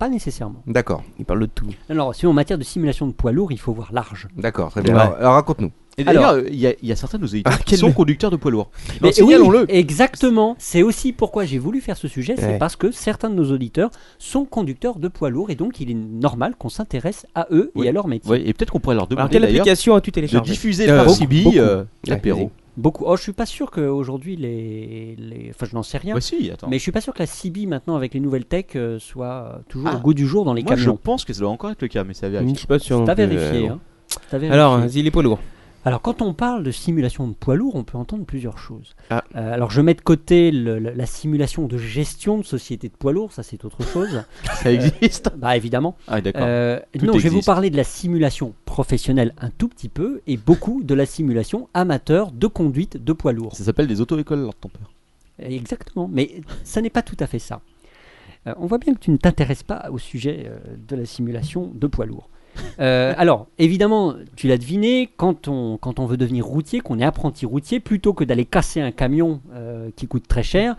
H: Pas nécessairement.
D: D'accord.
G: Il parle de tout.
H: Alors, si en matière de simulation de poids lourd, il faut voir large.
D: D'accord, très bien. Alors, alors, raconte-nous.
F: Et d'ailleurs, euh, il y, a- il y a certains de nos éditeurs qui sont conducteurs de poids lourds.
H: Ah, Mais
F: Donc, signalons-le.
H: oui, exactement. C'est aussi pourquoi j'ai voulu faire ce sujet, c'est
F: Ouais.
H: parce que certains de nos auditeurs sont conducteurs de poids lourds et donc il est normal qu'on s'intéresse à eux et à leur métier.
F: Oui, et peut-être qu'on pourrait leur demander
H: Alors, quelle
F: d'ailleurs,
H: application as-tu téléchargée
F: de diffuser par
H: Euh,
F: CB
H: beaucoup.
F: euh,
H: Ouais,
F: l'apéro.
H: vas-y. Beaucoup. Oh, je suis pas sûr qu'aujourd'hui, les, les. Enfin, je n'en sais rien.
F: Ouais, Bah, si, attends.
H: Mais je suis pas sûr que la CB, maintenant, avec les nouvelles tech, euh, soit euh, toujours
F: Ah.
H: au goût du jour dans les
F: Moi,
H: camions.
F: Je pense que ça doit encore être le cas, mais ça va.
G: Je suis pas sûr. non
H: T'as
G: plus,
H: vérifié,
G: euh,
H: hein.
G: bon.
H: T'as vérifié.
G: Alors,
F: euh,
G: vas-y, les poids lourds.
H: Alors, quand on parle de simulation de poids lourd, on peut entendre plusieurs choses.
F: Ah.
H: Euh, alors, je mets de côté le- le- la simulation de gestion de société de poids lourd, ça c'est autre chose.
F: Ça existe
H: Bah, évidemment.
F: (laughs) Ah, d'accord.
H: Euh,
F: Tout
H: non, je vais vous
F: existe.
H: parler de la simulation professionnelle un tout petit peu et beaucoup de la simulation amateur de conduite de poids lourd.
F: Ça s'appelle des auto-écoles, Lord ton père.
H: Exactement, mais ça n'est pas tout à fait ça. Euh, on voit bien que tu ne t'intéresses pas au sujet euh, de la simulation de poids lourd. Euh, alors, évidemment, tu l'as deviné, quand on, quand on veut devenir routier, qu'on est apprenti routier, plutôt que d'aller casser un camion euh, qui coûte très cher,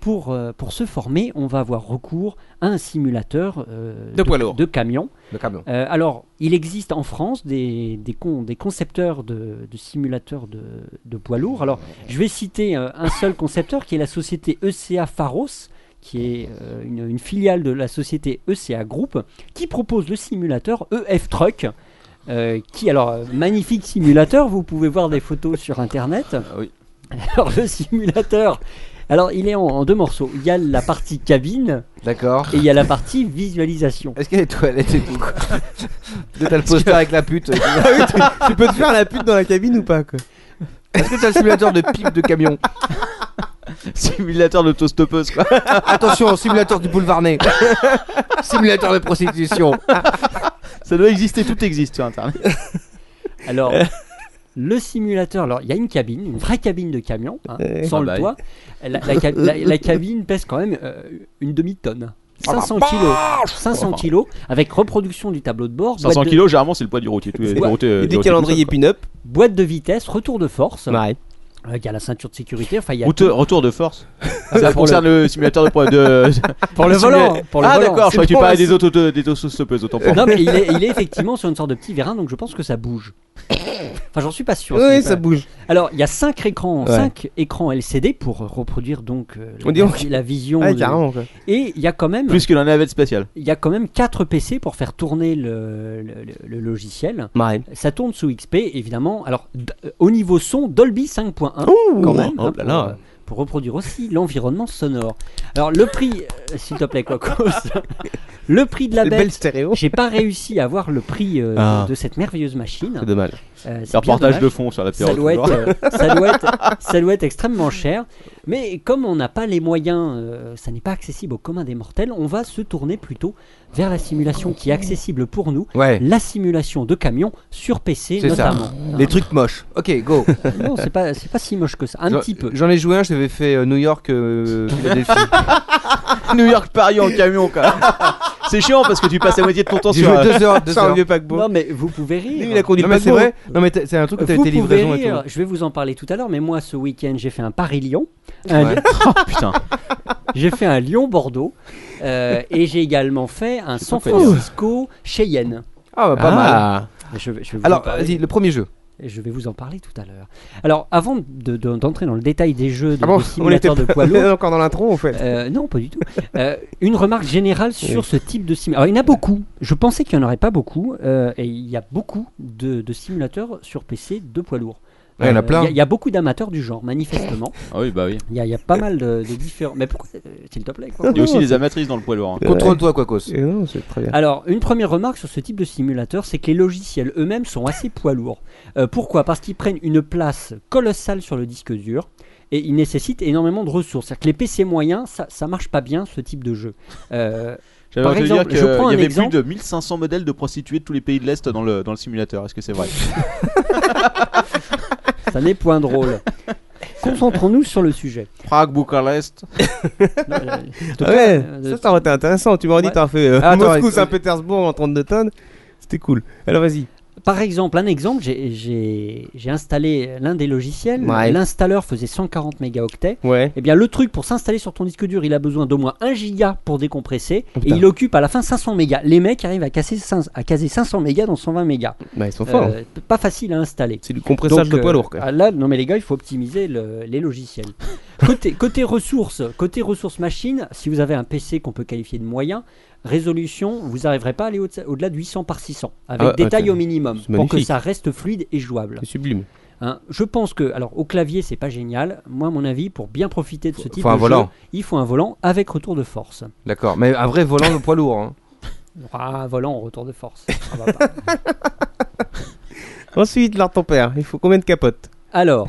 H: pour, euh, pour se former, on va avoir recours à un simulateur euh,
G: De poids lourd.
H: de camion.
G: De camion.
H: Euh, alors, il existe en France des, des, con- des concepteurs de, de simulateurs de, de poids lourds. Alors, je vais citer euh, un seul concepteur qui est la société ECA Pharos, qui est euh, une, une filiale de la société ECA Group, qui propose le simulateur EF Truck. euh, qui alors euh, magnifique simulateur, vous pouvez voir des photos sur internet.
F: oui.
H: Alors le simulateur, alors il est en, en deux morceaux. Il y a la partie cabine,
D: d'accord,
H: et il y a la partie visualisation.
D: Est-ce qu'il y a des toilettes et
G: (laughs)
D: tout Peut-être t'as le poster avec la pute. euh,
G: Ah tu peux te faire la pute dans la cabine ou pas quoi
D: Est-ce que t'as le simulateur de pipe de
G: (laughs)
D: camion
F: Simulateur d'autostoppeuse, quoi.
D: (laughs) Attention, simulateur du boulevard
G: (laughs)
D: Ney. simulateur de prostitution.
F: Ça doit exister, tout existe sur internet.
H: Alors,
G: Euh.
H: le simulateur, alors il y a une cabine, une vraie cabine de camion, hein,
F: Euh,
H: sans
F: ah
H: le
F: bah.
H: toit. La, la ca-
G: (laughs)
H: la- la cabine pèse quand même euh, une demi-tonne.
G: bah
F: Ah la
H: 500 kilos, 500 kilos, avec reproduction du tableau de bord.
F: 500
H: boîte de-
F: kilos, généralement, c'est le poids du routier. Tous les-
H: Ouais.
F: les routiers- les routiers tout seuls, quoi.
H: Boîte de vitesse, retour de force. Euh, Il y a la ceinture de sécurité. Enfin, il y a
F: Route-
H: tout.
F: retour de
H: (laughs)
F: force.
H: Ah,
F: ça
H: pour
F: concerne
H: le-
F: le... simulateur de. pro- de...
H: (laughs) Pour le
F: simula-
H: volant, hein. pour le
F: ah,
H: volant.
F: d'accord, je
H: C'est
F: crois que tu
H: pour
F: parlais
H: la-
F: des autos des autostoppeuses, autant pour
H: Non,
F: moi.
H: mais il est, il est effectivement sur une sorte de petit vérin, donc je pense que ça bouge. Enfin, j'en suis pas sûr.
G: Oui,
H: ce n'est
G: ça bouge.
H: Alors, il y a 5 écrans,
G: Ouais.
H: cinq écrans LCD pour reproduire donc euh,
G: Oh, dis
H: la,
G: donc.
H: la vision.
G: Ouais,
H: de-
G: carrément, quoi.
H: Et il y a quand même.
F: Plus que la navette spatiale.
H: Il y a quand même 4 PC pour faire tourner le, le- le- le logiciel.
G: Ouais.
H: Ça tourne sous XP, évidemment. Alors, d- euh, au niveau son, Dolby 5.1, quand même,
G: Oh
H: hein,
G: là
H: pour,
G: là.
H: euh, pour reproduire aussi l'environnement sonore. Alors, le prix, euh, s'il te plaît, Quacos, (laughs) le prix de la
G: Les
H: bête,
G: belles stéréos.
H: j'ai pas réussi à voir le prix euh, de-
G: Ah.
H: de, cette merveilleuse machine.
G: C'est dommage.
H: Euh, c'est
F: Le
H: bien
F: reportage
H: dommage.
F: de fond sur la
H: ça
F: Pierrot,
H: doit, être,
F: toujours.
H: euh, ça, doit être, ça doit être extrêmement cher. Mais comme on n'a pas les moyens, euh, ça n'est pas accessible au commun des mortels, on va se tourner plutôt vers la simulation qui est accessible pour nous,
D: Ouais.
H: la simulation de camion sur PC
D: C'est ça.
H: notamment. Hein.
D: Les trucs moches. Ok, go.
H: Non, c'est pas, c'est pas si moche que ça, un
D: J'en-
H: petit peu.
D: J'en ai joué un, j'avais fait euh, New York, euh,
G: (laughs)
D: Philadelphie.
F: New York Paris en camion quand même. C'est chiant parce que tu passes la moitié de ton temps
D: J'ai
F: sur
D: joué
F: euh,
D: deux
G: (laughs)
D: heures, deux
F: sur un
D: heures.
F: vieux paquebot.
H: Non mais vous pouvez rire.
G: Lui, il a conduit
D: Non,
G: le
D: mais c'est
G: paquebot.
D: vrai. Non, mais t'as- c'est un truc où t'as
H: Vous
D: tes
H: pouvez
D: livraisons et
H: rire.
D: tout.
H: Je vais vous en parler tout à l'heure, mais moi ce week-end j'ai fait un Paris-Lyon.
D: (laughs)
H: Un
D: Ouais. Oh,
H: Lyon-
F: Putain.
H: (laughs) J'ai fait un Lyon-Bordeaux euh, et j'ai également fait un San
D: pas dire.
H: Francisco-Cheyenne.
D: Ah, bah, pas mal.
H: Je, vais- je vais vous en
D: Alors,
H: parler.
D: vas-y, le premier jeu.
H: Et je vais vous en parler tout à l'heure. Alors, avant de- de- d'entrer dans le détail des jeux de,
G: Ah bon,
H: de
G: on était
H: simulateurs de poids
G: on est
H: lourds,
G: encore dans l'intro en fait.
H: euh, non, pas du tout. Euh, une remarque générale sur ce type de simulateur. Il y en a beaucoup. Je pensais qu'il n'y en aurait pas beaucoup. euh, et il y a beaucoup de, de simulateurs sur PC de poids lourds.
D: Ouais, il y en a
H: Euh,
D: plein.
H: Il y, a beaucoup d'amateurs du genre, manifestement.
F: Ah oui, bah oui.
H: Il y, a- il y a pas mal de, de différents. Mais pourquoi, euh, s'il te plaît quoi.
F: Il y a aussi des amatrices dans le poids lourd. hein.
D: Contrôle-toi, Quacos.
G: Et non, c'est très bien.
H: Alors, une première remarque sur ce type de simulateur, c'est que les logiciels eux-mêmes sont assez poids lourds. Euh, pourquoi Parce qu'ils prennent une place colossale sur le disque dur et ils nécessitent énormément de ressources. C'est-à-dire que les PC moyens, ça, ça marche pas bien ce type de jeu. Euh,
F: J'avais
H: Par
F: entendu
H: exemple,
F: dire
H: je
F: qu'il y
H: prends un
F: avait
H: exemple.
F: plus de 1500 modèles de prostituées de tous les pays de l'Est dans le, dans le simulateur. Est-ce que c'est vrai
H: ça n'est point drôle. (laughs) Concentrons-nous sur le sujet.
F: Prague, Bucarest.
H: Non, euh, s'il te plaît,
G: Ouais,
H: euh,
G: ça, ça aurait été intéressant. Tu m'aurais dit,
H: Ouais.
G: t'as fait euh,
D: Ah, attends,
G: Moscou,
D: ouais.
G: Saint-Pétersbourg en 32 tonnes. C'était cool. Alors vas-y.
H: Par exemple, un exemple, j'ai- j'ai j'ai installé l'un des logiciels.
G: Ouais.
H: L'installeur faisait 140 mégaoctets.
G: Ouais.
H: Eh bien, le truc pour s'installer sur ton disque dur, il a besoin d'au moins 1 giga pour décompresser et
G: Putain.
H: il occupe à la fin 500 mégas. Les mecs arrivent à, casser cinq- à caser 500 mégas dans 120 mégas.
G: Bah ils sont forts.
H: Euh, p- pas facile à installer.
G: C'est du compressage
H: Donc,
G: de poids
H: euh,
G: lourd quoi.
H: ah, Là, non mais les gars, il faut optimiser le- les logiciels.
G: (laughs)
H: côté, côté ressources, côté ressources machine, si vous avez un PC qu'on peut qualifier de moyen, résolution, vous n'arriverez pas à aller au- au-delà de 800 par 600 avec
G: Ah ouais,
H: détail
G: ouais,
H: au minimum
G: c'est
H: pour que
G: magnifique.
H: ça reste fluide et jouable.
D: ah.
G: C'est sublime.
H: Hein, je pense que, alors au clavier c'est pas génial. Moi, à mon avis, pour bien profiter de ce type
D: faut
H: de
D: un
H: jeu,
D: volant.
H: il faut un volant avec retour de force.
D: D'accord, mais un vrai volant de poids lourd. hein.
H: Ah, un volant en retour de force. Ça va pas.
G: Ensuite, l'art de ton père. Il faut combien de capotes
H: alors,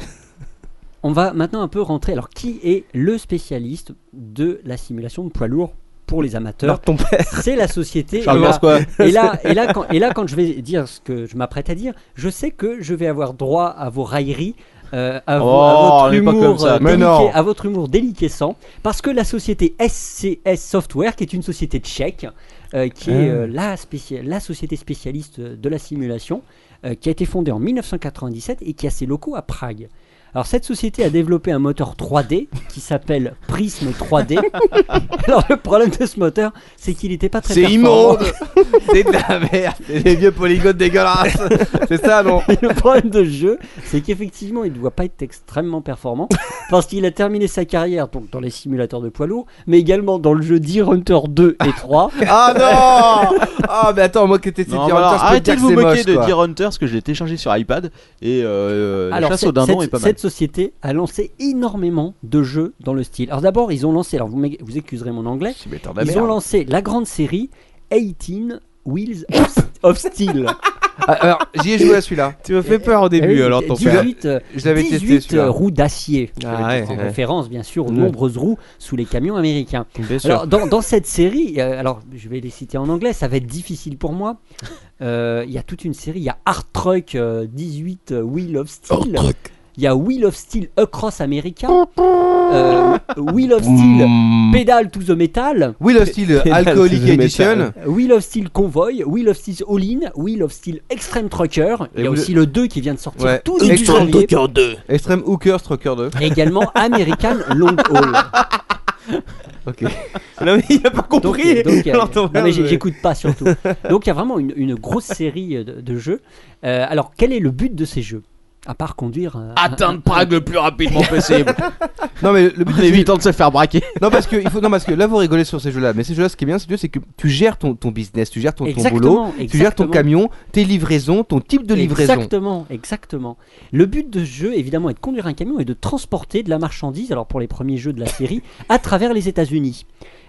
H: on va maintenant un peu rentrer. Alors, qui est le spécialiste de la simulation de poids lourd pour les
G: L'art
H: amateurs
G: de ton père.
H: C'est la société.
F: Charles
H: et, là,
F: Pasqua. (laughs)
H: et, là, et, là, quand, et là, quand je vais dire ce que je m'apprête à dire, je sais que je vais avoir droit à vos railleries. euh, à, vo- à
F: Oh,
H: votre
F: on est pas comme
H: humour,
F: ça.
H: euh,
D: Mais
H: déliqué-
D: non.
H: à votre humour déliquescent, parce que la société SCS Software, qui est une société tchèque, euh, qui
F: Ah.
H: est euh, la, spécia- la société spécialiste euh, de la simulation, euh, qui a été fondée en 1997 et qui a ses locaux à Prague. Alors cette société a développé un moteur 3D qui s'appelle Prism
F: (laughs)
H: 3D. Alors le problème de ce moteur, c'est qu'il n'était pas très
D: C'est
H: performant.
D: immonde
G: (laughs)
D: C'est de la merde C'est des vieux polygones dégueulasses (laughs) C'est ça, non
H: Et le (laughs) problème de ce jeu, c'est qu'effectivement, il ne doit pas être extrêmement performant parce qu'il a terminé sa carrière donc dans les simulateurs de poids lourds, mais également dans le jeu Deer Hunter 2 et 3.
D: Ah non Ah, mais attends, moi qui étais
F: Non,
D: Deer
F: voilà,
D: Hunter, je peux te
F: arrêtez
D: dire
F: de
D: que
F: vous
D: c'est
F: moquer
D: moche,
F: de
D: quoi.
F: Deer Hunter parce que je l'ai téléchargé sur iPad et euh, la chasse
H: cette-
F: au dindon
H: cette-
F: est pas mal.
H: cette société a lancé énormément de jeux dans le style. Alors d'abord, ils ont lancé, alors vous, m'ex- vous excuserez mon anglais,
F: Bah,
H: ils ont lancé la grande série 18 Wheels of, of Steel.
D: Ah, Alors, j'y ai joué à celui-là.
G: Tu me fais peur au début,
H: Eh oui,
G: alors ton père.
H: 18, euh,
D: Je l'avais testé
H: 18
F: euh,
D: celui-là.
H: roues d'acier.
G: Ah ouais,
H: en
G: ouais.
H: référence, bien sûr, aux
G: Ouais.
H: nombreuses roues sous les camions américains.
G: Bien sûr.
H: Alors, dans, dans cette série, euh, alors je vais les citer en anglais, ça va être difficile pour moi. Euh, Il y a toute une série, il y a Art Truck euh, 18 euh, Wheel of Steel. Il Il y a Wheel of Steel Across America. euh, Wheel of Steel Pedal to the Metal.
D: Wheel of Steel
H: Pedal
D: Alcoholic
H: to the Metal.
D: Edition.
H: Wheel of Steel Convoy. Wheel of Steel All In. Wheel of Steel Extreme Trucker. Il y a
D: Et Wheel-
H: aussi le 2 qui vient de sortir
D: Ouais.
H: tout début janvier.
D: Extreme Hooker Stroker 2.
H: Et également American Long Haul.
G: (laughs)
D: Ok.
G: Non, mais il a pas compris.
H: Donc, donc, euh,
G: Alors, ton
H: non, mais
G: merde.
H: j'écoute pas surtout. Donc il y a vraiment une, une grosse série euh, de, de jeux. Euh, alors quel est le but de ces jeux À part conduire. euh, un-
F: Atteindre
H: un- un-
F: Prague le plus rapidement possible.
D: Non mais le but
F: On est 8 ans de se faire braquer.
D: Non parce que il faut non parce que là vous rigolez sur ces jeux-là, mais ces jeux-là ce qui est bien c'est que c'est que tu gères ton, ton business, tu gères ton, ton
H: Exactement,
D: boulot, tu gères ton
H: exactement.
D: camion, tes livraisons, ton type de livraison.
H: Exactement, exactement. Le but de ce jeu, évidemment, est de conduire un camion et de transporter de la marchandise, alors pour les premiers jeux de la série, à travers les États-Unis.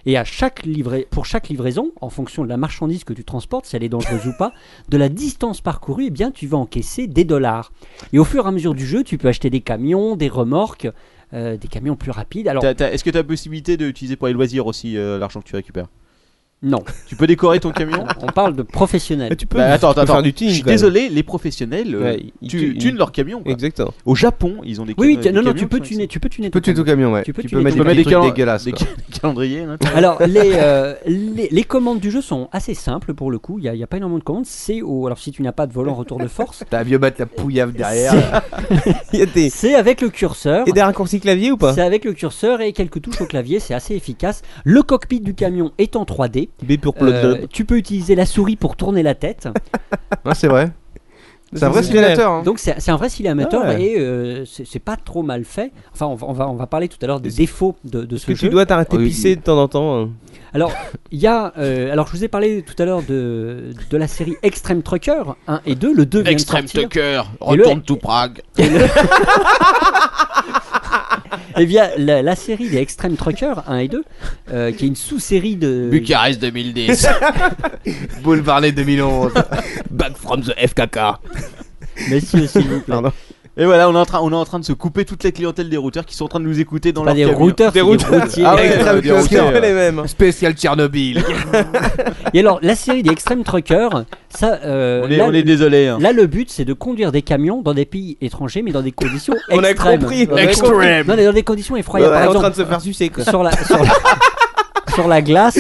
H: Et à chaque livra- pour chaque livraison, en fonction de la marchandise que tu transportes, si elle est dangereuse ou pas, de la distance parcourue, eh bien, tu vas encaisser des dollars. Et au fur et à mesure du jeu, tu peux acheter des camions, des remorques, euh, des camions plus rapides. Alors,
F: T'as- t'as- Est-ce que tu as possibilité d'utiliser pour les loisirs aussi euh, l'argent que tu récupères
H: Non.
F: Tu peux décorer ton camion
H: on parle de professionnels.
F: Bah, attends, attends, attends. Je suis
H: quand même.
F: désolé, les professionnels euh,
H: Ouais, ils
F: tu,
H: tu-
F: tunent leur camion. quoi.
G: Exactement.
F: Au Japon, ils ont des
H: Oui,
F: cam-
H: oui,
F: des
H: non, non,
F: camions
H: tu peux
F: qui sont-
H: tuner, tu peux tuner
D: Tu peux tuner ton camion, ouais.
H: Tu peux,
D: Tu
H: tuner
D: peux mettre
H: ton
D: des
H: camion.
D: trucs
F: calen-
D: dégueulasses,
F: des
D: quoi.
F: ca- des calendriers. hein.
H: (laughs) Alors, les, euh, les, les commandes du jeu sont assez simples pour le coup. Il n'y a, il y a pas énormément de commandes. C'est au- alors si tu n'as pas de volant retour
G: (laughs)
H: de force,
D: T'as un vieux battre la pouillave derrière.
H: c'est avec le curseur.
G: Et des raccourcis clavier ou pas
H: C'est avec le curseur et quelques touches au clavier, c'est assez efficace. Le cockpit du camion est en 3D.
G: B pour
H: Euh,
G: plug job.
H: tu peux utiliser la souris pour tourner la tête.
G: (laughs)
D: Ah, c'est vrai. C'est un vrai
G: C'est
D: simulateur. hein.
H: Donc c'est c'est un vrai simulateur
G: Ah ouais.
H: et euh, c'est c'est pas trop mal fait. Enfin, on va, on va, on va parler tout à l'heure des défauts de, de
G: Est-ce
H: ce
G: que tu
H: jeu.
G: dois t'arrêter
D: Oui.
G: pisser de temps en temps hein
H: Alors, il y a, euh, alors je vous ai parlé tout à l'heure de, de la série Extreme Trucker 1 et 2. Le 2 vient de
F: Extreme
H: sortir.
F: Tucker,
H: Et le- Euh,
F: retourne tout Prague.
H: Eh bien, la, la série des Extreme Truckers 1 et 2, euh, qui est une sous-série de.
F: Bucarest
H: (laughs)
F: 2010.
D: Boulevard les 2011.
F: Back from the FKK.
H: Messieurs, s'il vous plaît.
G: Pardon.
F: Et voilà, on est, en train, on est en train de se couper toute la clientèle des routeurs qui sont en train de nous écouter dans
H: Pas
F: leur
H: des
F: camion.
H: routeurs, c'est des
G: routeurs.
H: routiers.
F: Ah ouais,
G: Extrême
F: ouais, des routeurs, ouais.
G: clavier, les mêmes.
D: Spécial Tchernobyl.
H: Et alors, la série des Extreme Truckers, ça. euh,
F: On est,
H: là,
F: on est désolé. hein.
H: là, le but, c'est de conduire des camions dans des pays étrangers, mais dans des conditions
G: On a
H: extrêmes.
G: compris.
H: Dans des-
G: Extrême.
H: Non, mais dans des conditions effroyables.
G: Elle est en
H: Par
G: train de
H: exemple,
G: se faire sucer quoi.
H: sur la. Sur la... sur la glace.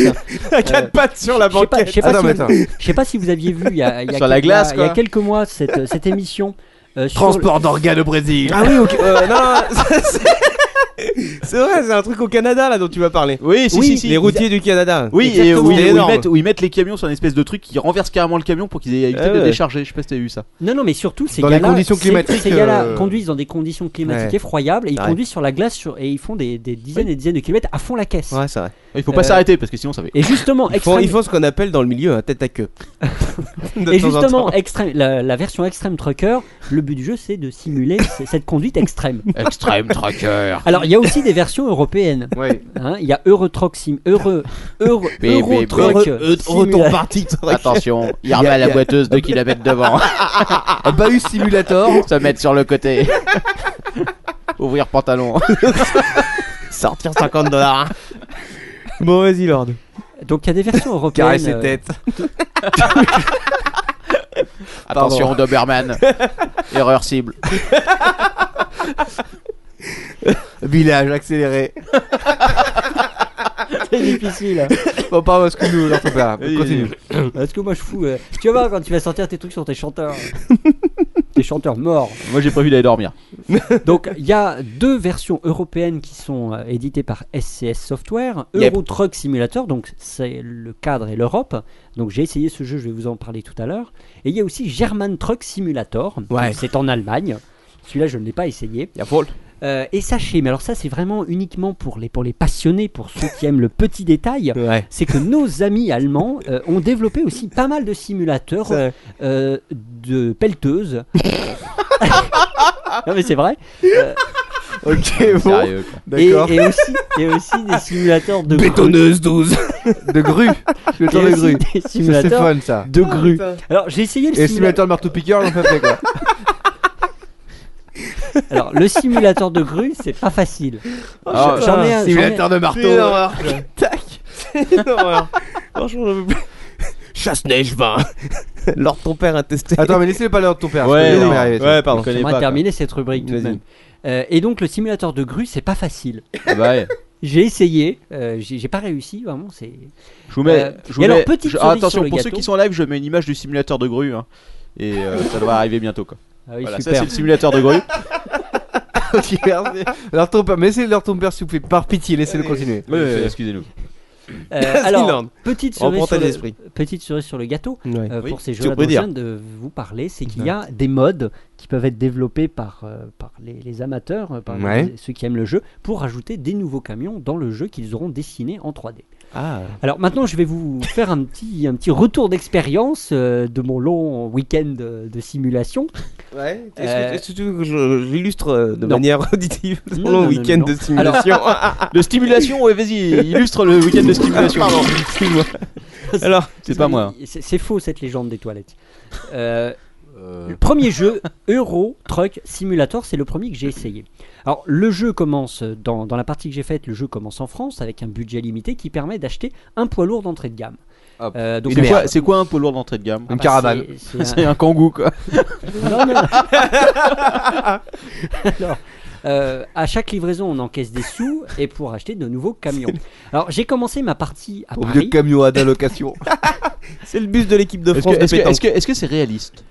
G: À quatre pattes sur la
H: Je sais pas, je
G: banquette.
H: sais pas
D: Attends,
H: si
D: mais
H: vous-
D: attends.
H: je sais pas si vous aviez vu il y a, il y a
F: Sur la
H: quelques-
F: glace,
H: il y a
F: quoi.
H: quelques mois cette, cette émission. euh, sur-
D: Transport d'organes au Brésil.
G: Ah oui, ok. Euh, non, non, ça, c'est- c'est vrai, c'est un truc au Canada là dont tu vas parler.
F: (laughs) Oui, si, si, si.
G: les routiers du Canada.
F: Oui, et
G: Exactement.
F: où, ils-
G: C'est
F: où ils
G: énorme.
F: mettent, où ils mettent les camions sur une espèce de truc qui renverse carrément le camion pour qu'ils aient évité
G: Ah
F: de
G: ouais.
F: décharger. Je sais pas si t'as vu ça.
H: Non, non, mais surtout, ces
D: Dans les
H: gars-là,
D: conditions
H: ces-
D: climatiques,
H: ces gars-là
D: euh,
H: conduisent dans des conditions climatiques
D: Ouais.
H: effroyables et ils
G: Ouais.
H: conduisent sur la glace sur- et ils font des, des dizaines et dizaines de kilomètres à fond la caisse.
G: Ouais, c'est vrai.
F: Il faut pas
H: Euh,
F: s'arrêter parce que sinon ça fait.
H: Et justement,
G: Ils font,
H: Extreme-
G: ils font ce qu'on appelle dans le milieu un tête à queue. De
H: et
G: temps en
H: justement,
G: (laughs) temps.
H: Extreme- la, la version Extreme Trucker, le but du jeu, c'est de simuler (laughs) c- cette conduite extrême.
F: Extreme Tracker.
H: Alors, il y a aussi des versions européennes.
D: (laughs) Ouais.
H: hein. Il y a Euro Truck Sim, Euro, Euro, Euro Truck Simula-
G: parti.
F: Attention, il
D: remet la
F: boiteuse 2 km devant.
D: Un bahut Bah simulator.
F: Se mettre sur le côté. Ouvrir pantalon.
G: Sortir 50 dollars. hein. Bon, vas-y, Lord.
H: (laughs) Donc, il y a des versions européennes.
D: Caresser
H: euh,
D: tête.
F: Attention, Doberman. Erreur cible.
D: Village accéléré.
H: C'est difficile.
D: Bon, pardon, ce que nous, leur truc là.
F: Oui,
D: Continue.
H: Parce que moi, je fous. euh, tu vas voir quand tu vas sortir tes trucs sur
G: (laughs)
H: tes chanteurs. tes chanteurs morts.
F: Moi j'ai prévu d'aller dormir.
H: Donc il y a deux versions européennes qui sont euh, éditées par SCS Software,
G: Yep.
H: Euro Truck Simulator, donc c'est le cadre et l'Europe. Donc j'ai essayé ce jeu, je vais vous en parler tout à l'heure. Et il y a aussi German Truck Simulator,
G: Ouais.
H: Donc, c'est en Allemagne. Celui-là, je ne l'ai pas essayé.
G: Y'a Paul.
H: Euh, et sachez, mais alors ça, c'est vraiment uniquement pour les, pour les passionnés, pour ceux qui aiment le petit détail.
G: Ouais.
H: C'est que nos amis allemands euh, ont développé aussi pas mal de simulateurs
G: Ça-
H: euh, de pelleteuses. (laughs) non mais c'est vrai.
D: Ok, bon.
F: Sérieux. quoi.
D: (laughs)
H: Et,
D: D'accord. Ah,
H: et aussi, et aussi des simulateurs de
G: Bétonneuse 12.
D: De grue. Le
H: grues.
D: temps
H: Et
D: de
H: aussi
D: grue.
H: des
D: Ça, C'est
H: simulateurs
D: fun ça.
H: de grues. Alors j'ai essayé le
D: Et
H: simulateur.
D: simulateur de marteau piqueur, on fait fait quoi.
H: Alors le simulateur de grue, c'est pas facile.
D: Oh,
F: Ah,
H: J'en ai un. j'en ai-
D: de
G: C'est une horreur. Tac. C'est une horreur. Franchement, j'en veux plus. Chasse-neige 20. Lord ton père intesté.
D: (laughs) Attends, mais laissez pas l'heure de ton père.
G: Ouais,
D: parce que
G: non.
D: on va y arriver.
G: Ouais,
H: Donc, on va terminer cette rubrique tout de même. Euh, et donc le simulateur de grue, c'est pas facile.
D: Ah, bah
H: (laughs) J'ai essayé, euh, j'ai j'ai pas réussi vraiment. C'est.
F: Je vous mets.
H: Euh,
F: je vous
H: et alors,
F: mets-
H: petite
F: je- ah,
H: cerise
F: attention,
H: sur le
F: pour ceux
H: gâteau.
F: qui sont en live, je mets une image du simulateur de grue. hein. et
H: (laughs)
F: euh, ça devrait arriver bientôt. Quoi.
H: Ah oui,
F: voilà, ça,
H: super.
F: c'est le simulateur de grue.
D: Ok, merci. Leur ton père, mais laissez leur ton père, s'il vous plaît, par pitié, laissez-le continuer.
F: Oui, oui, oui, excusez-nous.
D: (laughs)
H: Euh,
D: Vas-y,
H: alors,
D: Lord.
H: petite
D: En
H: cerise, sur
D: portage
H: le,
D: d'esprit.
H: petite cerise sur le gâteau
G: Ouais.
H: euh,
G: Oui,
H: pour ces
G: tu
H: jeux-là
G: peux
H: dont je
G: dire.
H: viens de vous parler, c'est qu'il y a des modes qui peuvent être développés par, euh, par les, les amateurs, euh, par les-
D: Ouais.
H: ceux qui aiment le jeu, pour ajouter des nouveaux camions dans le jeu qu'ils auront dessiné en 3D.
G: Ah.
H: Alors maintenant, je vais vous faire un petit, un petit retour d'expérience euh, de mon long week-end euh, de simulation.
G: Ouais. Est-ce
H: Euh,
G: que- est-ce que tu veux que je- j'illustre euh, de
H: non.
G: manière (laughs) auditive
H: Non,
G: mon
H: non,
G: long
H: non,
G: week-end
H: non.
G: de simulation
F: De stimulation, ouais, vas-y, illustre le week-end de stimulation.
G: Pardon,
F: excuse-moi.
G: Alors,
F: c'est pas moi.
H: C'est c'est faux cette légende des
F: (laughs)
H: toilettes. Euh, Le premier jeu, Euro Truck Simulator, c'est le premier que j'ai essayé. Alors, le jeu commence, dans, dans la partie que j'ai faite, le jeu commence en France avec un budget limité qui permet d'acheter un poids lourd d'entrée de gamme. Euh, donc
F: C'est
H: le-
F: quoi, c'est quoi un poids lourd d'entrée de gamme
H: Ah bah, caravane.
F: (laughs)
H: c'est- c'est
F: C'est un kangou quoi.
H: Non, non. Alors, euh, à chaque livraison, on encaisse des sous et pour acheter de nouveaux
F: (laughs)
H: camions. Alors, j'ai commencé ma partie à
D: Au vieux
H: Paris.
D: camion à d'allocation.
G: C'est le bus de l'équipe de
F: Est-ce
G: France
F: que
G: de
F: est-ce que-
G: pétanque.
F: est-ce que- est-ce que c'est réaliste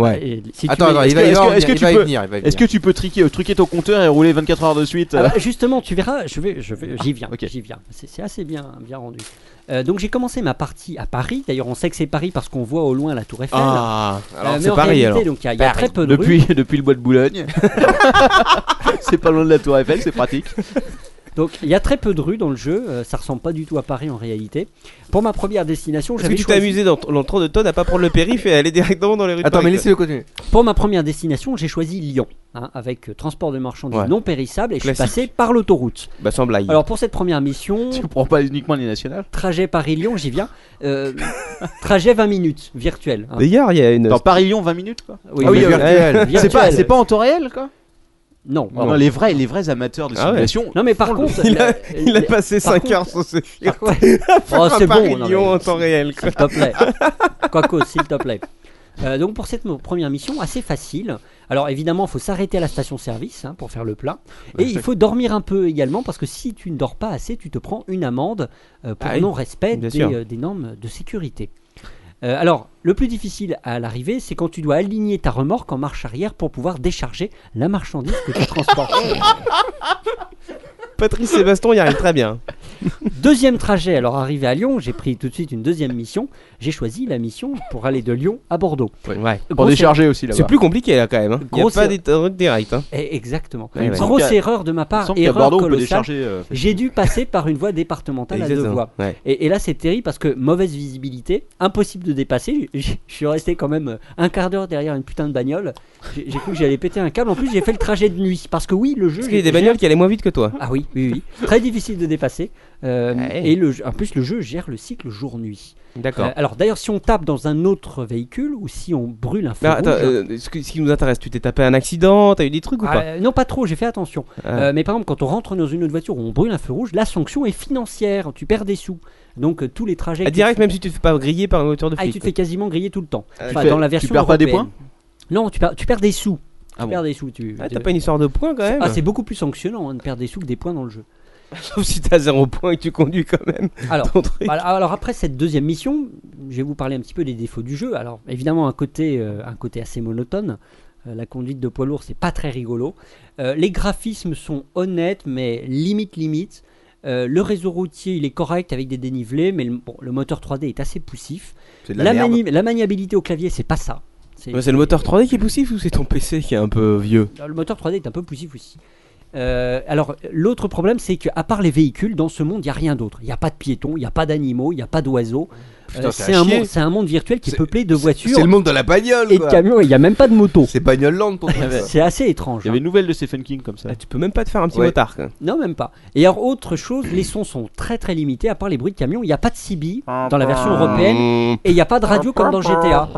H: Et si tu
D: Attends,
H: veux-
D: attends, Ah, il
F: Est-ce
D: va
F: que-
D: il va
F: est-ce que-
D: revenir,
F: est-ce que
D: il
F: tu
D: va y
F: peux-
D: venir, il va y
F: Est-ce que
D: venir.
F: tu peux triquer- euh, truquer ton compteur et rouler 24 heures de suite
H: Ah
F: euh,
H: bah, justement, tu verras, je vais, je vais,
G: Ah,
H: j'y viens,
F: Ok.
H: j'y viens. C'est, c'est assez bien, bien rendu. Euh, donc j'ai commencé ma partie à Paris. D'ailleurs, on sait que c'est Paris parce qu'on voit au loin la Tour Eiffel. Euh,
G: Ah, alors
H: mais
G: c'est
H: en
G: Paris,
H: réalité,
G: alors.
H: donc il y a- il y, a très peu de rues.
F: depuis, (laughs) depuis le bois de
H: (laughs)
F: Boulogne. c'est pas loin de la Tour Eiffel, c'est pratique.
H: Donc il y a très peu de rues dans le jeu. Euh, ça ressemble pas du tout à Paris en réalité. Pour ma première destination,
G: Est-ce que
H: j'avais
G: tu t'es
H: choisi.
G: amusé dans, t- dans le train de Todd à pas prendre le périph' et aller directement dans les rues de
D: Attends,
G: Paris,
D: mais
G: quoi
D: laissez-le continuer.
H: Pour ma première destination, j'ai choisi Lyon, hein, avec euh, transport de marchandises
G: Ouais.
H: non périssables, et je
G: Classique.
H: suis passé par l'autoroute.
G: Bah, sans blague.
H: Alors pour cette première mission,
F: Tu prends pas uniquement les nationales
H: trajet Paris-Lyon, j'y viens. euh, trajet 20 minutes virtuel. hein.
G: D'ailleurs, il y a une.
F: Dans Paris-Lyon, 20 minutes quoi.
H: Oui,
F: Ah oui,
H: mais
D: (laughs)
F: euh,
G: virtuel.
H: virtuel.
F: C'est pas, c'est pas en temps réel quoi
H: Non.
D: Ah
F: non, les, vrais, les vrais amateurs de
G: Ah ouais.
F: simulation.
H: Non mais par contre,
G: Il a,
H: la-
G: il a
H: la-
G: passé
H: par
G: 5
H: contre-
G: heures sur ce
D: (laughs)
H: par contre-
G: (laughs) faire
H: Oh,
G: un
H: c'est bon, non, mais-
G: Paris-Lyon en temps réel. quoi.
H: s'il te plaît. Quaco, s'il te plaît. Euh, donc pour cette mo- première mission, assez facile. Alors évidemment, il faut s'arrêter à la station-service hein, pour faire le plat. Et il faut dormir un peu également parce que si tu ne dors pas assez, tu te prends une amende euh, pour
G: Ah oui,
H: non-respect
G: bien
H: des,
G: sûr.
H: euh, des normes de sécurité. Euh, alors, le plus difficile à l'arrivée, c'est quand tu dois aligner ta remorque en marche arrière pour pouvoir décharger la marchandise que tu transportes.
G: Patrice Sébastien y arrive très bien.
H: Deuxième trajet, alors arrivé à Lyon, j'ai pris tout de suite une deuxième mission. J'ai choisi la mission pour aller de Lyon à Bordeaux.
G: Ouais.
F: Pour
H: Grosse
F: décharger aussi là-bas.
G: C'est plus compliqué là quand même. Hein. Il y a
H: Grosse
G: pas
H: erreur.
G: des routes directes. Hein.
H: Eh, Exactement.
G: Ouais, ouais.
F: bah. Il me semble
H: Grosse
F: qu'à-
H: erreur de ma
F: Il me
H: part,
F: semble qu'à
H: erreur
F: Bordeaux, on peut
H: colossale.
F: décharger. euh,
H: J'ai dû passer par une voie départementale à deux
G: Exactement.
H: voies.
G: Ouais.
H: Et, et là, c'est terrible parce que mauvaise visibilité, impossible de dépasser. Je- Je je suis resté quand même euh, un quart d'heure derrière une putain de bagnole. J'ai j'ai cru que j'allais péter un câble. En plus, j'ai fait le trajet de nuit parce que oui, le jeu.
G: Parce qu'il y a des
H: j'ai-
G: bagnoles qui allaient moins vite que toi.
H: Ah oui, oui, oui. Très difficile de dépasser. Euh,
F: Ah
G: Ouais.
H: Et le, jeu- en plus, le jeu gère le cycle jour-nuit.
G: D'accord.
H: Euh, alors d'ailleurs, si on tape dans un autre véhicule ou si on brûle un feu
G: Mais
H: rouge,
G: attends,
H: hein.
G: euh, ce, que- ce qui nous intéresse, tu t'es tapé un accident, t'as eu des trucs ou
H: Ah,
G: pas
H: euh, non pas trop, j'ai fait attention.
G: Ah.
H: Euh, mais par exemple, quand on rentre dans une autre voiture ou on brûle un feu rouge, la sanction est financière, tu perds des sous. Donc euh, tous les trajets.
G: Ah,
H: que
G: Direct,
H: tu fais-
G: même si tu te fais pas griller par une voiture de
H: Ah, et
G: flic.
H: tu te fais quasiment griller tout le temps.
G: Ah,
H: Enfin,
F: tu fais-
H: dans la
F: tu
H: version
F: perds pas des
H: européenne.
F: points
H: Non, tu perds, tu perds des sous.
F: Ah
H: tu
F: bon.
H: perds des sous. Tu,
G: Ah,
H: tu-
G: t'as pas une histoire de points quand même
H: Ah, c'est beaucoup plus sanctionnant hein, de perdre des sous que des points dans le jeu.
G: Sauf si t'as zéro point et que tu conduis quand même
H: Alors,
G: ton truc.
H: (laughs) Voilà, alors après cette deuxième mission, je vais vous parler un petit peu des défauts du jeu. Alors évidemment un côté, euh, un côté assez monotone. Euh, la conduite de poids lourd, c'est pas très rigolo. Euh, les graphismes sont honnêtes, mais limite limite. Euh, le réseau routier, il est correct avec des dénivelés, mais le, bon, le moteur 3D est assez poussif.
D: C'est de
H: La,
D: la merde.
H: mani- la maniabilité au clavier, c'est pas ça. C'est-
G: Mais c'est le moteur 3D qui est poussif ou c'est ton PC qui est un peu vieux
H: le moteur 3D est un peu poussif aussi. Euh, alors, l'autre problème, c'est qu'à part les véhicules, dans ce monde, il n'y a rien d'autre. Il n'y a pas de piétons, il n'y a pas d'animaux, il n'y a pas d'oiseaux.
D: Putain,
H: Euh,
D: c'est
H: c'est
D: à
H: un,
D: chier.
H: monde- c'est un monde virtuel qui est
D: C'est-
H: peuplé de voitures
D: C'est le monde de la bagnole,
H: et de
D: quoi.
H: camions. Il n'y a même pas de moto.
D: C'est bagnole land,
H: (laughs)
D: ton truc. ça.
H: C'est assez étrange.
F: Il y avait une nouvelle de Stephen King comme ça.
G: Ah, Tu peux même pas te faire un petit
D: Ouais.
G: motard. quoi.
H: hein. Non, même pas. Et alors, autre chose, les sons sont très très limités, à part les bruits de camions. Il n'y a pas de CB dans la version européenne. Et il n'y a pas de radio comme dans GTA.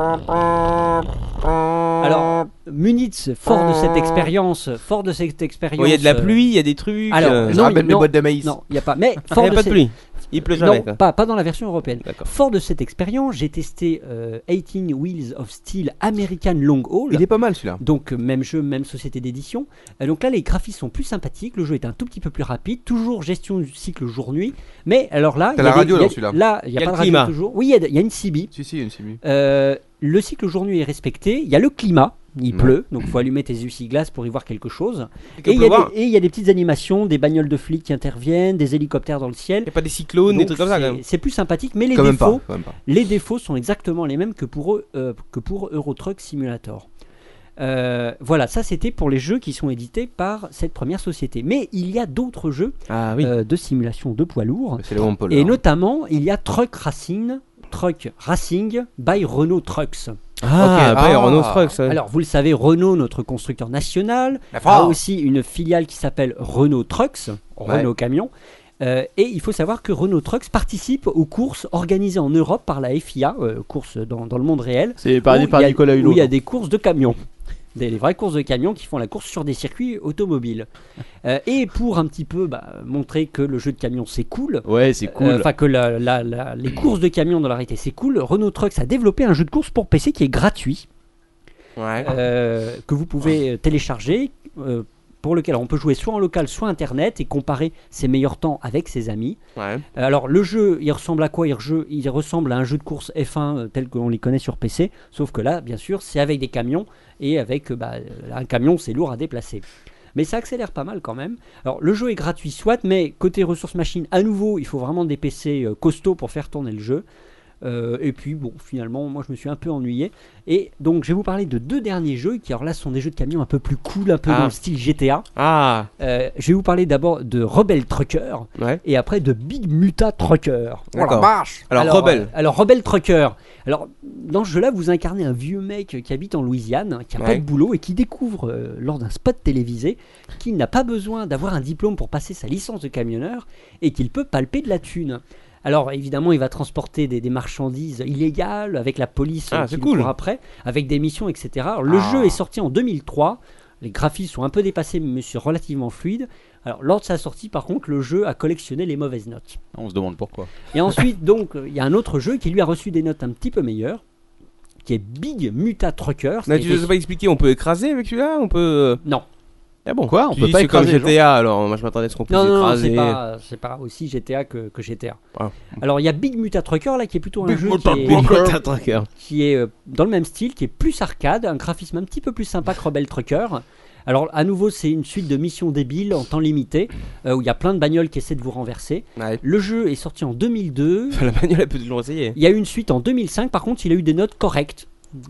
H: Alors, Munitz, fort de cette expérience, fort de cette expérience.
G: Bon, Il y a de la
H: euh,
G: pluie, il y a des trucs.
H: Alors,
G: euh,
H: non,
D: Ramène
H: il-
D: mes Ah, boîtes de maïs.
H: Non, il n'y a pas. Mais
G: (laughs) il y
H: fort
G: a
H: de
G: pas de
H: ces-
G: pluie. Il pleut jamais,
D: hein.
H: Non,
G: quoi.
H: pas, pas dans la version européenne. Fort de cette expérience, j'ai testé euh, 18 Wheels of Steel American Long Haul.
D: Il est pas mal celui-là.
H: Donc euh, même jeu, même société d'édition. Euh, donc là, les graphismes sont plus sympathiques. Le jeu est un tout petit peu plus rapide. Toujours gestion du cycle jour-nuit. Mais alors là,
D: T'as
H: il y a
D: la
H: des-
D: radio
H: il y a-
D: dans celui-là.
H: Là, il y a
D: Quel
H: pas de radio
D: climat
H: toujours. Oui, il y a de- il y, a une CB.
D: Si, si, il y a une CB.
H: Euh, le cycle jour-nuit est respecté. Il y a le climat. Il
D: Ouais.
H: pleut, donc faut allumer tes UC glaces pour y voir quelque chose.
G: Il peut
H: Et il y, a
G: pleuvoir.
H: des- et il y a des petites animations, des bagnoles de flics qui interviennent, des hélicoptères dans le ciel. Il n'y a
G: pas des cyclones, des trucs comme ça, quand même.
H: C'est plus sympathique, mais les
G: Quand même pas,
H: défauts,
G: quand même pas.
H: les défauts sont exactement les mêmes que pour, eux, euh, que pour Euro Truck Simulator. Euh, voilà, ça c'était pour les jeux qui sont édités par cette première société. Mais il y a d'autres jeux
G: Ah
H: euh, de simulation de poids lourds.
D: C'est le Wampler.
H: Et notamment, il y a Truck Racing, Truck Racing by Renault Trucks.
G: Ah, Ok, by ah. Renault Trucks, ouais.
H: Alors, vous le savez, Renault, notre constructeur national,
G: La
H: a
F: Ah.
G: France.
H: aussi une filiale qui s'appelle Renault Trucks,
G: Ouais.
H: Renault Camion. Euh, et il faut savoir que Renault Trucks participe aux courses organisées en Europe par la FIA, euh, courses dans, dans le monde réel.
F: C'est parrainé
H: où
F: par
H: il y a-
F: Nicolas Hulot,
H: Où il y a
F: non
H: des courses de camions. Des, des vraies courses de camions qui font la course sur des circuits
F: (laughs)
H: automobiles. Euh, et pour un petit peu bah, montrer que le jeu de camion c'est cool,
F: Ouais, c'est cool.
H: euh, Enfin, que la- la- la- les courses de camions dans la réalité, c'est cool. Renault Trucks a développé un jeu de course pour PC qui est gratuit.
G: Ah
H: Euh, que vous pouvez euh, télécharger. euh, pour lequel on peut jouer soit en local, soit internet et comparer ses meilleurs temps avec ses amis.
G: Ouais.
H: Euh, Alors le jeu, il ressemble à quoi il, rejeu- il ressemble à un jeu de course F1 euh, tel qu'on les connaît sur PC, sauf que là, bien sûr, c'est avec des camions et avec euh, bah, euh, un camion, c'est lourd à déplacer. Mais ça accélère pas mal quand même. Alors le jeu est gratuit, soit, mais côté ressources machines, à nouveau, il faut vraiment des PC euh, costauds pour faire tourner le jeu. Euh, et puis bon, finalement, moi je me suis un peu ennuyé. Et donc je vais vous parler de deux derniers jeux qui, alors là, sont des jeux de camions un peu plus cool, un peu
G: Ah.
H: dans le style GTA.
G: Ah
H: Euh, je vais vous parler d'abord de Rebel Trucker et après de Big Muta Trucker.
G: D'accord.
H: Oh la vache
G: Alors, Rebel.
H: euh, alors Rebel Trucker. Alors dans ce jeu-là, vous incarnez un vieux mec qui habite en Louisiane, qui a pas
G: Ouais.
H: de boulot et qui découvre euh, lors d'un spot télévisé qu'il n'a pas besoin d'avoir un diplôme pour passer sa licence de camionneur et qu'il peut palper de la thune. Alors évidemment, il va transporter des, des marchandises illégales avec la police
G: Ah,
H: euh,
G: c'est
H: qui le
G: cool.
H: court après, avec des missions, etc. Alors, le
G: Ah.
H: jeu est sorti en 2003. Les graphismes sont un peu dépassés, mais c'est relativement fluide. Alors, lors de sa sortie, par contre, le jeu a collectionné les mauvaises notes.
F: On se demande pourquoi.
H: Et ensuite, donc, euh, il y a un autre jeu qui lui a reçu des notes un petit peu meilleures, qui est Big Muta Trucker. ce
G: Mais
H: qui
G: tu ne
H: était-
G: sais pas expliquer, on peut écraser avec celui-là On peut. euh,
H: Non.
G: Ah bon Quoi
F: on peut pas écraser les
G: comme
F: gens.
G: GTA alors, moi je m'attendais à ce qu'on puisse
H: Non, non, non,
G: écraser.
H: c'est pas, c'est pas aussi GTA que, que GTA.
G: Ah.
H: Alors, il y a Big Muta Trucker, là, qui est plutôt un
G: Big
H: jeu
G: Muta
H: qui est...
G: Trucker. Big Muta Trucker. (laughs)
H: qui est euh, dans le même style, qui est plus arcade, un graphisme un petit peu plus sympa que Rebel Trucker. Alors, à nouveau, c'est une suite de missions débiles en temps limité, euh, où il y a plein de bagnoles qui essaient de vous renverser. Le jeu est sorti en 2002.
G: La bagnole, elle peut toujours essayer.
H: Il y a eu une suite en 2005, par contre, il a eu des notes correctes.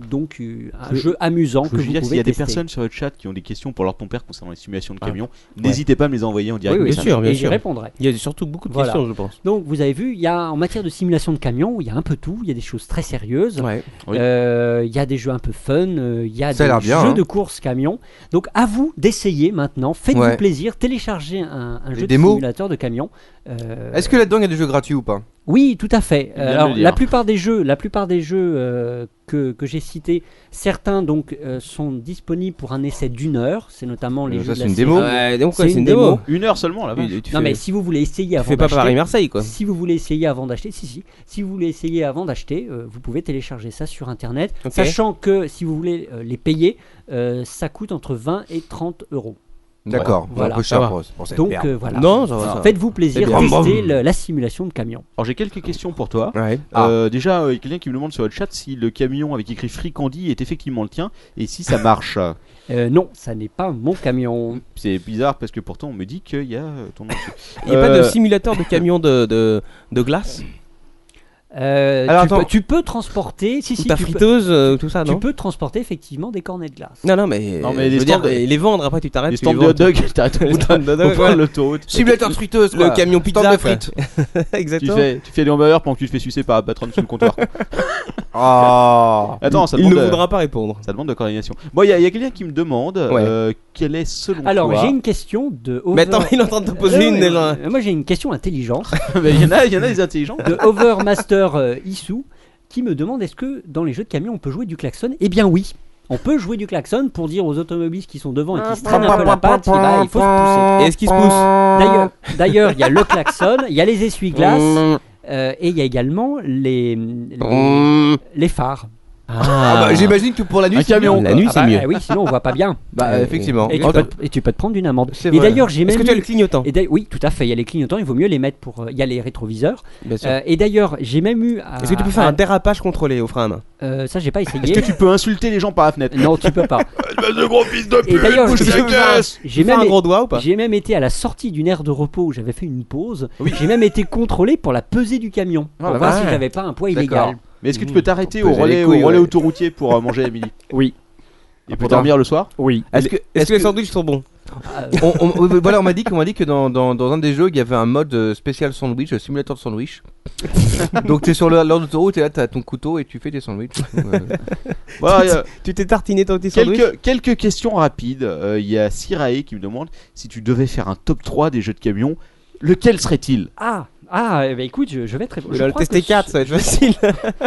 H: Donc, euh, un jeu amusant
F: Je
H: que
F: veux
H: vous
F: dire,
H: pouvez
F: s'il y a des
H: tester.
F: personnes sur le chat qui ont des questions pour leur ton père concernant les simulations de
H: Ah.
F: camions,
H: Ouais.
F: n'hésitez pas à me les envoyer en direct.
H: Oui, oui,
F: comme ça.
H: bien sûr, bien Et j'y sûr. répondrai.
G: Il y a surtout beaucoup de
H: Voilà.
G: questions, je pense.
H: Donc vous avez vu, il y a en matière de simulation de camion, il y a un peu tout, il y a des choses très sérieuses,
G: Oui.
H: Euh, il y a des jeux un peu fun, euh, il y a
D: Ça a
H: des
D: l'air bien,
H: jeux
D: hein.
H: de course camion. Donc à vous d'essayer maintenant, faites-vous
D: Ouais.
H: plaisir, téléchargez un, un jeu
D: démos.
H: de simulateur de camion. Euh,
D: Est-ce que là-dedans il y a des jeux gratuits ou pas
H: oui, tout à fait. Euh,
D: vient de
H: Alors,
D: le dire.
H: la plupart des jeux, la plupart des jeux euh, que, que j'ai cités, certains donc euh, sont disponibles pour un essai d'une heure. C'est notamment les
G: Euh,
H: jeux
G: ça,
H: de
G: c'est
H: la
G: une
H: série.
G: démo. Ouais, donc, ouais, c'est une démo.
F: Une heure seulement, la vache.
G: Oui, tu
H: non
G: fais-
H: mais si vous voulez
G: tu
H: essayer avant
G: fais pas
H: d'acheter-
G: Paris-Marseille, quoi.
H: Si vous voulez essayer avant d'acheter, si si. Si vous voulez essayer avant d'acheter, euh, vous pouvez télécharger ça sur internet,
G: Ok.
H: sachant que si vous voulez euh, les payer, euh, ça coûte entre 20 et 30 euros.
D: D'accord.
H: Voilà.
D: Un peu cher Ça va. pour- pour cette
H: Donc
D: merde.
H: euh, voilà.
D: Non, ça va, ça va.
H: Faites-vous plaisir,
F: C'est bien.
H: testez le- la simulation de camion.
F: Alors j'ai quelques questions pour toi. Euh, Déjà, euh, il y a quelqu'un qui me demande sur le chat si le camion avec écrit Fricandi est effectivement le tien et si ça marche.
H: Euh, non, ça n'est pas mon camion.
F: C'est bizarre parce que pourtant on me dit qu'il y a euh, ton nom dessus.
G: Il n'y a pas de
F: Euh,
G: simulateur de camion de, de, de glace
H: Euh,
G: Alors,
H: tu, peux,
G: attends.
H: tu peux transporter, si si,
G: ta
H: tu peux-
G: friteuse, euh, tout ça,
H: tu
G: non
H: peux transporter effectivement des cornets de glace.
G: Non, non, mais,
F: Non, mais
G: je
F: les
G: veux dire,
F: stands-
G: les vendre, après tu t'arrêtes.
F: les
G: tu
F: stands de
G: vends,
F: hot dog,
G: tu-
F: t'arrêtes au (laughs)
G: Les
F: bout de-
G: stands de hot
F: au
G: dog,
F: point de
G: ouais.
F: l'autoroute.
D: Simulateur friteuse,
G: Le
D: quoi.
G: camion
D: Stand
G: pizza.
D: de
G: quoi.
D: frites.
F: tu
G: Exactement.
F: fais, tu fais des hamburgers pendant que tu te fais sucer par un patron sous le comptoir.
D: Ah
F: Attends, ça
G: Il
F: demande
G: ne
F: de-
G: voudra pas répondre.
F: Ça demande de coordination. Bon, il y a, il y a quelqu'un qui me demande euh, quel est selon
H: Alors
F: toi.
H: j'ai une question de.
F: Mais attends, il est en
G: train de te poser une,
H: mais-
G: là.
H: mais euh, Moi j'ai une question intelligente.
F: Mais il y en a- il y en a des intelligents.
H: De Overmaster euh, Issou qui me demande est-ce que dans les jeux de camion on peut jouer du klaxon Eh bien oui. on peut jouer du klaxon pour dire aux automobilistes qui sont devant et qui se traînent un peu la patte, eh ben, il faut se pousser.
G: Et est-ce qu'ils se poussent
H: D'ailleurs- D'ailleurs, il y a le klaxon, il y a les
G: (laughs) Mmh.
H: essuie-glaces, euh, et il y a également les, les, les phares.
D: Ah, bah, j'imagine que pour la nuit, c'est mieux.
H: La
D: La nuit, c'est mieux.
H: oui, sinon on voit pas bien.
D: Bah,
H: Euh,
D: effectivement.
H: Et tu,
D: En
H: peux,
D: fait-
H: et tu peux te prendre une amende.
D: C'est
H: Et
D: vrai.
H: d'ailleurs, j'ai même.
D: Est-ce que tu as
H: eu-
D: le clignotant
H: et d'ailleurs- Oui, tout à fait. Il y a les clignotants. Il vaut mieux les mettre pour. euh, Il y a les rétroviseurs.
G: Bien sûr.
H: Euh, et d'ailleurs, j'ai même eu. à-
G: Est-ce que tu peux
H: Ah.
G: faire un dérapage contrôlé au frein à main
H: Euh, ça, j'ai pas essayé.
G: Est-ce que tu
F: peux insulter les gens par la fenêtre
H: Non, tu peux pas.
F: de gros fils de
H: Et d'ailleurs,
F: bouge
H: je-
F: ta
H: j'ai-
F: caisse.
H: j'ai même, j'ai même été à la sortie d'une aire de repos où j'avais fait une pause. J'ai même été contrôlé pour la pesée du camion
F: Ah,
H: pour
F: la
H: voir
F: vache.
H: si j'avais pas un poids
F: D'accord.
H: illégal.
F: Mais est-ce que tu peux t'arrêter au
D: peser les
F: relais,
D: couilles,
F: au relais
D: ouais.
F: autoroutier pour euh, manger à midi
H: Oui.
F: Et pour dormir le soir
H: Oui.
G: Est-ce que, est-ce que les sandwichs sont bons
D: Ah, on, on- oui, voilà, on m'a dit qu'on m'a dit que dans, dans, dans un des jeux, il y avait un mode euh, spécial sandwich, le simulateur de sandwich. Donc t'es sur le- l'heure d'autoroute et là t'as ton couteau et tu fais tes sandwichs. Euh,
F: Voilà, euh,
G: Tu t'es tartiné ton petit sandwich
F: Quelques, quelques questions rapides. Euh, Il y a Sirae qui me demande si tu devais faire un top 3 des jeux de camion, lequel serait-il
H: Ah, ah, eh ben, écoute, je, je vais très.
G: Il va le tester 4, ça va être facile.
H: (laughs)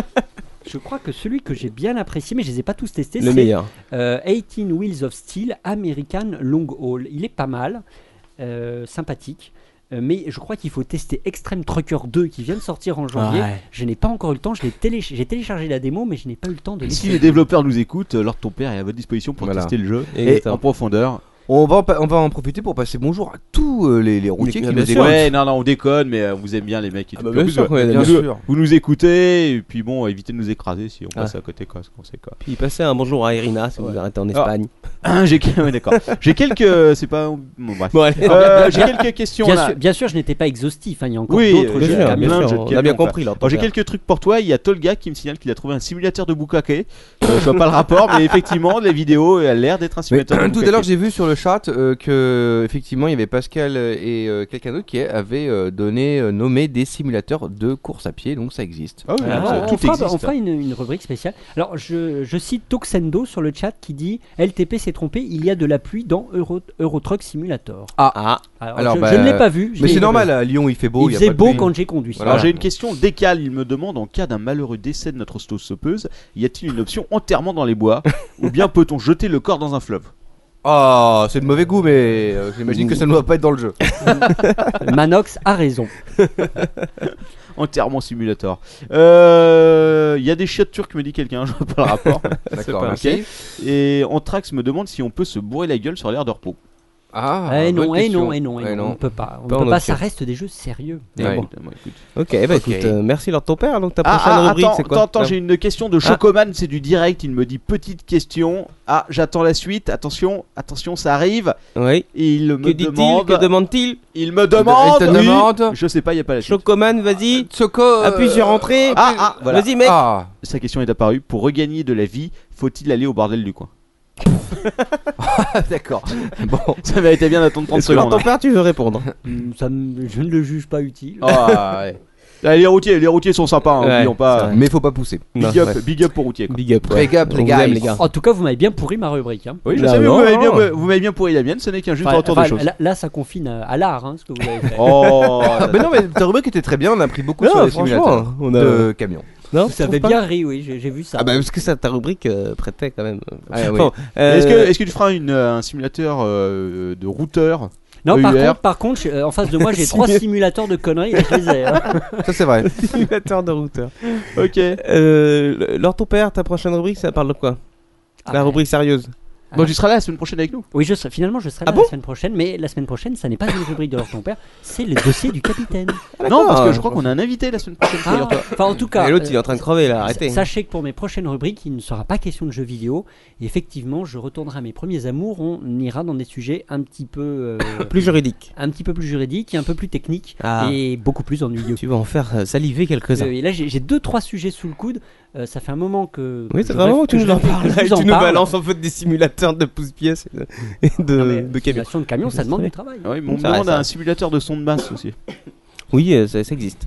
H: Je crois que celui que j'ai bien apprécié, mais je les ai pas tous testés,
G: Le
H: c'est
G: meilleur.
H: euh, 18 Wheels of Steel American Long Haul. Il est pas mal, euh, sympathique. euh, Mais je crois qu'il faut tester Extreme Trucker 2 qui vient de sortir en janvier.
G: Ouais.
H: Je n'ai pas encore eu le temps. je l'ai télé- J'ai téléchargé la démo, mais je n'ai pas eu le temps de
F: Si
H: l'essayer.
F: les développeurs nous écoutent, euh, Lord Ton Père est à votre disposition pour
D: Voilà.
F: tester le jeu et,
D: Exactement.
F: en profondeur.
D: on, va, en pa- on va en profiter pour passer bonjour à tous euh, les, les routiers qui nous écoutent.
F: Ouais, non, non, on déconne, mais euh, on vous aime bien les mecs. Et tout.
D: bah,
F: En
D: bien
F: plus,
D: sûr
F: ouais,
D: qu'on les aime
F: vous,
D: bien.
F: nous- vous nous écoutez, et puis bon, évitez de nous écraser si on
G: Ah.
F: passe à côté, quoi, ce qu'on sait, quoi.
H: (laughs)
G: Puis passez un bonjour à Irina si vous arrêtez en Espagne.
H: Ah,
F: J'ai ouais, d'accord. (laughs) J'ai quelques. C'est pas. Bon, bref.
G: Bon, allez.
F: Euh, J'ai quelques questions
H: Bien,
F: là.
H: sûr, bien sûr, je n'étais pas exhaustif. hein, il y a encore
F: Oui,
H: d'autres
F: bien
H: jeux.
F: sûr,
H: à
F: bien
H: mettre.
F: sûr,
G: on a
F: quelques-
G: bien compris, Lord
F: Bon, J'ai
G: Topper.
F: quelques trucs pour toi. Il y a Tolga qui me signale qu'il a trouvé un simulateur de bukake. Euh, je vois pas le rapport, mais effectivement, les vidéos elle a l'air d'être un simulateur de
D: Tout à l'heure,
F: bukake.
D: j'ai vu sur le chat euh, que effectivement, il y avait Pascal euh, et euh, quelqu'un d'autre qui avait euh, donné, euh, nommé des simulateurs de course à pied, donc ça existe.
F: Ah oui,
H: Ah,
F: ça-
H: on,
F: tout
H: fera,
F: existe.
H: on fera une, une rubrique spéciale. Alors, je, je cite Toxendo sur le chat qui dit LTP s'est trompé, il y a de la pluie dans Euro, Euro Truck Simulator.
D: Ah,
H: Alors,
D: Alors,
H: je,
D: bah,
H: je ne l'ai pas vu. je
D: Mais
H: l'ai
D: c'est
H: pas
D: normal,
H: vu.
D: à Lyon il fait beau.
H: il
D: y a
H: faisait
D: pas de
H: beau
D: pluie.
H: quand j'ai conduit. ça.
F: Alors j'ai une question décale, il me demande en cas d'un malheureux décès de notre ostéosaupeuse, y a-t-il une option enterrement dans les bois ou bien peut-on jeter le corps dans un fleuve
D: Ah, c'est de mauvais goût, mais euh, j'imagine que ça ne doit pas être dans (laughs) le jeu.
H: (laughs) Manox a raison.
F: Enterrement simulator. Euh, y a des chiottes turques me dit quelqu'un, (laughs) je vois pas le
G: (laughs)
F: rapport.
D: D'accord,
F: Ok.
D: merci.
F: Et Anthrax me demande si on peut se bourrer la gueule sur l'air de repos.
D: Ah,
H: eh, non,
D: bonne
H: eh
D: question.
H: non, eh non, eh
D: Eh
H: non,
D: non.
H: on peut pas. On
D: Pas
H: peut
D: en
H: pas,
D: option.
H: ça reste des jeux sérieux.
F: Eh
D: Ouais.
F: bon, bah, écoute.
G: Ok, bah
D: Ok.
G: écoute, euh, merci Lord Ton Père. Donc ta
F: Ah,
G: prochaine
F: ah,
G: rubrique,
F: attends,
G: c'est quoi Ah.
F: attends, attends, j'ai une question de Chocoman, c'est du direct, il me dit petite question. Ah, j'attends la suite, attention, attention, ça arrive.
G: Oui.
F: Et il
G: Que
F: me
G: dit-il
F: demande...
D: Ah.
G: Que demande-t-il
F: Il me demande.
D: Il te
F: Oui.
D: demande.
F: Je sais pas, il y a pas la suite.
G: Chocoman, vas-y.
D: Choco. euh,
G: Appuie sur entrée.
F: Ah, ah, voilà.
G: Vas-y, mec.
D: Ah,
F: Sa question est apparue. Pour regagner de la vie, faut-il aller au bordel du
G: (laughs)
F: coin (laughs)
D: d'accord. Bon.
F: Ça m'a été bien d'attendre 30
G: Est-ce que Lord
F: secondes. hein.
G: Ton Père, tu veux répondre
H: Hmm, ça me- je ne le juge pas utile.
D: Ah,
F: (laughs)
D: ouais.
F: Ah, les routiers, les routiers sont sympas, hein,
G: Ouais,
F: oublions pas.
D: Mais faut pas pousser.
G: Non,
F: Big up,
G: ouais.
F: big up pour routiers. quoi.
G: Big up. ouais.
D: Big up,
G: On
D: les
G: vous
D: gars.
G: aime, les gars.
H: En tout cas, vous m'avez bien pourri ma rubrique. hein.
F: Oui, je
G: Bah,
F: sais, mais vous
G: non,
F: m'avez
G: non.
F: bien, vous m'avez bien pourri la mienne. Ce n'est qu'un juste
H: Enfin,
F: retour de
H: enfin,
F: choses.
H: là, là, ça confine à, à l'art, hein, ce que vous avez fait.
F: Oh,
D: Ah, mais non, mais ta rubrique était très bien, on a pris beaucoup
G: Non,
D: sur les
G: franchement,
D: simulateurs
G: on a-
D: de camions.
G: Non,
H: Vous
G: tu
H: avez
G: trouves pas
H: bien ri, oui, j'ai j'ai vu ça.
G: Ah bah parce que ça, ta rubrique euh, prêtait quand même.
D: Ah, oui.
G: Bon, euh,
F: Est-ce que, est-ce que tu feras une, euh, un simulateur euh, de routeur
H: Non,
G: E
H: par
F: EUR.
H: contre, par contre, je- euh, en face de
G: (laughs)
H: moi, j'ai trois simulateurs de conneries et je les ai. hein.
D: Ça, c'est vrai.
G: simulateur de routeur.
F: Ok.
G: Euh, le- Lord ton père, ta prochaine rubrique, ça parle de quoi (laughs)
H: Ah,
G: La rubrique sérieuse.
F: Donc tu seras là la semaine prochaine avec nous.
H: Oui, je serai, finalement, je serai là
G: Ah bon
H: la semaine prochaine, mais la semaine prochaine, ça n'est pas une rubrique de leur ton père, c'est le dossier du capitaine.
G: Ah,
F: Non, parce que je crois qu'on a un invité la semaine prochaine.
H: Ah,
F: figure-toi.
H: enfin, en tout cas,
G: Et l'autre, il est
H: euh,
G: en train de crever là, arrêtez.
H: sachez que pour mes prochaines rubriques, il ne sera pas question de jeux vidéo. Et effectivement, je retournerai à mes premiers amours. On ira dans des sujets un petit
G: (laughs)
H: peu, euh,
G: Plus juridique.
H: un petit peu plus juridiques, et un peu plus techniques
G: Ah.
H: et beaucoup plus ennuyeux.
G: Tu vas en faire euh, saliver quelques-uns.
H: Euh, et là, j'ai j'ai deux, trois sujets sous le coude. Euh, ça fait un moment que.
G: Oui,
H: que
G: c'est
H: je
G: vraiment
H: rêve-
G: que tu
H: que
G: nous
H: je-
G: en
H: que je
G: parles.
H: vous
G: Tu
H: en
G: nous
H: parle.
G: balances en fait des simulateurs de pouce-pièces et de- et de,
H: Non, mais,
G: de camions.
H: simulation de camion, ça demande du travail.
F: Ah Oui, mais on me
G: Ça va,
F: demande
G: ça va.
F: un simulateur de son de masse aussi.
G: Oui, euh, ça, ça existe.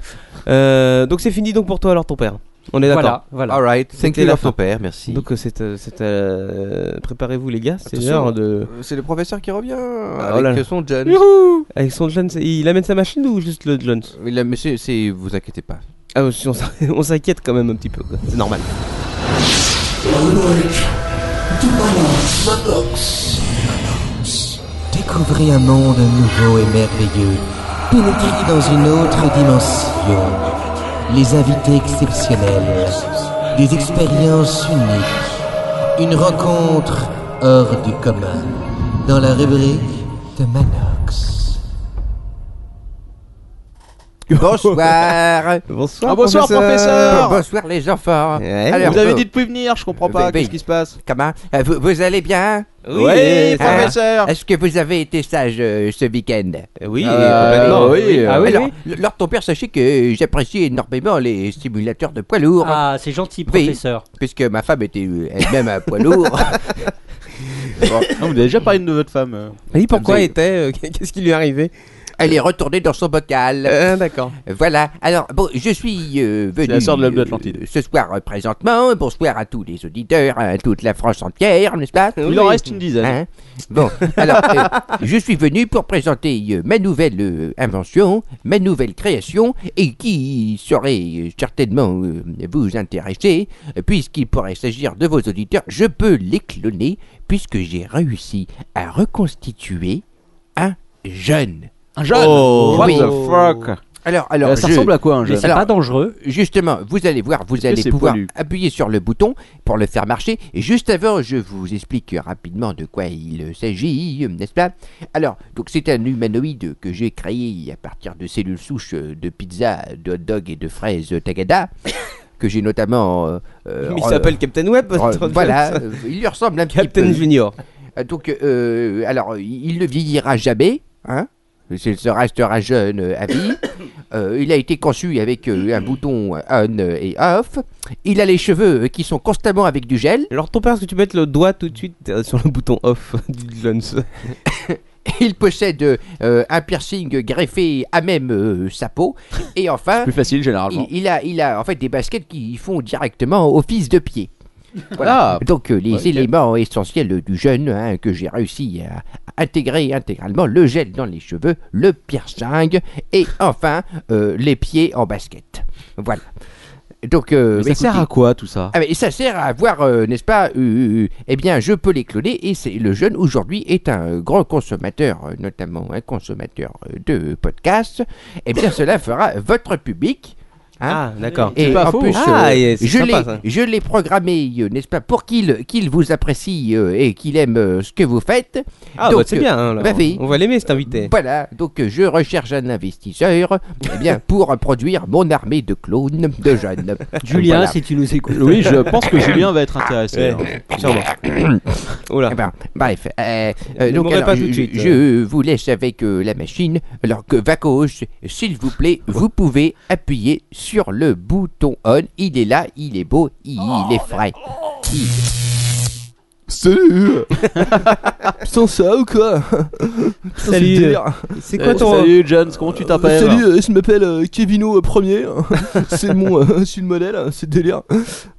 G: Euh, donc c'est fini donc pour toi alors ton père. On est d'accord.
H: Voilà, voilà.
D: Alright, thank
G: C'était
D: you,
G: la
D: Lord
G: fin.
D: ton père, merci.
G: Donc euh, c'est, euh, c'est, euh, préparez-vous les gars, c'est
D: Attention.
G: l'heure de.
D: Euh, c'est le professeur qui revient
G: oh là
D: avec
G: là.
D: son John.
G: Avec son Jones, il amène sa machine ou juste le Jones
D: Il a- mais c'est- c'est- vous inquiétez pas.
G: Ah, (laughs) on s'in- on s'inquiète quand même un petit peu. quoi. C'est normal.
E: Manox. Découvrez un monde nouveau et merveilleux. Pénétrez dans une autre dimension. Les invités exceptionnels. Des expériences uniques. Une rencontre hors du commun. Dans la rubrique de Manox.
D: Bonsoir.
F: Ah, bonsoir,
G: Ah.
F: professeur.
D: Bonsoir les enfants.
G: Eh,
F: Ouais. vous avez dit de plus venir, je comprends pas.
D: Oui,
F: Qu'est-ce
D: oui.
F: qui se passe
D: Comment Euh, vous, vous allez bien
F: Oui, Oui,
D: Ah,
F: professeur.
D: Est-ce que vous avez été sage euh, ce week-end
G: Eh Oui,
F: Euh, complètement. oui, euh,
D: Ah, oui,
F: oui.
D: Alors, l- Lord ton père, sachez que j'apprécie énormément les simulateurs de poids lourds.
H: Ah, c'est gentil,
D: Oui,
H: professeur.
D: puisque ma femme était euh, elle-même un poids lourd.
F: Bon, non, vous avez déjà parlé de votre femme. euh.
G: (laughs) Et pourquoi
D: Vous-
G: était euh, Qu'est-ce qui lui est arrivé
D: Elle est retournée dans son bocal.
G: Euh, D'accord.
D: Voilà. Alors, bon, je suis euh, venu
F: la sœur de l'homme de
D: euh,
F: l'Atlantide.
D: ce soir euh, présentement. Bonsoir à tous les auditeurs, à toute la France entière, n'est-ce pas
F: Il en reste une dizaine.
D: Hein bon, alors, euh, je suis venu pour présenter euh, ma nouvelle euh, invention, ma nouvelle création, et qui saurait euh, certainement euh, vous intéresser, euh, puisqu'il pourrait s'agir de vos auditeurs. Je peux les cloner,
F: (laughs)
D: puisque j'ai réussi à reconstituer un jeune.
H: Un jeune.
F: Oh, what
D: Oui.
F: the fuck
D: Alors, alors,
F: Euh, Ça
D: je-
F: ressemble à quoi un
H: Mais
F: jeu
H: c'est
D: Alors-
H: pas dangereux.
D: Justement, vous allez voir, vous
F: que
D: allez
F: c'est
D: pouvoir
F: poilu
D: appuyer sur le bouton pour le faire marcher. Et juste avant, je vous explique rapidement de quoi il s'agit, n'est-ce pas Alors, donc c'est un humanoïde que j'ai créé à partir de cellules souches euh, de pizza, de hot dog et de fraises Tagada, (coughs) que j'ai notamment. euh, euh,
F: oh,
G: Il s'appelle Captain Web.
D: euh,
G: votre-
D: voilà, euh, il lui ressemble un petit
G: Captain
D: peu.
G: Junior.
D: Euh, Donc, euh, alors, il il ne vieillira jamais, hein il se restera jeune euh, à vie. (coughs) Euh, il a été conçu avec euh, un bouton on et off. Il a les cheveux euh, qui sont constamment avec du gel. (laughs)
G: Alors ton père, est-ce que tu peux mettre le doigt tout de suite euh, sur le bouton off (laughs) du Jones
D: Il possède euh, euh, un piercing greffé à même euh, sa peau. Et enfin,
F: Plus facile
D: il,
F: généralement.
D: il a, il a en fait des baskets qui font directement office de
F: (laughs)
D: pied. Voilà.
F: Ah.
D: Donc euh, les
F: Ouais, ok.
D: éléments essentiels euh, du jeune hein, que j'ai réussi à à intégrer intégralement le gel dans les cheveux, le piercing et enfin euh, les pieds en basket. Voilà. Donc euh, bah,
F: Mais ça sert
D: écoutez-
F: à quoi tout ça
D: ah, mais ça sert à avoir, euh, n'est-ce pas euh, euh, euh, Eh bien, je peux les cloner et c'est le jeune aujourd'hui est un euh, grand consommateur, euh, notamment un consommateur euh, de podcasts. Eh bien, cela fera votre public. hein.
G: Ah, d'accord.
D: Et
F: pas
D: en
F: faux.
D: plus,
G: Ah,
D: euh,
G: et c'est
D: je
G: sympa,
D: l'ai-
G: ça.
D: je l'ai programmé, euh, n'est-ce pas, pour qu'il qu'il vous apprécie euh, et qu'il aime euh, ce que vous faites.
G: Ah,
D: Donc,
G: bah, c'est bien. hein, alors.
D: bah oui.
G: On va l'aimer cet invité.
D: Voilà, donc euh, je recherche un investisseur eh bien, pour euh, produire mon armée de clones, de jeunes.
H: Julien,
D: Voilà.
H: si tu nous écoutes.
F: Oui, je pense que Julien va être intéressé.
G: Ouais.
F: hein.
G: (laughs)
F: (coughs)
G: Sûrement. Oh là.
D: Eh ben, bref, euh, euh,
G: Ne
D: donc,
G: mourrez
D: alors,
G: pas
D: je,
G: tout de suite.
D: je vous laisse avec euh, la machine. Alors que Vacos, s'il vous plaît, vous pouvez appuyer sur le bouton on. Il est là, il est beau, il, il est frais.
I: Salut (laughs) Sans ça ou quoi
G: Salut. C'est quoi
F: Euh,
G: ton.
F: Salut Jones, comment tu t'appelles
I: Salut, euh, je m'appelle euh, Kevino euh, premier. (laughs) c'est mon, euh, c'est le modèle, euh, c'est le délire.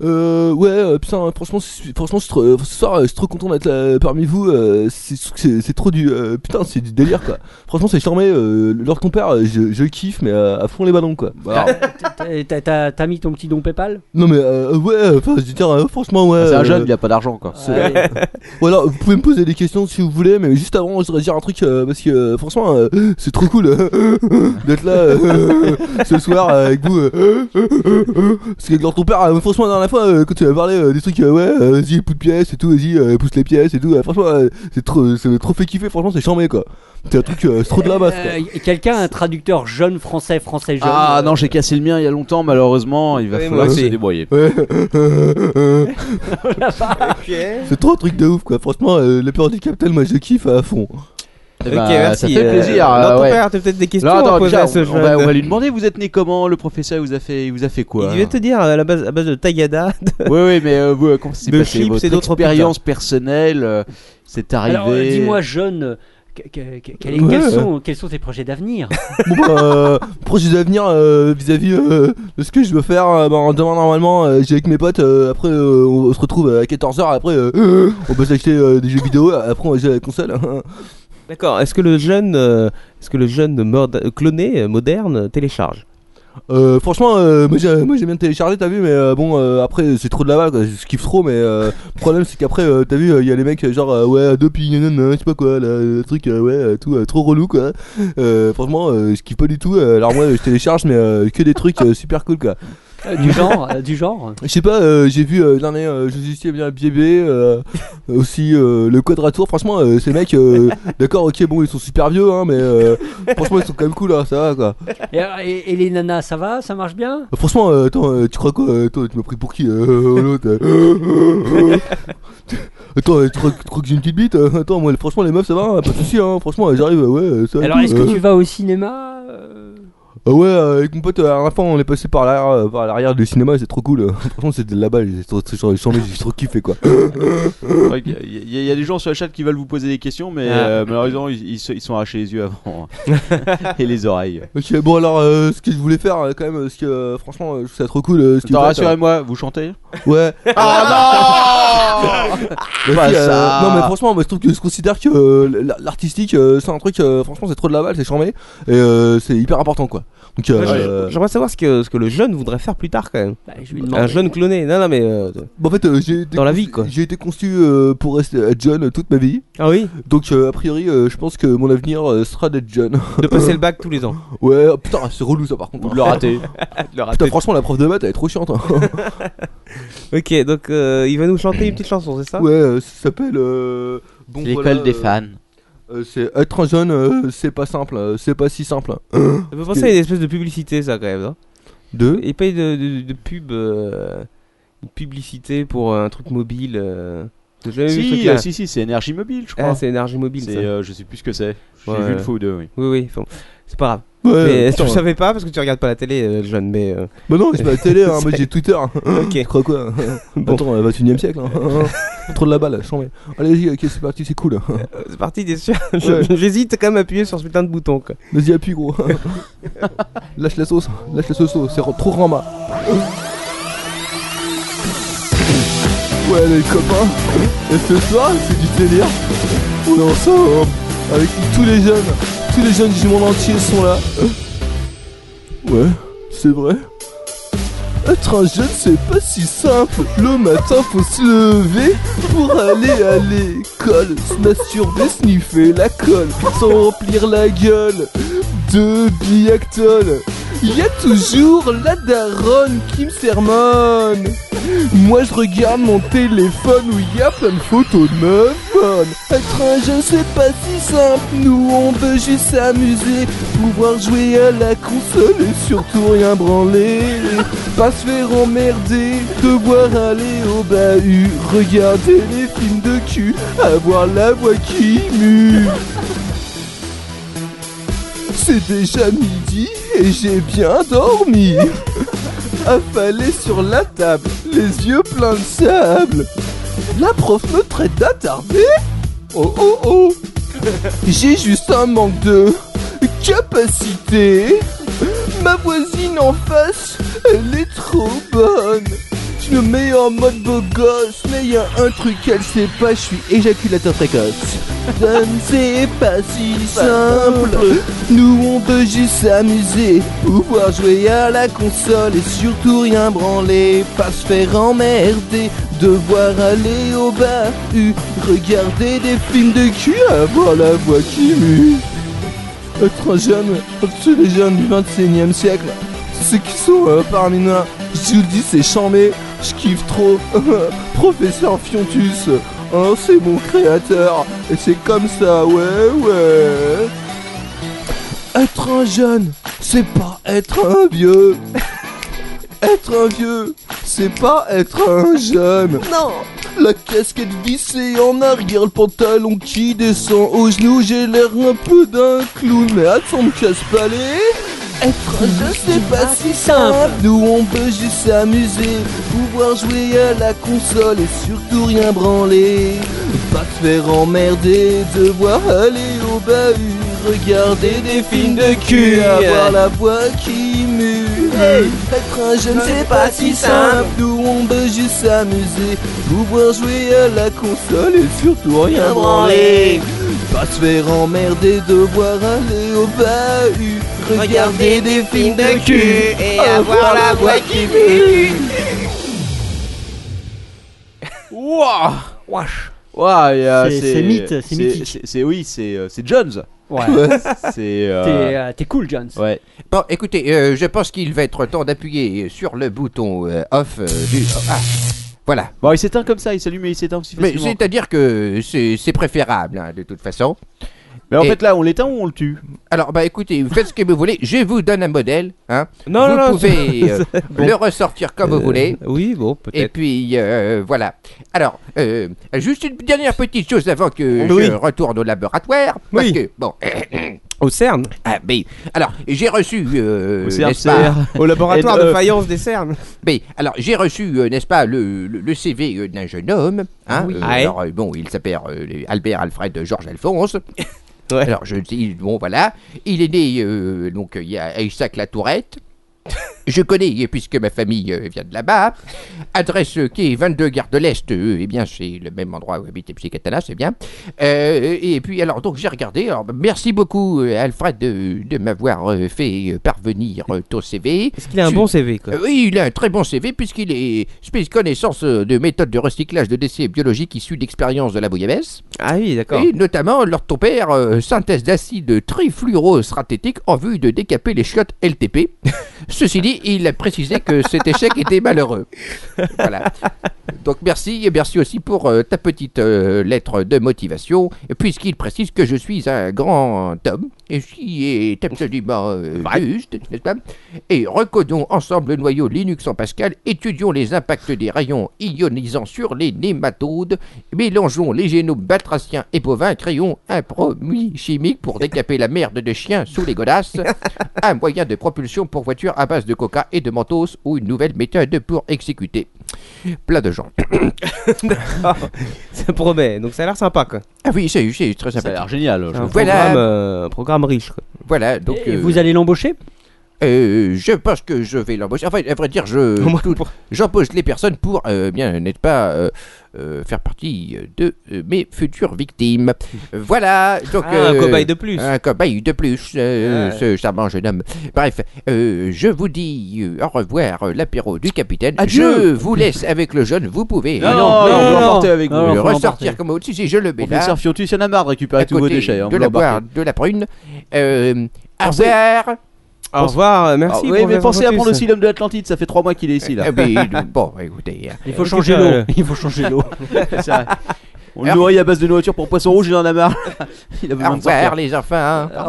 I: Euh, ouais, euh, putain, franchement, c'est- franchement, c'est trop- euh, ce soir, euh, je suis trop content d'être là parmi vous. euh, c'est- c'est c'est trop du, euh, putain, c'est du délire quoi. Franchement, c'est charmé. Euh, leur ton père, euh, je, je kiffe, mais euh, à fond les ballons quoi.
H: (laughs) T'as- t'as- T'as t'as mis ton petit don PayPal
I: Non mais euh, ouais, enfin, je veux dire, euh, franchement, ouais.
F: Ah, C'est
I: euh,
F: un jeune, il a pas d'argent quoi.
H: Allez.
I: Voilà, vous pouvez me poser des questions si vous voulez, mais juste avant, je voudrais dire un truc euh, parce que euh, franchement, euh, c'est trop cool euh, (laughs) d'être là euh, ce soir euh, avec vous. euh, parce que quand ton père, euh, franchement, la dernière fois, euh, quand tu as parlé euh, des trucs, euh, ouais, euh, vas-y, pousse pièces et tout, vas-y, euh, pousse les pièces et tout, euh, franchement, euh, c'est trop, c'est trop fait kiffer, franchement, c'est charmé quoi. C'est un truc, euh, c'est trop de la masse quoi.
H: Euh, y- Quelqu'un, un traducteur jeune français, français jeune.
F: Ah
H: euh,
F: non, j'ai cassé le mien il y a longtemps, malheureusement. Il va
G: Oui,
F: falloir
G: moi
F: se
G: aussi.
F: débrouiller.
I: Ouais, (laughs) c'est trop un truc de ouf quoi, franchement, euh, la peur du capital, moi je kiffe à fond.
F: Eh
G: Ok,
F: ben,
G: merci.
F: Ça fait
G: euh,
F: plaisir.
G: alors,
F: euh,
G: ton
F: ouais.
G: père, t'as peut-être des questions
F: Non, attends,
G: à poser
F: déjà,
G: à ce
F: on, on va, on
G: jeune.
F: va euh lui demander vous êtes né comment Le professeur il vous a fait, il vous a fait
G: Il
F: quoi
G: devait te dire à la base, à base de Tagada.
F: Oui, oui, mais euh, vous, euh, comment ça s'est
G: De
F: passé
G: chips et
F: Votre
G: d'autres
F: expérience personnelle, euh, c'est arrivé.
H: Alors, euh, dis-moi, jeune, euh, que- que- que- quel est-
I: Ouais.
H: quels, sont, quels sont tes projets d'avenir
I: Bon bah, euh, projet d'avenir euh, vis-à-vis euh, de ce que je veux faire. euh, ben, demain, normalement, euh, j'ai avec mes potes. euh, après, euh, on se retrouve à 14h. Après, euh, on peut s'acheter euh, des jeux vidéo. Après, on va jouer à la console. (laughs)
G: D'accord. Est-ce que le jeune, euh, est-ce que le jeune morde- euh, cloné euh, moderne euh, télécharge
I: Euh, franchement, euh, moi j'ai- moi, j'ai bien téléchargé, t'as vu, mais euh, bon, euh, après c'est trop de la balle, quoi, je kiffe trop, mais euh, le problème c'est qu'après, euh, t'as vu, il y a les mecs, euh, genre, euh, ouais, depuis, nanana, je sais pas quoi, là, le truc, euh, ouais, euh, tout, euh, trop relou, quoi. Euh, franchement, euh, je kiffe pas du tout, euh, alors moi je télécharge, mais euh, que des trucs euh, super cool, quoi.
H: Euh, du genre, euh, du genre.
I: Je sais pas, euh, j'ai vu euh, dernier, euh, je suis bien bébé, euh, aussi euh, le quadratour. Franchement, euh, ces mecs, euh, d'accord, ok, bon, ils sont super vieux, hein, mais euh, franchement, ils sont quand même cool, hein, ça va quoi.
H: Et, euh, et- et les nanas, ça va Ça marche bien
I: Euh, Franchement, euh, attends, euh, tu crois quoi euh, Toi, tu m'as pris pour qui euh, l'autre, euh, (laughs) Attends, euh, tu crois, tu crois que j'ai une petite bite Euh, Attends, moi, franchement, les meufs, ça va, hein, pas de soucis, hein, franchement, j'arrive, euh, ouais, euh, ça va et
H: Alors,
I: tout,
H: est-ce que
I: euh.
H: tu vas au cinéma
I: Ah ouais, euh, avec mon pote, euh, à la fin, on est passé par l'arrière, euh, par l'arrière du cinéma, c'est trop cool. (laughs) euh. Franchement, c'était de la balle, j'ai trop, trop, trop, j'ai trop kiffé quoi.
F: Il (laughs) y, a- il y a des gens sur la chat qui veulent vous poser des questions, mais
I: Ah.
F: euh, malheureusement ils, ils se- ils sont arrachés les yeux avant hein, et les oreilles.
I: Ok, bon alors, euh, ce que je voulais faire euh, quand même, euh, ce que euh, franchement, euh, je trouve ça trop cool. euh, ce que
F: Attends,
I: vous faites, euh.
F: rassurez-moi, vous chantez
I: Ouais.
F: Ah
I: Bah,
F: Pas
I: si, euh,
F: ça.
I: non mais franchement moi je trouve que je considère que euh, l- l'artistique euh, c'est un truc euh, franchement c'est trop de la balle c'est charmé et euh, c'est hyper important quoi donc
G: Moi, j'ai-
I: euh,
G: J'aimerais savoir ce que, ce que le jeune voudrait faire plus tard quand même.
H: je lui
G: un
I: demander.
G: jeune cloné. Non, non, mais. euh,
I: Bon, en fait, euh, j'ai été
G: Dans la
I: conçu-
G: vie, quoi.
I: J'ai été conçu euh, pour rester être jeune toute ma vie.
G: Ah oui.
I: Donc euh, a priori, euh, je pense que mon avenir euh, sera d'être jeune. (laughs)
G: De passer le bac tous les ans.
I: Ouais, oh, putain, c'est relou ça par contre. hein.
G: Ou de le rater. De le
I: (laughs)
G: rater.
I: Putain, franchement, la prof de maths elle est trop chiante. hein.
G: ok, donc euh, il va nous chanter une petite chanson, c'est ça
I: (laughs) Ouais, euh, ça s'appelle. euh, bon,
F: C'est l'école
I: voilà,
F: des
I: euh,
F: fans.
I: euh, c'est être un jeune, euh, c'est pas simple, euh, c'est pas si simple.
G: Ça peut penser à une espèce de publicité, ça quand même. Hein.
I: De
G: Il paye de, de, de pub. euh, une publicité pour un truc mobile. euh. J'ai jamais vu ce
F: Si,
G: truc-là.
F: euh, si, si, c'est énergie mobile, je crois.
G: Ah, c'est énergie mobile.
F: C'est,
G: ça.
F: euh, je sais plus ce que c'est. J'ai
G: Ouais,
F: vu une
G: ouais.
F: fois ou deux, oui.
G: Oui, oui, bon, c'est pas grave.
I: Ouais,
G: mais tu
I: putain.
G: le savais pas parce que tu regardes pas la télé, euh, jeune, mais. euh,
I: Bah non, j'ai pas la télé, hein, moi
G: c'est-
I: j'ai Twitter.
G: Ok.
I: Tu crois quoi
G: Bon.
I: Attends, on est au 21 e siècle. hein. Trop de la balle, j'en mets. euh, Allez-y, ok, c'est parti, c'est cool.
G: C'est parti, t'es sûr
I: Ouais.
G: Je- (laughs) J'hésite quand même à appuyer sur ce putain de bouton, quoi.
I: Vas-y, appuie, gros. (laughs) lâche la sauce, lâche la sauce, oh, c'est re- trop rama. Ouais, les copains, et ce soir, c'est du délire. On est ensemble, avec tous les jeunes, tous les jeunes du monde entier sont là. Ouais, c'est vrai. Être un jeune, c'est pas si simple. Le matin, faut se lever pour aller à l'école. Se masturber, sniffer la colle, s'en remplir la gueule de Biactol. Il y a toujours la daronne qui me sermonne. Moi, je regarde mon téléphone où il y a plein de photos de meufs bonnes. Être un jeune, c'est pas si simple. Nous, on veut juste s'amuser, pouvoir jouer à la console et surtout rien branler. Pas se faire emmerder, devoir aller au bahut, regarder les films de cul, avoir la voix qui mue. C'est déjà midi et j'ai bien dormi. (laughs) Affalé sur la table, les yeux pleins de sable. La prof me traite d'attardé. Oh oh oh. J'ai juste un manque de capacité. Ma voisine en face, elle est trop bonne. Je me mets en mode beau gosse, mais y a un truc qu'elle sait pas, je suis éjaculateur précoce. Je ne sais pas si simple. Nous on peut juste s'amuser, pouvoir jouer à la console et surtout rien branler, pas se faire emmerder, devoir aller au bahut, regarder des films de cul, avoir la voix qui mue. Être un jeune, tous les jeunes du 21 e siècle, ceux qui sont euh, parmi nous, je vous le dis, c'est chambé, je kiffe trop. (laughs) Professeur Fiontus, hein, c'est mon créateur, et c'est comme ça, ouais, ouais. Être un jeune, c'est pas être un vieux. (laughs) être un vieux, c'est pas être un jeune. Non La casquette vissée en arrière, le pantalon qui descend aux genoux, j'ai l'air un peu d'un clown, mais attends, me casse pas les. Être un jeune, c'est pas si simple. Nous, on peut juste s'amuser, pouvoir jouer à la console et surtout rien branler. Pas se faire emmerder, devoir aller au bahut, regarder des films de cul, avoir la voix qui mue. Être un jeune, c'est pas si simple. Nous, on peut juste s'amuser, pouvoir jouer à la console et surtout rien branler. Pas se faire emmerder, devoir aller au bahut,
K: regarder des films de cul et avoir la voix qui
F: Wouah
H: Wesh
F: Ouah, il y a-
H: C'est- c'est mythe, c'est mythique.
F: c'est- c'est- Oui, c'est euh, c'est Jones.
H: Ouais.
F: c'est. euh,
H: cool, Jones.
F: Ouais.
D: Bon, écoutez, euh, je pense qu'il va être temps d'appuyer sur le bouton euh, off euh, du. Ah, voilà.
F: Bon, il s'éteint comme ça, il s'allume et il s'éteint aussi
D: Mais
F: facilement.
D: c'est-à-dire que c'est c'est préférable, hein, de toute façon.
F: Mais en fait, là, on l'éteint ou on le tue
D: Alors, bah écoutez, vous faites ce que vous voulez. Je vous donne un modèle. Hein.
G: Non,
D: vous
G: non, non,
D: pouvez
G: c'est-
D: euh,
G: c'est- bon.
D: le ressortir comme vous
G: Euh,
D: voulez.
G: Oui, bon, peut-être.
D: Et puis euh, voilà. Alors, euh, juste une dernière petite chose avant que
G: Oui.
D: je retourne au laboratoire. Parce
G: Oui.
D: que, bon. eh,
G: Au CERN
D: Ah, mais, alors, j'ai reçu. euh,
G: Au CERN,
D: n'est-ce pas
G: Au laboratoire de
D: NE.
G: faïence des CERN.
D: Mais, alors, j'ai reçu, euh, n'est-ce pas, le, le- le CV euh, d'un jeune homme. hein,
G: Oui.
D: euh,
G: Ah ouais.
D: alors, euh, bon, il s'appelle euh, Albert Alfred Georges Alphonse. (laughs) Alors, je dis, bon, voilà. Il est né, euh, donc, il y a Isaac-la-Tourette. Je connais, puisque ma famille euh, vient de là-bas. Adresse euh, qui est 22 Gare de l'Est. euh, eh bien, c'est le même endroit où habite Psy Catala, c'est bien. Euh, et puis, alors, donc, j'ai regardé. Alors, merci beaucoup, euh, Alfred, de, de m'avoir euh, fait euh, parvenir euh, ton CV.
G: Est-ce qu'il a un bon CV, quoi
D: Euh, Oui, il a un très bon CV puisqu'il est spécialiste connaissance euh, de méthodes de recyclage de déchets biologiques issus d'expériences de la bouillabaisse.
G: Ah oui, d'accord.
D: Et notamment, lors de ton père, euh, synthèse d'acide trifluorostratétique en vue de décaper les chiottes LTP. (laughs) Ceci dit, il a précisé que cet échec était malheureux. Voilà. Donc merci, et merci aussi pour euh, ta petite euh, lettre de motivation, puisqu'il précise que je suis un grand homme, et ce qui est absolument euh, juste, n'est-ce pas Et recodons ensemble le noyau Linux en Pascal, étudions les impacts des rayons ionisants sur les nématodes, mélangeons les génomes batraciens et bovins, créons un produit chimique pour décaper la merde de chiens sous les godasses, un moyen de propulsion pour voiture à base de coca et de mentos, ou une nouvelle méthode pour exécuter plein de gens.
G: Ça promet, donc ça a l'air sympa, quoi.
D: Ah oui, c'est c'est très
F: Ça a l'air
D: sympathique.
F: génial.
G: C'est un
F: je-
D: Voilà.
G: programme, euh, un programme riche, quoi.
D: Voilà, donc.
H: Et
D: euh,
H: vous allez l'embaucher
D: euh, je pense que je vais l'embaucher. Enfin, à vrai dire,
F: Euh,
D: je tout- j'embauche les personnes pour euh, bien n'être pas euh, euh, faire partie de euh, mes futures victimes. Voilà, donc euh,
G: Ah,
F: euh,
G: un cobaye de plus.
D: un cobaye de plus, euh,
G: Ah.
D: ce charmant jeune homme. Bref, euh, je vous dis euh, au revoir euh, l'apéro du capitaine. Je
F: Adieu.
D: vous laisse avec le jeune. Vous pouvez
F: Non,
D: euh,
F: non,
G: non,
F: non, on
G: non,
F: va
G: non.
F: emporter avec
H: Non,
F: vous.
H: non.
D: le
H: faut
D: ressortir
H: l'emporter.
D: comme au-dessus. Si je le mets là.
F: Professeur Fiotus, il y en a marre
D: à
F: de récupérer tous vos
D: côté
F: déchets. hein,
D: de
F: vous
D: la
F: l'embarquez.
D: poire, de la prune. Euh, au revoir.
G: Au revoir, euh, merci.
F: Ah, oui, mais
G: professeur
F: pensez à
G: Fotus.
F: prendre aussi l'homme de l'Atlantide, ça fait trois mois qu'il est ici là.
D: Eh ben, bon, écoutez.
H: Il faut
G: Écoutez,
H: changer
G: euh,
H: l'eau.
G: (laughs)
H: Il faut changer l'eau.
F: (laughs) C'est vrai. On le nourrit à base de nourriture pour poisson rouge, il en a marre. (laughs) il a
D: Au
F: besoin de sortir. Euh,
D: revoir, les enfants.
F: Au revoir,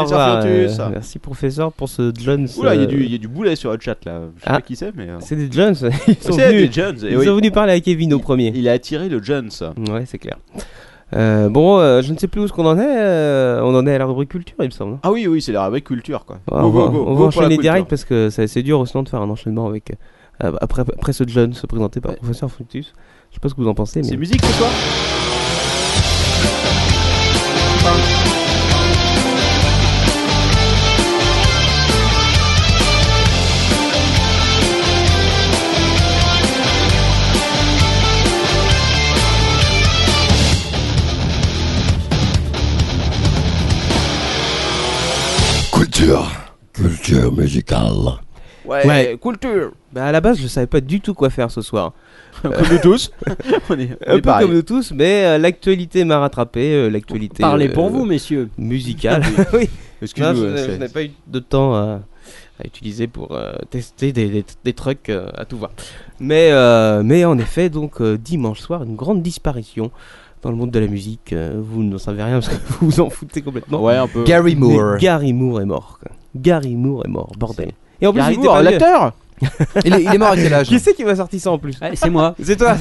G: Au revoir,
F: professeur
G: euh,
F: Fiotus.
G: merci, professeur, pour ce Jones.
F: Oula, il y, a
G: euh,
F: du- il y a du boulet sur le chat là. Je sais
G: Ah.
F: pas qui c'est, mais. euh,
G: C'est des Jones. hein. Ils sont
F: c'est
G: venus.
F: des Jones. eh
G: Ils
F: oui.
G: sont venus parler à Kevin au premier.
F: Il a attiré le Jones.
G: Ouais, c'est clair. Euh, bon, euh, je ne sais plus où ce qu'on en est. euh, on en est à la rubrique culture, il me semble. hein.
F: Ah oui, oui, c'est la vraie culture quoi.
G: Ouais,
F: Go,
G: on
F: go,
G: va,
F: go,
G: on
F: go
G: va
F: pour la
G: enchaîner
F: culture.
G: direct parce que c'est c'est dur sinon de faire un enchaînement avec euh, après après ce John se présenter par
F: Ouais.
G: professeur Fructus. Je sais pas ce que vous en pensez, mais
F: C'est musique ce soir
L: Culture. Culture musicale.
F: Ouais,
G: Ouais.
F: culture.
G: Bah, à la base je savais pas du tout quoi faire ce soir. Euh,
F: Comme nous tous. (laughs) on est, on
G: Un
F: est
G: peu
F: pareil.
G: comme nous tous, mais euh, l'actualité m'a rattrapé, euh, l'actualité
H: Parlez
G: euh,
H: pour vous, messieurs.
F: (laughs)
G: musicale. oui. Non,
F: Excuse-nous.
G: je,
F: euh,
G: n'ai- je
F: c'est-
G: n'ai pas eu de temps à, à utiliser pour euh, tester des, des- des trucs euh, à tout va. Mais, euh, mais en effet, donc euh, dimanche soir, une grande disparition dans le monde de la musique. Euh, vous n'en savez rien parce que vous vous en foutez complètement.
F: Ouais, un peu.
I: Gary
G: Mais Gary Moore est mort. quoi. Gary Moore est mort, bordel. Et en plus,
F: Gary
G: il était
F: Moore,
G: pas vieux.
F: l'acteur
I: il, est, il est mort à quel âge
G: Qui c'est qui m'a sorti ça en plus
H: Ah, c'est moi.
G: C'est toi.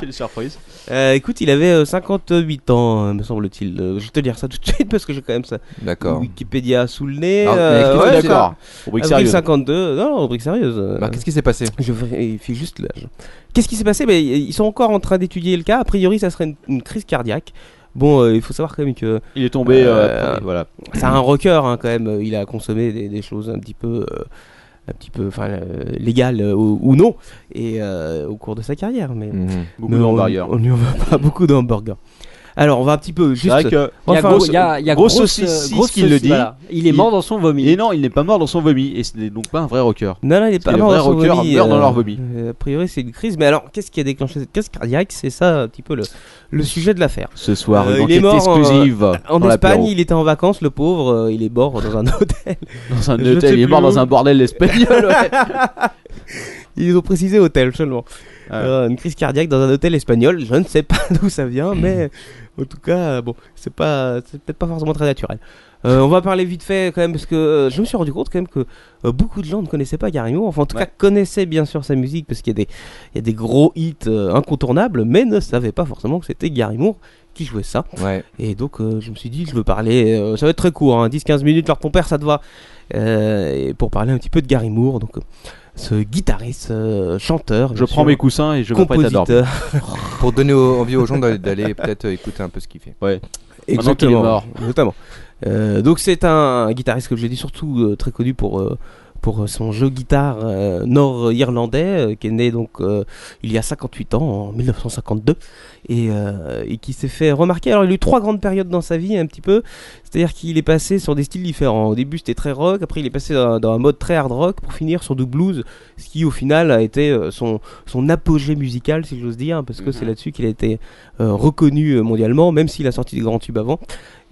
F: Quelle surprise.
G: Euh, écoute, il avait euh, 58 ans, euh, me semble-t-il. Euh, je vais te lire ça tout de suite parce que j'ai quand même ça.
I: D'accord.
G: Wikipédia sous le nez.
I: Alors, mais
G: euh,
I: qu'est-ce que
G: ouais,
I: tu as
G: d'accord.
F: Rubrique
G: Avril
F: sérieuse.
G: 52, Euh, non, non, rubrique sérieuse. euh,
I: Bah, Qu'est-ce qui s'est passé
G: Je vérifie juste l'âge. Qu'est-ce qui s'est passé Ben, Ils sont encore en train d'étudier le cas. A priori, ça serait une, une crise cardiaque. Bon, euh, il faut savoir quand même que
F: Il est tombé. euh,
G: Euh,
F: après- voilà.
G: c'est un rocker hein, quand même. Il a consommé des, des choses un petit peu, euh, un petit peu, enfin, euh, légales euh, ou, ou non, et euh, au cours de sa carrière. Mais
F: Beaucoup
D: Mhm,
G: mais
F: de
G: on-
F: hamburgers.
G: On lui en veut pas beaucoup d'hamburgers. Alors, on va un petit peu juste.
F: vrai que-
G: on
F: Il y a
G: va faire-
F: grosse- gros saucisse qui le dit.
H: Il est mort dans son vomi.
F: Et non, il n'est pas mort dans son vomi. Et ce n'est donc pas un vrai rocker.
G: Non, non, il
F: Parce
G: est pas
F: que
G: mort
F: Les
G: dans son
F: vrais rockers
G: vomi,
F: meurent dans
G: euh,
F: leur vomi.
G: euh, a priori, c'est une crise. Mais alors, qu'est-ce qui a déclenché cette crise cardiaque C'est ça, un petit peu le, le sujet de l'affaire.
F: Ce soir, une
G: Euh, il est
F: enquête
G: mort en-
F: exclusive
G: En,
F: dans
G: Espagne,
F: l'apéro.
G: il était en vacances, le pauvre. euh, il est mort dans un hôtel.
F: Dans un
G: Je ne
F: hôtel,
G: sais
F: il est
G: plus
F: mort
G: où.
F: dans un bordel espagnol.
G: (laughs)
F: ouais.
G: Ils ont précisé hôtel seulement. Euh, une crise cardiaque dans un hôtel espagnol. Je ne sais pas (laughs) d'où ça vient, mais en tout cas, bon, c'est pas, c'est peut-être pas forcément très naturel. Euh, on va parler vite fait quand même parce que euh, je me suis rendu compte quand même que euh, beaucoup de gens ne connaissaient pas Garimo. Enfin, en tout cas, connaissaient bien sûr sa musique parce qu'il y a des, il y a des gros hits euh, incontournables, mais ne savaient pas forcément que c'était Garimo qui jouait ça. Et donc, euh, je me suis dit, je veux parler. euh, ça va être très court, hein, 10-15 minutes. Alors, ton père, ça te va. Euh, et pour parler un petit peu de Gary Moore, donc euh, ce guitariste, euh, chanteur.
F: Je
G: bien
F: prends
G: sûr,
F: mes coussins et je m'apprête à dormir.
G: compositeur.
M: Pour donner au- envie aux gens d'aller- d'aller peut-être euh, écouter un peu ce qu'il fait.
F: Ouais.
M: Maintenant qu'il est
G: Exactement.
M: mort.
G: Notamment. Euh, donc c'est un guitariste que j'ai dit surtout euh, très connu pour euh, pour euh, son jeu guitare euh, nord-irlandais euh, qui est né donc euh, il y a 58 ans en 1952 et, euh, et qui s'est fait remarquer. Alors il a eu trois grandes périodes dans sa vie un petit peu, c'est-à-dire qu'il est passé sur des styles différents. Au début c'était très rock, après il est passé dans, dans un mode très hard rock pour finir sur du blues, ce qui au final a été euh, son son apogée musical si j'ose dire parce
M: Mhm.
G: que c'est là-dessus qu'il a été euh, reconnu euh, mondialement même s'il a sorti des grands tubes avant.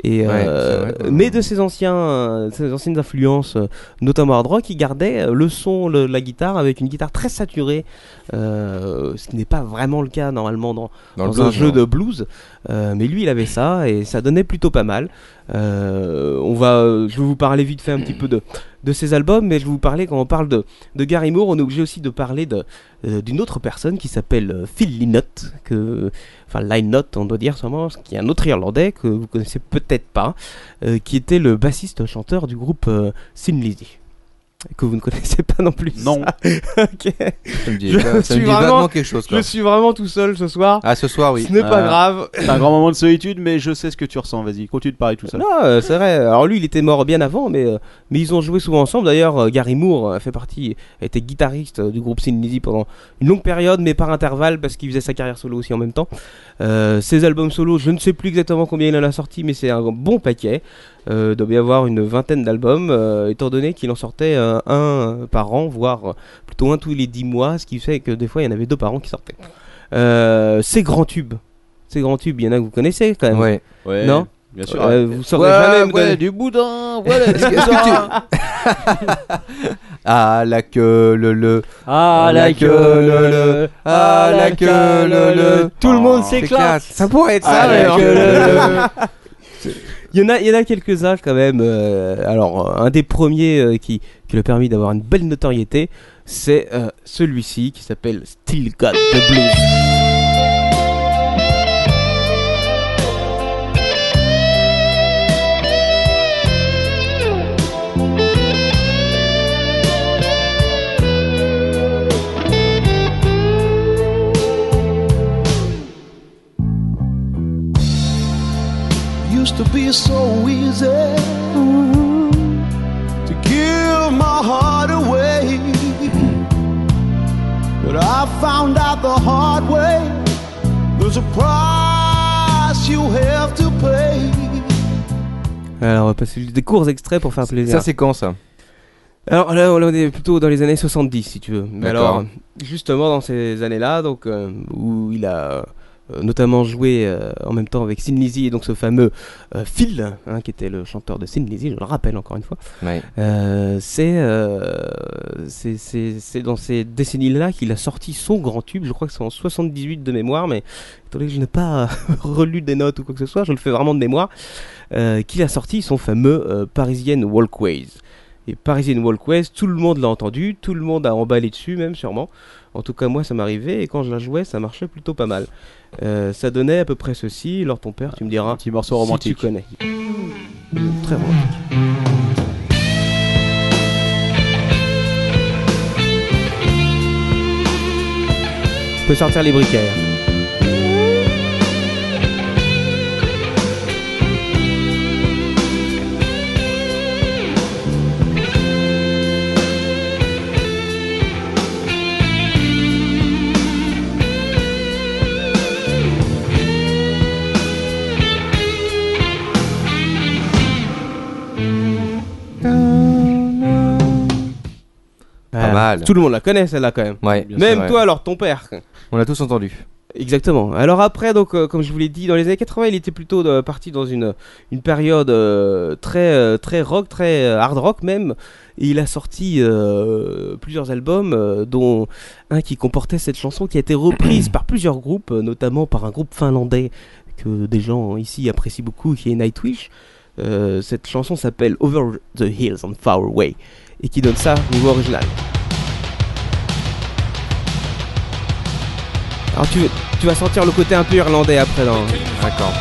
G: Et,
M: Ouais,
G: euh,
M: c'est vrai,
G: mais de ses anciens, euh, ses anciennes influences, euh, notamment hard rock, il gardait euh, le son, le- la guitare avec une guitare très saturée, euh, ce qui n'est pas vraiment le cas normalement dans,
M: Dans le
G: dans un
M: blues,
G: jeu
M: non.
G: de blues. Euh, mais lui, il avait ça et ça donnait plutôt pas mal. Euh, on va, euh, je vais vous parler vite fait un petit peu de de ses albums, mais je vais vous parler quand on parle de de Gary Moore, on est obligé aussi de parler de euh, d'une autre personne qui s'appelle euh, Phil Lynott, que enfin Lynott, on doit dire sûrement, qui est un autre Irlandais que vous connaissez peut-être pas, euh, qui était le bassiste chanteur du groupe euh, Thin Lizzy. Que vous ne connaissez pas non plus. Non. (laughs) ok.
M: Ça me dit-
G: je
M: ça me
G: suis
M: dit
G: vraiment-
M: vaguement quelque chose, quoi.
G: Je suis vraiment tout seul ce soir.
M: Ah, ce soir, oui.
G: Ce n'est pas
M: Ah.
G: grave.
F: C'est un grand moment de solitude, mais je sais ce que tu ressens. Vas-y, continue de parler tout seul.
G: Non, euh, c'est vrai. Alors lui, il était mort bien avant, mais, euh, mais ils ont joué souvent ensemble. D'ailleurs, euh, Gary Moore euh, fait partie, a été guitariste euh, du groupe Sin Lizzy pendant une longue période, mais par intervalle, parce qu'il faisait sa carrière solo aussi en même temps. Euh, ses albums solo, je ne sais plus exactement combien il en a sorti, mais c'est un bon paquet. Euh, il doit bien avoir une vingtaine d'albums, euh, étant donné qu'il en sortait euh, un par an, voire euh, plutôt un tous les dix mois, ce qui fait que des fois, il y en avait deux par an qui sortaient. Euh, ses grands tubes. Ces grands tubes, il y en a que vous connaissez quand même.
M: Ouais.
F: Ouais,
G: Non
F: bien sûr.
G: Euh, Vous saurez
F: Ouais,
G: jamais me
F: ouais,
G: donner-
F: du boudin, voilà, du
M: Est-ce que- est-ce
F: boudin.
M: Ah la queue le le
H: Ah, la queue, le, le.
M: Ah la queue le le
H: Tout le monde
M: Oh,
H: s'éclate.
M: c'est classe.
G: Ça pourrait être ça,
M: Ah, la
G: d'ailleurs.
M: queue,
G: (laughs) Il y en a, il y en a quelques-uns quand même. euh, alors, euh, un des premiers euh, qui, qui lui a permis d'avoir une belle notoriété, c'est euh, celui-ci qui s'appelle Still Got the Blues.
N: used to be so easy to give my heart away. But I found out the hard way there's a price you have to pay.
G: Alors, on va passer des courts extraits pour faire plaisir.
M: Ça c'est quand ça
G: Alors là, on est plutôt dans les années 70, si tu veux. Mais
M: D'accord.
G: alors, justement, dans ces années-là, donc euh, où il a euh, notamment joué euh, en même temps avec Sin Lizzy et donc ce fameux euh, Phil, hein, qui était le chanteur de Sin Lizzy, je le rappelle encore une fois.
M: Ouais.
G: Euh, c'est euh, c'est- c'est c'est dans ces décennies-là qu'il a sorti son grand tube. Je crois que c'est en 78 de mémoire, mais étant donné que je n'ai pas (laughs) relu des notes ou quoi que ce soit, je le fais vraiment de mémoire, euh, qu'il a sorti son fameux euh, Parisian Walkways. Et Parisian Walkways, tout le monde l'a entendu, tout le monde a emballé dessus même sûrement. En tout cas moi ça m'arrivait et quand je la jouais ça marchait plutôt pas mal. Euh, ça donnait à peu près ceci, alors ton père tu me diras. Un petit morceau
F: romantique.
G: tu connais. Très romantique. Je peux sortir les briquets. hein.
N: Thank
M: mal.
G: Tout le monde la connaît celle-là quand même.
M: Ouais, Ah. bien sûr,
G: même
M: ouais.
G: toi alors, ton père.
M: On l'a tous entendu.
G: Exactement. Alors après, donc, euh, comme je vous l'ai dit, dans les années 80, il était plutôt euh, parti dans une, une période euh, très, euh, très rock, très euh, hard rock même. Et il a sorti euh, plusieurs albums, euh, dont un qui comportait cette chanson qui a été reprise par plusieurs groupes, euh, notamment par un groupe finlandais que des gens ici apprécient beaucoup, qui est Nightwish. Euh, cette chanson s'appelle Over the Hills and Far Away et qui donne ça niveau original. Alors tu, tu vas sentir le côté un peu irlandais après dans. D'accord.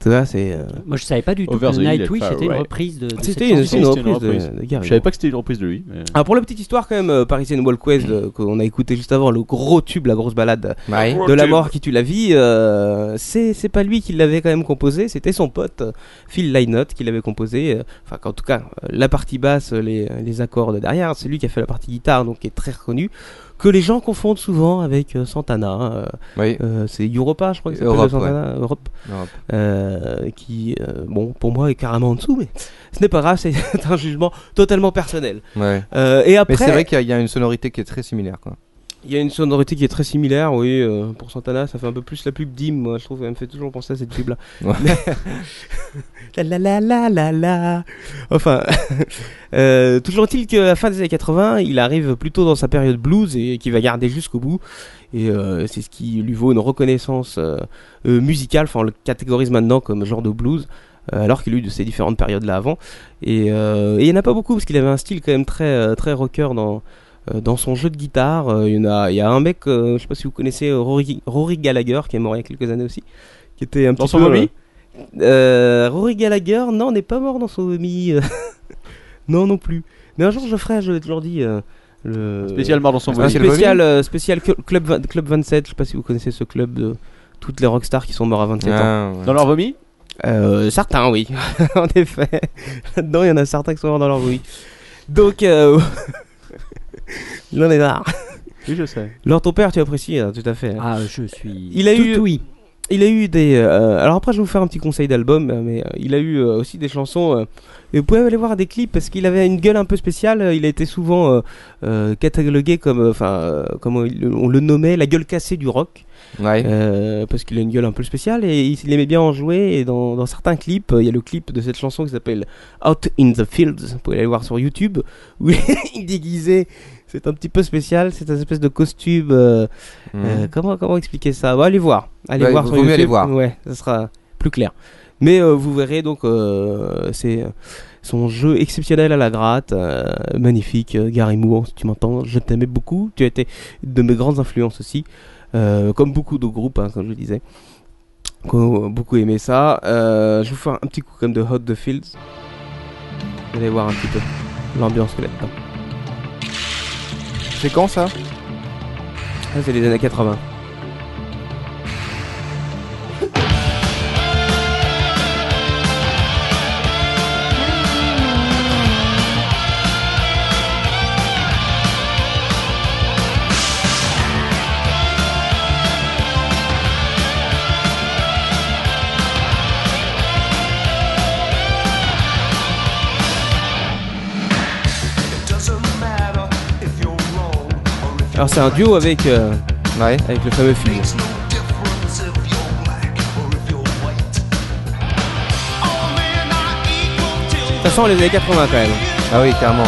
G: Tu vois, c'est. euh,
H: Moi, je savais pas du tout
F: Over
H: que
F: the Hill and
H: Nightwish
F: Far
H: était une
F: Away.
H: reprise de. de
G: C'était
H: cette
G: une,
H: chanson.
G: c'est une reprise de- de Gary.
F: Je savais pas que c'était une reprise de lui. mais-
G: Alors pour la petite histoire quand même, euh, Parisian Walkways euh, qu'on a écouté juste avant, le gros tube, la grosse balade
M: Ouais.
G: de la
M: Gros
G: mort
M: tube.
G: qui tue la vie, euh, c'est c'est pas lui qui l'avait quand même composé, c'était son pote euh, Phil Lynott qui l'avait composé. euh, Enfin qu'en tout cas, euh, la partie basse, euh, les, les accords de derrière, c'est lui qui a fait la partie guitare, donc qui est très reconnu. Que les gens confondent souvent avec euh, Santana. euh, euh, c'est Europa, je crois que c'est
M: Europe,
G: Santana,
M: ouais.
G: Europe.
M: Europe.
G: Euh, qui, euh, bon, pour moi est carrément en dessous, mais (laughs) ce n'est pas grave, c'est (laughs) un jugement totalement personnel.
M: Ouais.
G: Euh, et après,
M: Mais c'est vrai qu'il y a- il y a une sonorité qui est très similaire. Quoi.
G: il y a une sonorité qui est très similaire, oui. euh, pour Santana, ça fait un peu plus la pub d'Im, moi, je trouve. Elle me fait toujours penser à cette pub-là.
M: Ouais.
G: Mais- (laughs) la la la la la la. Enfin, (laughs) euh, toujours est-il qu'à la fin des années 80, il arrive plutôt dans sa période blues et qui va garder jusqu'au bout. Et euh, c'est ce qui lui vaut une reconnaissance euh, euh, musicale. Enfin, on le catégorise maintenant comme genre de blues. euh, Alors qu'il a eu de ces différentes périodes-là avant. Et, euh, et il n'y en a pas beaucoup, parce qu'il avait un style quand même très, euh, très rocker dans, euh, dans son jeu de guitare, euh, il, y en a, il y a un mec, euh, je sais pas si vous connaissez euh, Rory, Rory Gallagher, qui est mort il y a quelques années aussi, qui était un
F: Dans
G: petit
F: son
G: peu,
F: vomi
G: euh, euh, Rory Gallagher, non, n'est pas mort dans son vomi. euh, (laughs) non, non plus. Mais un jour, je le ferai, je l'ai toujours dit. euh, le...
F: spécial mort dans
M: Ah,
F: son
G: Un
F: vomi.
G: spécial, euh, spécial cl- club, vingt- club 27, je sais pas si vous connaissez ce club de toutes les rockstars qui sont morts à 27
M: Ah,
G: ans.
M: ouais. Dans leur vomi
G: euh, Certains, oui. (laughs) en effet. Là-dedans, il y en a certains qui sont morts dans leur vomi. Donc, euh... (laughs) il en est marre.
F: Oui, je sais.
G: Lors ton père, tu apprécies, hein, tout à fait.
H: Ah, je suis.
G: Il a
H: tout
G: eu.
H: oui.
G: Il a eu des. euh, alors après, je vais vous faire un petit conseil d'album, euh, mais euh, il a eu euh, aussi des chansons. euh, et vous pouvez aller voir des clips parce qu'il avait une gueule un peu spéciale. euh, Il a été souvent euh, euh, catalogué comme, euh, enfin, euh, comme on, le- on le nommait, la gueule cassée du rock. Euh, parce qu'il a une gueule un peu spéciale et il aimait bien en jouer. Et dans, dans certains clips, euh, il y a le clip de cette chanson qui s'appelle Out in the Fields. Vous pouvez aller voir sur YouTube où (laughs) il est déguisé. C'est un petit peu spécial. C'est un espèce de costume. euh,
M: Mm.
G: euh, comment comment expliquer ça Bon, Allez voir. Allez
M: Mhm. Ouais,
G: voir
M: vaut
G: sur
M: mieux
G: YouTube.
M: aller voir.
G: Ouais, ça sera plus clair. Mais euh, vous verrez donc euh, c'est son jeu exceptionnel à la gratte, euh, magnifique. Euh, Gary Moore, si tu m'entends, je t'aimais beaucoup. Tu as été de mes grandes influences aussi, euh, comme beaucoup de groupes, hein, comme je le disais. Qu'on- Beaucoup aimé ça. Euh, je vais vous faire un petit coup comme de Hot the Fields. Vous allez voir un petit peu l'ambiance que là-dedans.
M: C'est quand ça
G: Ça, Ah, c'est les années 80. Alors c'est un duo avec euh, avec le fameux film. Ça sent les années 80 quand même.
M: Ah oui, carrément.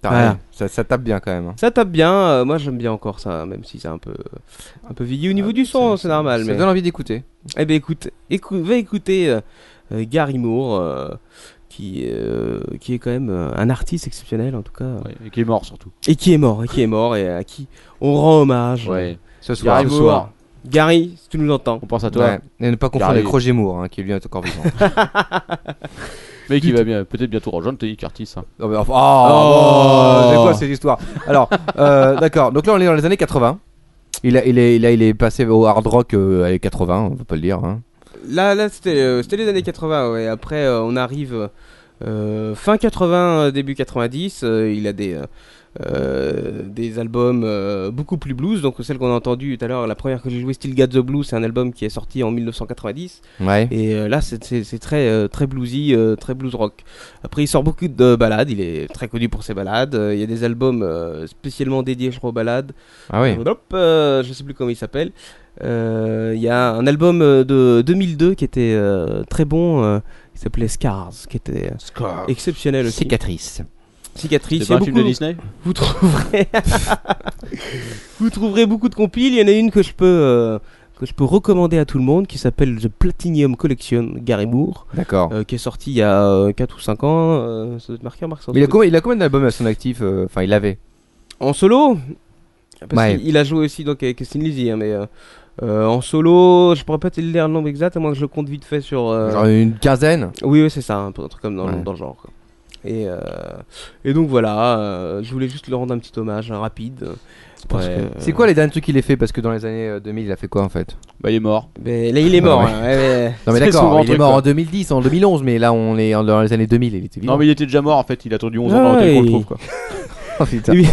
M: Pareil,
G: Voilà.
M: ça, ça tape bien quand même. hein.
G: (laughs) Ça tape bien, euh, moi j'aime bien encore ça, même si c'est un peu, un peu vieilli. Au niveau
D: Ah,
G: du son, c'est normal.
M: ça
G: mais...
M: donne envie d'écouter.
G: Eh ben écoute, écou- va écouter euh, euh, Gary Moore, euh, qui, euh, qui est quand même euh, un artiste exceptionnel en tout cas.
F: et qui est mort surtout.
G: Et qui est mort, et qui est mort, et à qui on rend hommage.
F: Ouais.
M: Ce soir,
G: Gary
M: ce
G: Moore.
M: soir.
G: Gary, si tu nous entends.
F: On pense à toi.
M: Ouais. Et ne pas confondre
F: Gary.
M: avec Roger Moore, hein, qui lui est encore vivant.
F: Mais qui va bien, peut-être bientôt rejoindre Tony Curtis. hein.
M: Non, mais enfin- oh, C'est quoi cette histoire Alors, euh, d'accord. Donc là, on est dans les années 80. Il, a- il est, là, il est passé au hard rock euh, années 80, on peut pas le dire. hein.
G: Là, là c'était euh, c'était les années 80, ouais. Après, euh, on arrive euh, fin 80, euh, début 90. euh, il a des, euh, euh, des albums euh, beaucoup plus blues. Donc, celle qu'on a entendue tout à l'heure, la première que j'ai jouée, Still Got the Blues, c'est un album qui est sorti en 1990.
M: Ouais.
G: Et euh, là, c'est- c'est c'est très, euh, très bluesy, euh, très blues rock. Après, il sort beaucoup de balades. Il est très connu pour ses balades. Euh, il y a des albums euh, spécialement dédiés, je crois, aux balades.
M: Ah oui.
G: Hop, euh, je sais plus comment il s'appelle. Euh, Il y a un album euh, de 2002 qui était euh, très bon. euh, il s'appelait Scars, qui était euh,
M: Scars.
G: exceptionnel aussi.
M: Cicatrice.
G: Cicatrice.
F: C'était pas
G: Il y a
F: un film
G: beaucoup-
F: de Disney
G: Vous (laughs) trouverez. vous trouverez beaucoup de compiles. Il y en a une que je peux euh, que je peux recommander à tout le monde qui s'appelle The Platinum Collection Gary Moore.
M: D'accord.
G: Euh, qui est sorti il y a euh, 4 ou 5 ans. euh, ça doit être marqué, Marc. sans
M: Mais il a
G: doute.
M: combien, il a combien d'albums à son actif euh, Enfin, il avait.
G: En solo Ah, Parce
M: Ouais.
G: qu'il il a joué aussi donc avec Christine Lizzy, hein, mais euh, euh, en solo, je pourrais pas te dire le nombre exact, à moins que je le compte vite fait sur. euh,
M: Genre une quinzaine
G: Oui, oui, c'est ça, un, peu- un truc comme dans, le-
M: Ouais.
G: dans le genre. quoi. Et, euh, et donc voilà, euh, je voulais juste lui rendre un petit hommage hein, rapide. euh, parce
M: Ouais.
G: que-
M: C'est quoi les derniers trucs qu'il a fait Parce que dans les années euh, 2000, il a fait quoi en fait
F: Bah, il est mort.
G: Mais là, il est mort.
M: Ouais.
G: hein, ouais, ouais.
M: Non, mais
F: C'est souvent
M: d'accord, il
F: un
M: est
F: truc,
M: mort
F: quoi.
M: en 2010, en 2011, mais là, on est en- dans les années 2000, il était vivant.
F: Non, mais il était déjà mort en fait, il a attendu 11 ans
G: Ah
F: avant
G: ouais,
F: qu'on le
G: il-
F: trouve quoi.
M: (laughs) Oh, putain.
G: Et puis,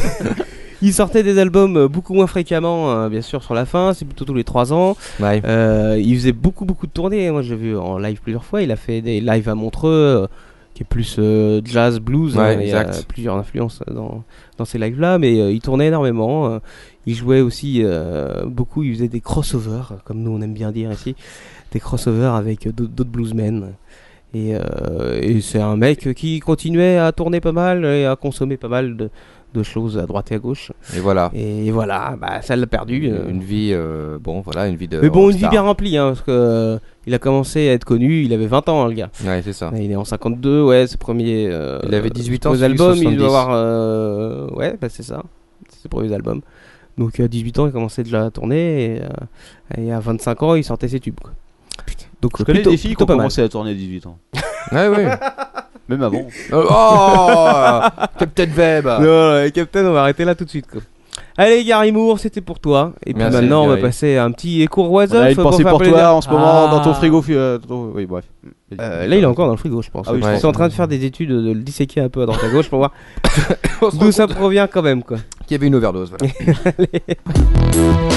G: il sortait des albums euh, beaucoup moins fréquemment, euh, bien sûr, sur la fin, c'est plutôt tous les 3 ans.
M: Ouais.
G: Euh, il faisait beaucoup, beaucoup de tournées. Moi, j'ai vu en live plusieurs fois. Il a fait des lives à Montreux, euh, qui est plus euh, jazz, blues.
M: Ouais,
G: il y a
M: exact.
G: plusieurs influences dans, dans ces lives-là, mais euh, il tournait énormément. euh, il jouait aussi euh, beaucoup. Il faisait des crossovers, comme nous on aime bien dire ici, des crossovers avec euh, d'autres d'autres bluesmen. Et, euh, et c'est un mec qui continuait à tourner pas mal et à consommer pas mal de, de choses à droite et à gauche.
M: Et voilà.
G: Et voilà, bah, ça l'a perdu. euh.
M: Une vie, euh, bon, voilà, une vie de.
G: Mais bon, une vie
M: rockstar.
G: bien remplie, hein, parce que euh, il a commencé à être connu, il avait 20 ans, hein, le gars.
M: Ouais, c'est ça.
G: Et Il est en 52, ouais, ses premiers. euh,
M: Il avait 18 ans,
G: ses
M: c'est lui,
G: premiers albums,
M: 70.
G: il doit avoir. euh, ouais, bah, c'est ça, c'est ses premiers albums. Donc à 18 ans, il commençait déjà à tourner, et, euh, et à 25 ans, il sortait ses tubes. Quoi. Donc
F: Je
G: euh,
F: connais
G: plutôt-
F: des filles qui
G: plutôt
F: ont
G: pas mal.
F: commencé à tourner à 18 ans.
M: Ouais, ouais.
F: Même avant.
M: Euh, oh (laughs) Captain Web
G: Non, ouais, Captain, on va arrêter là tout de suite. Quoi. Allez, Gary Moore, c'était pour toi. Et puis
M: Merci,
G: maintenant, on va
M: Gary.
G: passer à un petit cours oiseau.
F: On a une pensée pour toi en ce moment dans ton frigo. fi- euh, ton- Oui, bref.
G: Euh, là, il est encore dans le frigo, je pense.
F: Ah oui, je
G: Ils
F: pense.
G: sont en train de faire des études, de le disséquer un peu à droite à gauche
F: (laughs)
G: pour voir d'où ça provient quand même, quoi.
M: Qu'il y avait une overdose,
D: (laughs)
M: voilà.
G: Allez.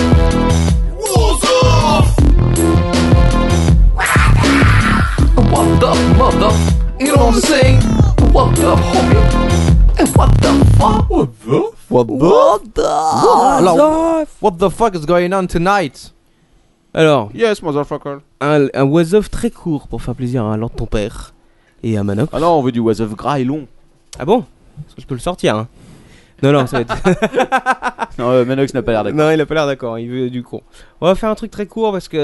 K: What the mother? You know what I'm saying? What the homie? And what the fuck? What the?
M: What the,
K: Alors-
M: what the fuck is going on tonight
G: Alors,
F: Yes, motherfucker.
G: un, un was-of très court pour faire plaisir à Lord ton père et à Manoc.
F: Ah non, on veut du was of gras et long.
G: Ah bon Parce que je peux le sortir, hein. Non, non, ça va être.
F: Non, euh, Manox n'a pas l'air d'accord.
G: Non, il a pas l'air d'accord, il veut du con. On va faire un truc très court parce que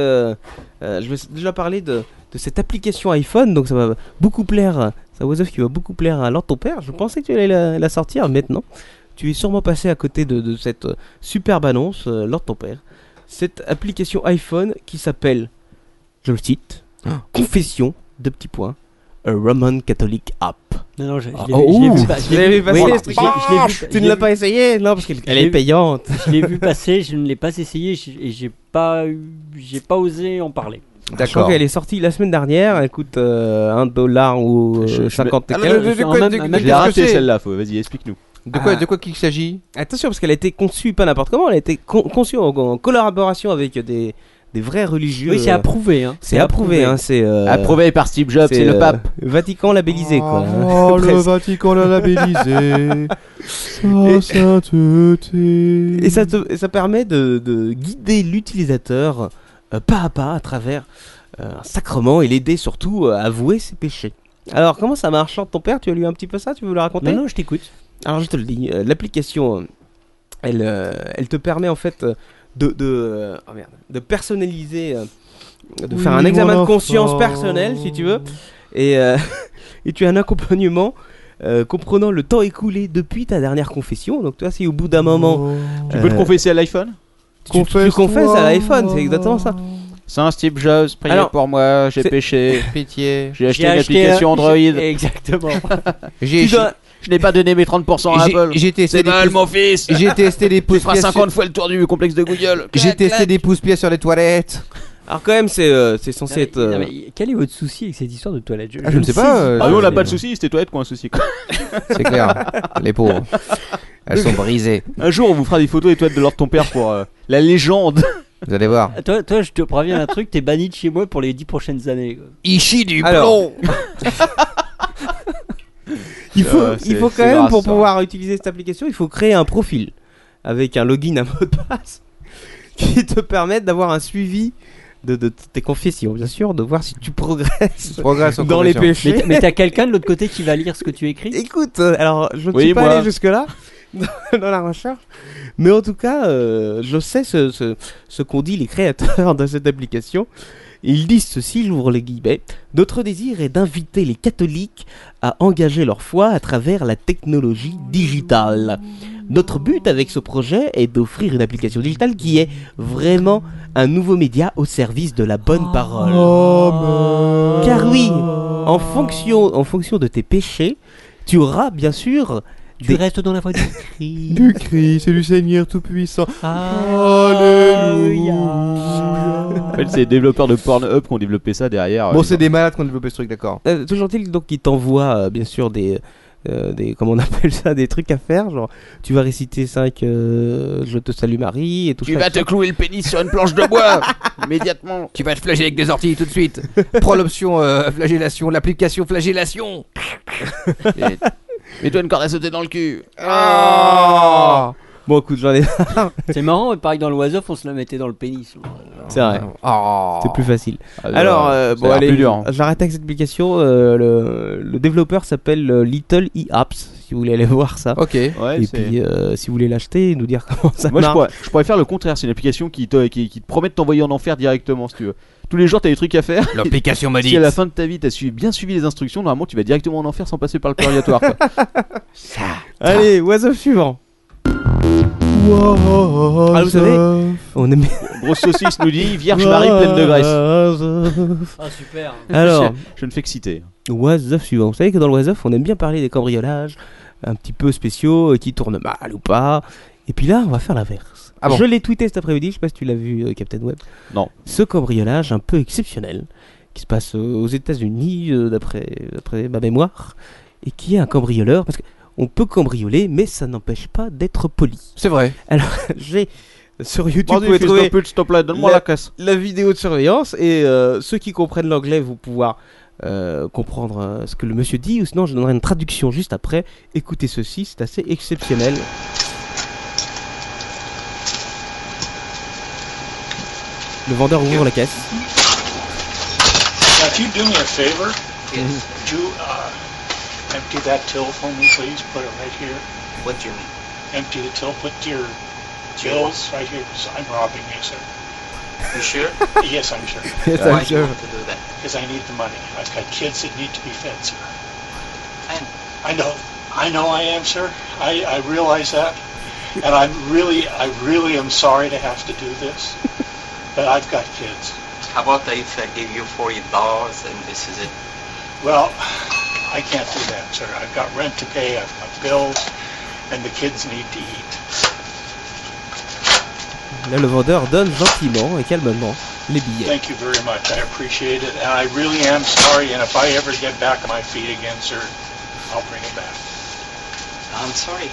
G: euh, je vais s- déjà parler de, de cette application iPhone, donc ça va beaucoup plaire, ça was qui va beaucoup plaire à Lord ton père. Je pensais que tu allais la, la sortir, maintenant tu es sûrement passé à côté de, de cette euh, superbe annonce euh, Lord ton père. Cette application iPhone qui s'appelle, je le cite, Confession, deux petits points, a Roman Catholic App.
H: Non, non, je, je l'ai
G: Oh,
H: vu- je l'ai
G: ouh.
H: vu pas-
G: Je l'avais passé,
H: oui,
G: ce truc.
H: je l'ai- je l'ai vu-
G: Tu
H: je
G: ne l'as
H: l'ai
G: pas
H: vu-
G: essayé Non, parce qu'elle
H: je
G: elle
H: l'ai
G: est
H: vu-
G: payante.
H: Je l'ai vu passer, je ne l'ai pas essayé je- et j'ai pas, eu- j'ai pas osé en parler.
G: Je crois qu'elle est sortie la semaine dernière, elle coûte 1 dollar ou euh,
F: Je- je me-
G: 50 et
F: Ah,
G: quelques.
F: mais- mais- mais-
G: Enfin,
F: mais-
G: même-
F: mais-
G: même
F: Je l'ai
G: qu'est-ce que
F: raté
G: c'est
F: celle-là, faut- vas-y, explique-nous.
M: De quoi, de quoi qu'il s'agit
I: Ah.
G: Attention, parce qu'elle a été conçue, pas n'importe comment, elle a été con- conçue en, en collaboration avec des, des vrais religieux.
H: Oui, c'est
G: euh,
H: approuvé. Hein.
G: C'est approuvé, hein, c'est. euh,
F: Approuvé par Steve Jobs, c'est
G: euh,
F: le pape.
G: Vatican labellisé, quoi.
D: hein
G: hein.
D: (laughs)
G: (laughs)
I: Oh, le
G: Presque.
I: Vatican l'a labellisé. Sa
G: Et-
I: sainteté.
G: Et ça, te- et ça permet de, de guider l'utilisateur euh, pas à pas à travers euh, un sacrement et l'aider surtout euh, à avouer ses péchés. Alors comment ça marche Ton père, tu as lu un petit peu ça Tu veux le raconter
H: Non, non, je t'écoute.
G: Alors je te le dis, euh, l'application, euh, elle, euh, elle te permet en fait euh, de, de, euh, oh merde, de personnaliser, euh, de
M: Oui,
G: faire un examen
M: mon
G: de conscience
M: enfant.
G: personnelle si tu veux, et, euh, (laughs) et tu as un accompagnement. euh, comprenant le temps écoulé depuis ta dernière confession. Donc, toi, si au bout d'un moment. euh,
F: Tu peux te confesser à l'iPhone
G: tu, tu confesses à l'iPhone, c'est exactement ça.
F: Saint Steve Jobs, priez
G: Alors,
F: pour moi, j'ai
G: c'est-
F: péché.
G: Pitié.
F: J'ai acheté
G: J'ai
F: une
G: acheté
F: application
G: un-
H: (laughs)
F: Android.
G: j'ai- exactement. J'ai-
F: Tu dois- Je n'ai pas donné mes 30% à
G: J'ai-
F: Apple.
G: j'ai testé
F: C'est
G: des
F: mal,
G: pouces-
F: mon fils.
G: j'ai testé
M: (laughs)
G: des
F: Tu feras
G: pouces-
F: 50 fois le tour du complexe de Google.
G: J'ai testé
M: des pouces-pieds sur les toilettes.
G: Alors, quand même, c'est euh, c'est censé être. euh,
H: Non, mais quel est votre souci avec cette histoire de toilette
G: Ah, je ne sais pas,
H: saisis
G: euh,
F: Ah, nous, on
G: je-
F: n'a pas de soucis, c'était toi qui as un souci. quoi.
M: C'est clair. Les (laughs) pauvres. Elles sont brisées.
F: Un jour, on vous fera des photos des toilettes de l'ordre de ton père pour euh, la légende.
M: Vous allez voir.
G: euh.
H: Toi, toi, je te préviens un truc, t'es banni de chez moi pour les 10 prochaines années. quoi.
M: Il chie du
G: Alors. il faut,
F: Euh,
G: il
F: c'est-
G: faut quand
F: c'est
G: même,
F: grave,
G: pour
F: ça.
G: pouvoir utiliser cette application, il faut créer un profil avec un login, un mot de passe (laughs) qui te permettent d'avoir un suivi de, de tes confessions, bien sûr, de voir si tu progresses,
M: progresses en
G: dans les
M: confession.
G: péchés.
H: Mais t'as- Mais t'as quelqu'un de l'autre côté qui va lire ce que tu écris
G: (laughs) Écoute, euh, alors je ne
H: Oui,
G: suis pas
H: moi.
G: allé jusque-là dans, dans la recherche, mais en tout cas, euh, je sais ce, ce, ce qu'ont dit les créateurs (laughs) de cette application. Ils disent ceci, j'ouvre les guillemets. Notre désir est d'inviter les catholiques à engager leur foi à travers la technologie digitale. Notre but avec ce projet est d'offrir une application digitale qui est vraiment un nouveau média au service de la bonne parole. Car oui, en fonction, en fonction de tes péchés, tu auras bien sûr.
H: Tu
G: des-
H: restes dans la voie du Christ.
G: (laughs) Du Christ et du Seigneur Tout-Puissant.
M: Oh,
F: En fait, c'est les développeurs de Pornhub qui ont développé ça derrière.
G: Bon,
F: euh,
G: c'est
M: des malades qui ont développé ce truc, d'accord.
G: Euh, toujours est-il donc qu'il t'envoie euh, bien sûr des, euh, des comment on appelle ça des trucs à faire genre tu vas réciter 5 je te salue Marie et tout
F: Tu
G: ça.
F: vas te clouer le pénis sur une planche de bois immédiatement.
M: Tu vas te flageller avec des orties tout de suite. Prends l'option euh, flagellation, l'application flagellation.
F: Mets-toi une corde à sauter dans le cul.
G: Ah Bon écoute j'en ai marre.
H: C'est marrant, mais pareil dans l'oiseau, on se la mettait dans le pénis.
G: C'est vrai.
F: Oh.
G: Ah. C'est plus facile.
H: Ah,
G: Alors,
H: ouais,
G: euh,
H: ça a
G: bon,
H: l'air
G: allez,
H: plus dur, hein.
G: j'arrête avec cette application. euh, le, le développeur s'appelle euh, Little E-Apps, si vous voulez aller (laughs) voir ça.
M: Ok.
G: Et
F: c'est-
G: puis, euh, si vous voulez l'acheter, nous dire (laughs) comment ça
F: Moi, je
G: marche.
F: pourrais, je pourrais faire le contraire. C'est une application qui te, qui, qui te promet de t'envoyer en enfer directement, si tu veux. Tous les jours, t'as des trucs à faire.
M: L'application
F: Si
M: maudite.
F: à la fin de ta vie, t'as suivi- bien suivi les instructions, normalement, tu vas directement en enfer sans passer par le purgatoire. (laughs) quoi.
G: Allez, oiseau suivant. Ah, vous savez, on aime.
F: Grosse saucisse nous dit Vierge Marie pleine de (laughs) graisse.
H: Ah, super.
G: Alors,
F: je ne fais que citer.
G: Oiseuf suivant. Vous savez que dans l'Oiseuf, on aime bien parler des cambriolages un petit peu spéciaux euh, qui tournent mal ou pas. Et puis là, on va faire l'inverse.
F: Ah bon
G: Je l'ai tweeté cet après-midi, je sais pas si tu l'as vu, euh, Captain Web.
F: Non.
G: Ce cambriolage un peu exceptionnel qui se passe euh, aux États-Unis, euh, d'après d'après ma mémoire, et qui est un cambrioleur parce qu'on peut cambrioler, mais ça n'empêche pas d'être poli. (laughs)
M: C'est vrai.
G: Alors, j'ai euh, sur YouTube,
F: Vas-y,
G: vous pouvez
F: fils de
G: trouver
F: pute, s'il te plaît, donne-moi la caisse.
G: la vidéo de surveillance et euh, ceux qui comprennent l'anglais vont pouvoir euh, comprendre euh, ce que le monsieur dit ou sinon je donnerai une traduction juste après. Écoutez ceci, c'est assez exceptionnel. Le vendeur ouvre la caisse.
O: Now, if you do me a favor, would you uh, empty that till for me, please? Put it right here. What do you mean? Empty the till. Put your bills right here because I'm robbing you, sir. You sure? yes, I'm sure.
G: (laughs)
M: Yes, I'm Why do you sure. want to
O: do that? Because I need the money. I've got kids that need to be fed, sir. I know. I know I am, sir. I, I realize that. And I'm really, I really am sorry to have to do this. But I've got kids.
P: How about if I give you forty dollars and this is it?
O: Well, I can't do that, sir. I've got rent to pay, I've got bills, and the kids need to eat.
G: Là le vendeur donne gentiment et calmement les billets.
O: Thank you very much. I appreciate it, and I really am sorry. And if I ever get back on my feet again, sir, I'll bring it back.
P: I'm sorry.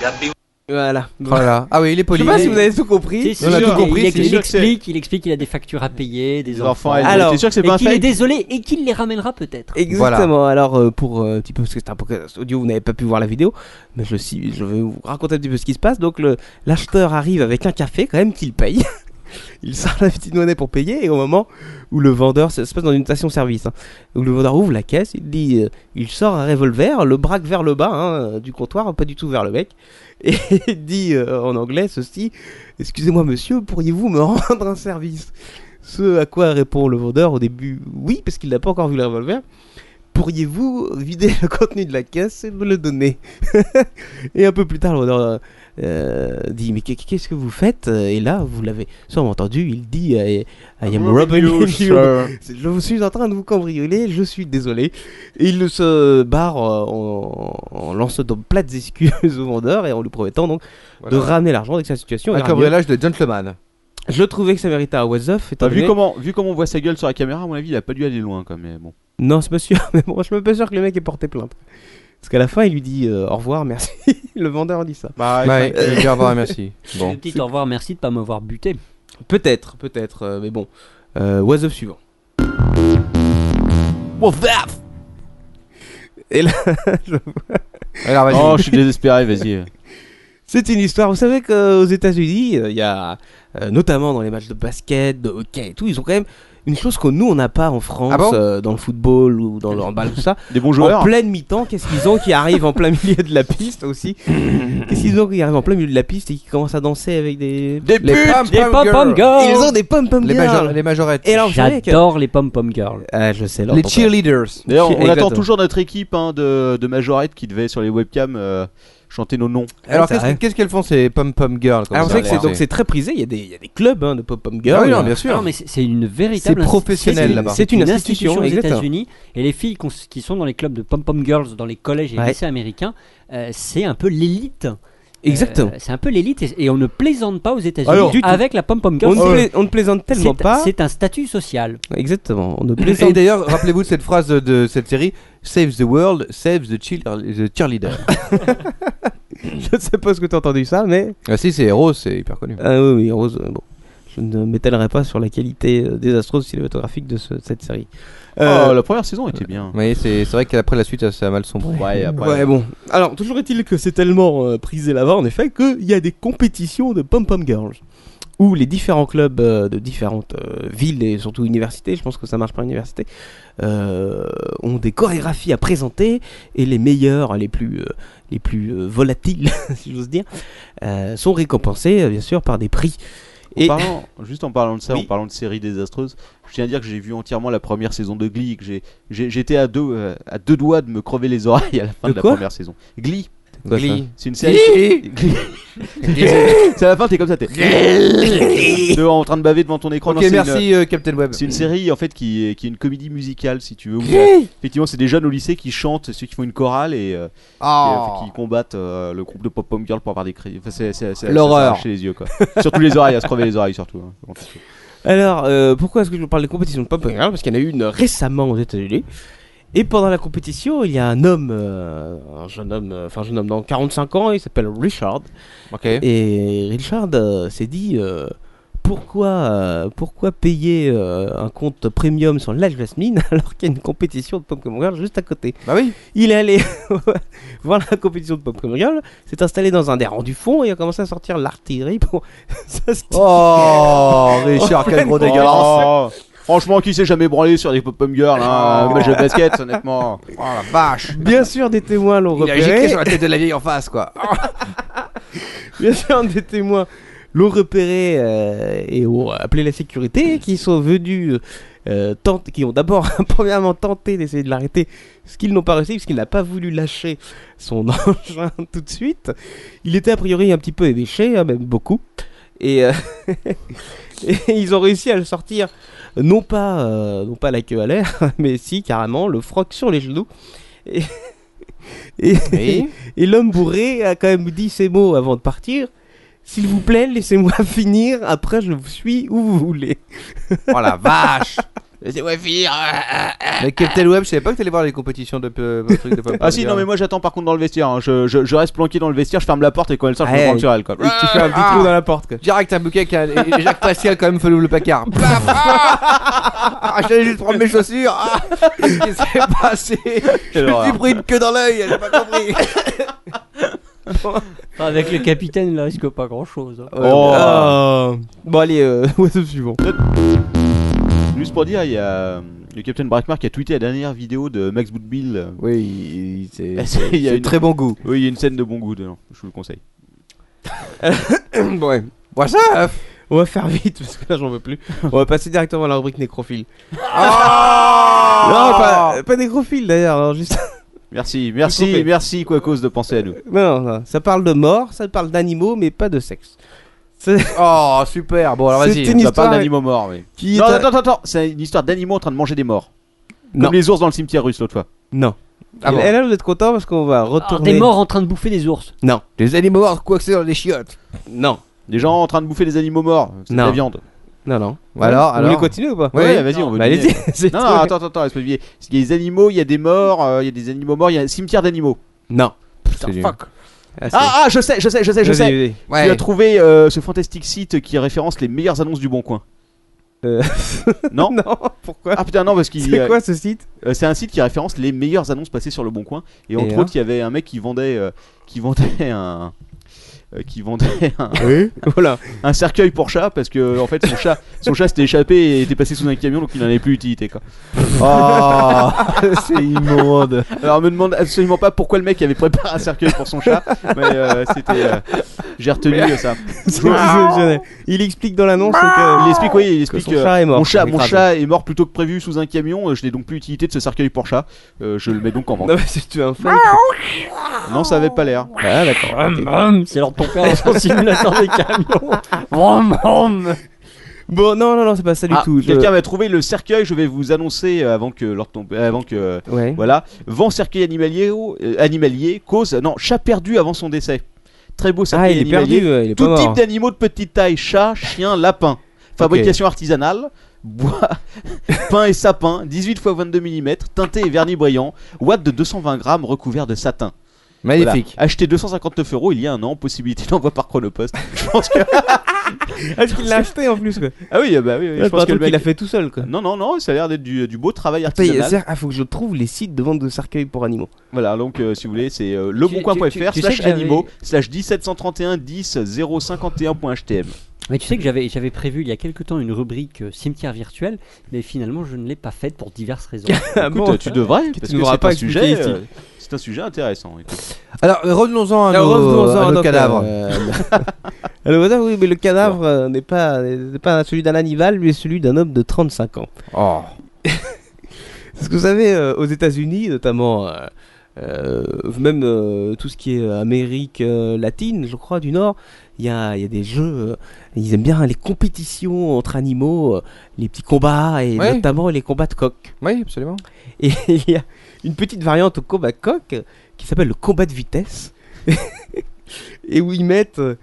P: God be
G: Voilà.
M: Voilà. Ah oui, il est poli.
G: Je sais pas si vous avez tout compris.
H: C'est sûr, Il, il explique, il explique qu'il a des factures à payer, des
G: Des
H: enfants.
G: enfants à élever. Alors, T'es sûr que c'est pas un
H: et qu'il est
G: fake
H: désolé et qu'il les ramènera peut-être.
G: Exactement. Alors euh, pour euh, un petit peu parce que c'est un podcast audio, vous n'avez pas pu voir la vidéo, mais je si je vais vous raconter un petit peu ce qui se passe. Donc le l'acheteur arrive avec un café quand même qu'il paye. (laughs) il sort la petite monnaie pour payer et au moment où le vendeur, ça se passe dans une station-service, hein, où le vendeur ouvre la caisse, il dit, euh, il sort un revolver, le braque vers le bas hein, du comptoir, pas du tout vers le mec, (laughs) et il dit euh, en anglais ceci, excusez-moi monsieur, pourriez-vous me (laughs) rendre un service Ce à quoi répond le vendeur au début, oui, parce qu'il n'a pas encore vu le revolver. Pourriez-vous vider (laughs) le contenu de la caisse et me le donner (laughs) Et un peu plus tard, le vendeur euh, euh, dit mais qu'est- qu'est-ce que vous faites Et là, vous l'avez sûrement entendu, il dit euh, I, I
F: Ah,
G: am robbing you.
F: sir.
G: C'est- Je vous suis en train de vous cambrioler, je suis désolé. Et il se barre euh, en, en lançant de plates excuses au vendeur et en lui promettant donc de
M: Voilà.
G: ramener l'argent dès que sa situation.
F: Ah,
M: Un
G: ira mieux.
M: cambriolage de gentleman.
G: Je trouvais que ça méritait un was off. étant
F: Bah, vu,
G: donné-
F: comment, vu comment on voit sa gueule sur la caméra, à mon avis, il a pas dû aller loin quand même. mais Bon.
G: Non, c'est pas sûr, (laughs) mais bon, je me pas sûr que le mec ait porté plainte. Parce qu'à la fin, il lui dit euh, au revoir, merci. (laughs) le vendeur dit ça.
M: ouais, Ah, il lui dit au revoir et (laughs) merci.
H: Bon. Le petit au revoir, merci de pas m'avoir buté.
G: Peut-être, peut-être, euh, mais bon. Euh, was off suivant. Et là, je vois.
F: Alors, vas-y. (laughs) Oh, je suis désespéré, vas-y.
G: C'est une histoire. Vous savez qu'aux États-Unis, euh, il y a, euh, notamment dans les matchs de basket, de hockey et tout, ils ont quand même une chose que nous, on n'a pas en France,
M: Ah bon
G: euh, dans le football ou dans le handball, tout (laughs) ça.
F: Des bons joueurs
G: En
M: Oh,
G: pleine mi-temps, qu'est-ce qu'ils ont qui arrive en plein milieu de la piste (coughs) aussi Qu'est-ce qu'ils ont qui arrive en plein milieu de la piste et qui commencent à danser avec des.
F: Des
H: Les putes, pom-pom des pom-pom girls. girls.
G: Ils ont des pom-pom
H: Les
G: girls
H: major- les majorettes.
G: Et alors, vous savez que-
H: J'adore les pom-pom girls.
G: Ah, je sais.
H: Les cheerleaders.
F: D'ailleurs, on
H: Exactement.
F: attend toujours notre équipe hein, de, de majorettes qui devait sur les webcams euh, chanter nos noms.
M: Alors, qu'est-ce qu'est-ce qu'elles font ces pom-pom girls comme
G: Alors, vous
M: ça,
G: savez que c'est-
M: là
G: donc c'est très prisé, il y a des, il y a des clubs hein, de pop-pom girls.
M: Ah oui, non, bien sûr.
H: Non, mais c'est c'est une véritable.
M: C'est professionnel,
H: c'est une-
M: là-bas.
H: C'est une,
G: Une
H: institution,
G: institution,
H: aux
G: exactement.
H: États-Unis. Et les filles qu'on- qui sont dans les clubs de pom-pom girls, dans les collèges et
G: Ouais.
H: lycées américains, euh, c'est un peu l'élite.
G: Exactement.
H: Euh, c'est un peu l'élite et, et on ne plaisante pas aux États-Unis
G: Alors, Du tout.
H: avec la pom-pom girl.
G: On ne pla- Ouais. on ne plaisante tellement
H: C'est-
G: pas.
H: C'est un statut social.
G: Exactement, on ne
M: Et d'ailleurs, rappelez-vous de cette phrase de, de cette série Save the world, save the, chill, the cheerleader.
G: (laughs) je ne sais pas ce que tu as entendu ça, mais.
M: ah, si, c'est Rose, c'est hyper connu.
G: Ah oui, oui, Rose, euh, bon. Je ne m'étalerai pas sur la qualité euh, désastreuse cinématographique de ce- cette série. Euh,
F: Oh, la première saison était bien.
M: Oui, c'est c'est vrai qu'après la suite, ça a mal sombré.
F: Ouais, après.
G: Ouais, bon. Alors, toujours est-il que c'est tellement euh, prisé là-bas, en effet, qu'il y a des compétitions de pom-pom girls. Où les différents clubs euh, de différentes euh, villes et surtout universités, je pense que ça marche par université, euh, ont des chorégraphies à présenter et les meilleurs, les plus, euh, les plus euh, volatiles, (laughs) si j'ose dire, euh, sont récompensés, euh, bien sûr, par des prix.
F: En parlant- juste en parlant de ça, en parlant de séries désastreuses, je tiens à dire que j'ai vu entièrement la première saison de Glee, et que j'ai- j'ai- j'étais à deux, euh, à deux doigts de me crever les oreilles à la fin
G: De
F: de, la
G: quoi
F: première saison. Glee.
G: quoi, ça
F: C'est une série.
G: Glee
F: Glee. (laughs) C'est à la fin, t'es comme ça, t'es devant en train de baver devant ton écran.
M: Ok,
F: c'est
M: merci,
F: une-
M: euh, Captain Web.
F: C'est une série en fait qui est, qui est une comédie musicale, si tu veux. où,
M: Glee.
F: euh, effectivement, c'est des jeunes au lycée qui chantent, ceux qui font une chorale et euh,
M: Ah.
F: qui, euh, qui combattent euh, le groupe de pop pom girl pour avoir des crédits. Enfin, c'est- c'est- c'est-
M: L'horreur.
F: ça arrache les yeux (laughs) quoi. surtout les oreilles, à se crever les oreilles surtout. hein. En fait.
G: Alors, euh, pourquoi est-ce que je vous parle des compétitions de pop Girl Parce qu'il y en a eu une récemment aux États-Unis. Et pendant la compétition, il y a un homme, euh, un jeune homme, euh, enfin un jeune homme dans 45 ans, il s'appelle
M: (laughs)
G: Richard. Et Richard euh, s'est dit euh, pourquoi, euh, pourquoi payer euh, un compte premium sur l'âge Jasmine (laughs) alors qu'il y a une compétition de pop Girl juste à côté
M: Bah oui
G: Il est allé (laughs) voir la compétition de pop Girl, s'est installé dans un des rangs du fond et a commencé à sortir l'artillerie pour (laughs) s'astiquer.
F: Oh, Richard,
G: En
F: quel
G: pleine
F: gros
G: compétition.
F: dégueulasse. Franchement, qui s'est jamais branlé sur des pop-pum girls, hein, un match de basket, (laughs) honnêtement. Oh la vache.
G: Bien sûr, des témoins l'ont
M: Il a
G: repéré.
M: giclé sur la tête de la vieille en face, quoi.
G: Bien sûr, des témoins l'ont repéré euh, et ont appelé la sécurité, qui sont venus, euh, tent- qui ont d'abord (laughs) premièrement tenté d'essayer de l'arrêter, ce qu'ils n'ont pas réussi, puisqu'il n'a pas voulu lâcher son (laughs) engin tout de suite. Il était a priori un petit peu éméché, hein, même beaucoup. Et, euh, (laughs) et ils ont réussi à le sortir, non pas, euh, non pas la queue à l'air, (laughs) mais si carrément le froc sur les genoux. Et, (laughs) et,
M: Oui.
G: et l'homme bourré a quand même dit ces mots avant de partir. S'il vous plaît, laissez-moi (laughs) finir, après je vous suis où vous voulez.
M: Oh la vache
G: Laissez-moi finir
M: Mais Captain Web, je savais pas que t'allais voir les compétitions de, peu- de trucs de pop
F: Ah si, non, mais moi j'attends par contre dans le vestiaire. hein. Je, je- je reste planqué dans le vestiaire, je ferme la porte et quand elle sort, je me branle sur elle (laughs) quoi.
E: Ah,
M: tu fais un petit trou dans
G: la porte. Quoi.
M: Direct un bouquet avec un, et Jacques Facial quand même fait le placard. Paf (laughs) ah, J'allais juste prendre mes chaussures. Ah, Qu'est-ce qui s'est passé Je me
F: horreur.
M: suis pris une queue dans l'œil. J'ai pas compris.
H: Avec le capitaine, il risque pas hein. grand chose.
G: Oh. Bon, allez, euh, (laughs) WhatsApp suivant.
F: Juste pour dire, il y a. euh, Le Captain Brackmar qui a tweeté la dernière vidéo de Max Bootbill.
M: Oui, c'est
F: (laughs) il y a
M: c'est
F: une-
M: très bon goût.
F: Oui, il y a une scène de bon goût dedans, je vous le conseille.
G: ouais.
M: ça
G: On va faire vite parce que là j'en veux plus. On va passer directement à la rubrique nécrophile. non, pas, pas nécrophile d'ailleurs. alors juste... (laughs)
F: Merci, merci,
G: coupé.
F: merci Quacos de penser à nous.
G: non, non, ça parle de mort, ça parle d'animaux, mais pas de sexe.
M: Oh, super. Bon, alors
G: C'est
M: vas-y.
G: une
F: Ça
G: histoire-
F: parle d'animaux morts, mais.
G: Qui est
F: non,
G: un-
F: attends, attends, attends, c'est une histoire d'animaux en train de manger des morts.
G: Non.
F: Comme les ours dans le cimetière russe l'autre fois.
G: Non.
F: Ah bon.
G: Et là, vous êtes content parce qu'on va retourner.
H: Ah, des morts en train de bouffer des ours.
G: Non.
M: Des animaux morts, quoi que c'est dans les chiottes.
G: Non.
F: Des gens en train de bouffer des animaux morts. C'est de
G: Non.
F: la viande.
G: Non, non.
M: alors,
G: Vous voulez
M: alors
G: continuer ou pas
F: Ouais, vas-y, on va
G: Bah,
F: deviner.
G: allez-y. (laughs) c'est
F: Non,
G: tout.
F: non, attends, attends, attends, laisse-moi deviner. Il y a des animaux, il y a des morts, euh, il y a des animaux morts, il y a un cimetière d'animaux.
G: Non.
F: Putain,
G: C'est
F: fuck.
G: nul.
F: Ah, ah, je sais, je sais, je sais, je
G: Vas-y,
F: sais.
G: vas-y. Ouais.
F: Tu as trouvé euh, ce fantastique site qui référence les meilleures annonces du Bon Coin. (laughs) non
G: (laughs) Non, pourquoi
F: Ah putain, non, parce qu'il.
G: C'est
F: euh,
G: quoi ce site
F: euh, C'est un site qui référence les meilleures annonces passées sur le Bon Coin. Et entre
G: alors
F: autres, il y avait un mec qui vendait, euh, qui vendait un. euh, qui vendait (laughs) un,
G: Oui, (laughs) voilà.
F: un cercueil pour chat parce que en fait son chat son chat s'était échappé et était passé sous un camion donc il n'en avait plus utilité quoi.
M: Oh, c'est immonde.
F: Alors on me demande absolument pas pourquoi le mec avait préparé un cercueil pour son chat, mais euh, c'était euh, j'ai retenu euh, ça.
G: C'est exceptionnel. Il explique dans l'annonce
F: Ah.
G: Ah, que.
F: Il explique, oui, il explique
G: son
F: euh,
G: chat est mort.
F: Mon chat, mon
G: Écrasé.
F: chat est mort plus tôt que prévu sous un camion. euh, Je n'ai donc plus utilité de ce cercueil pour chat. Euh, je le mets donc en vente.
G: (laughs) Non, mais c'est tu es un fake.
F: Non, ça avait pas l'air.
G: Ah, d'accord.
H: Hum, C'est leur ton père dans son simulateur des camions. Vroom, vroom.
G: Bon, non, non, non, c'est pas ça du
F: Ah,
G: tout. je-
F: Quelqu'un m'a trouvé le cercueil. Je vais vous annoncer euh, avant que l'ordre tombe- euh, avant que
G: (laughs)
F: euh,
G: Ouais.
F: voilà. Vent cercueil animalier, ou- euh, animalier cause non chat perdu avant son décès. Très beau cercueil
G: Ah, il est
F: animalier.
G: perdu, euh, il est
F: Tout
G: pas
F: type
G: mort.
F: d'animaux de petite taille, chat, chien, lapin. Fabrication artisanale. Bois, (laughs) pin et sapin, 18 x 22 mm, teinté et vernis brillant, watt de 220 grammes recouvert de satin.
M: Magnifique.
F: Voilà. Acheté 259 euros il y a un an, possibilité (laughs) d'envoi par Chronopost. Je pense que.
G: Est-ce qu'il l'a acheté en plus quoi
F: Ah oui, bah oui, oui,
G: Ouais,
F: je
G: c'est
F: pense
G: un
F: que le Ah,
G: truc
F: mec.
G: qu'il a fait tout seul quoi.
F: Non, non, non, ça a l'air d'être du, du beau travail
G: Attends, il y a-
F: artisanal.
G: ah, faut que je trouve les sites de vente de cercueils pour animaux.
F: Voilà, donc euh, si vous voulez, c'est euh,
H: tu- tu-
F: leboncoin.fr
H: tu sais
F: slash
H: que j'avais-
F: animaux slash 1731 10 051.htm.
H: Mais tu sais que j'avais j'avais prévu il y a quelque temps une rubrique euh, cimetière virtuel, mais finalement je ne l'ai pas faite pour diverses raisons.
G: Ah,
F: Écoute, euh, tu devrais, parce que c'est un sujet, euh, c'est un sujet intéressant. écoute.
M: Alors, euh, revenons-en à
G: Alors,
M: nos,
G: revenons-en
M: à
G: à
M: nos
G: notre-
M: cadavres.
G: euh, Alors voilà, oui, mais le cadavre euh, n'est pas, n'est pas celui d'un animal, mais celui d'un homme de 35 ans.
M: Oh.
G: Parce que vous savez, euh, aux États-Unis, notamment, euh, euh, même euh, tout ce qui est euh, Amérique euh, latine, je crois, du Nord, il y a, il y a des jeux, euh, ils aiment bien les compétitions entre animaux, euh, les petits combats, et
M: Ouais.
G: notamment les combats de coq.
M: Oui, absolument.
G: (laughs) Et il y a une petite variante au combat de coq euh, qui s'appelle le combat de vitesse. (laughs) et où ils mettent. euh,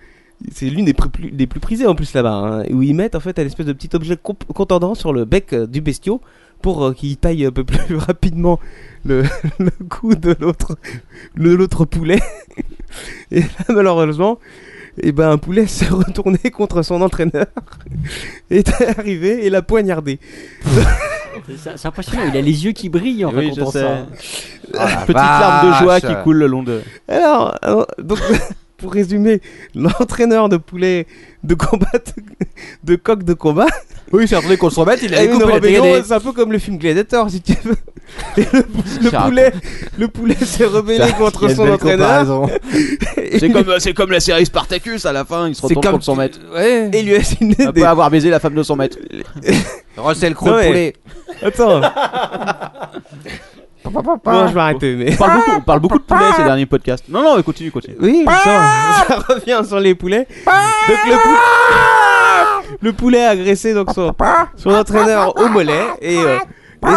G: C'est l'une des, pr- plus- des plus prisées en plus là-bas. hein, où ils mettent en fait un espèce de petit objet comp- contendant sur le bec euh, du bestiau pour euh, qu'il taille un peu plus (laughs) rapidement le, (laughs) le cou de l'autre le- l'autre poulet. (laughs) Et là, malheureusement. Et ben un poulet s'est (laughs) retourné contre son entraîneur, (laughs) est arrivé et l'a poignardé.
H: C'est c'est impressionnant, il a les yeux qui brillent en
F: Oui, je
H: racontant
F: sais.
H: ça.
F: Ah, la Petite larme de joie
G: vache.
F: qui coule le long de.
G: Alors, alors, donc, (laughs) pour résumer, l'entraîneur de poulet de combat, de, de coq de combat.
M: Oui, c'est un truc qu'on se remette, il
G: a
F: Ah
M: allait
G: une
M: couper la
G: rébellion,
M: tête.
G: C'est un peu comme le film Gladiator, si tu veux. Et le, le
F: Ça
G: poulet, le poulet s'est rebellé
M: Putain,
G: contre
M: il y a une
G: son
M: belle
G: entraîneur.
M: comparaison.
G: Et
F: C'est
G: il-
F: comme, euh, c'est comme la série Spartacus, à la fin, il se retourne contre son maître.
M: Ouais.
G: Et il lui a signé
M: Ah,
F: Après
G: des.
F: avoir baisé la femme de son maître.
M: Russell
G: Non,
M: Crowe
G: mais-
M: poulet.
G: Attends. Non, je vais arrêter, mais.
F: On parle, beaucoup, on parle beaucoup de poulet ces derniers podcasts. Non, non, continue, continue.
G: Oui, ça, ça revient sur les poulets. Donc le, pou- le poulet a agressé donc son, son entraîneur au mollet et, euh, (laughs)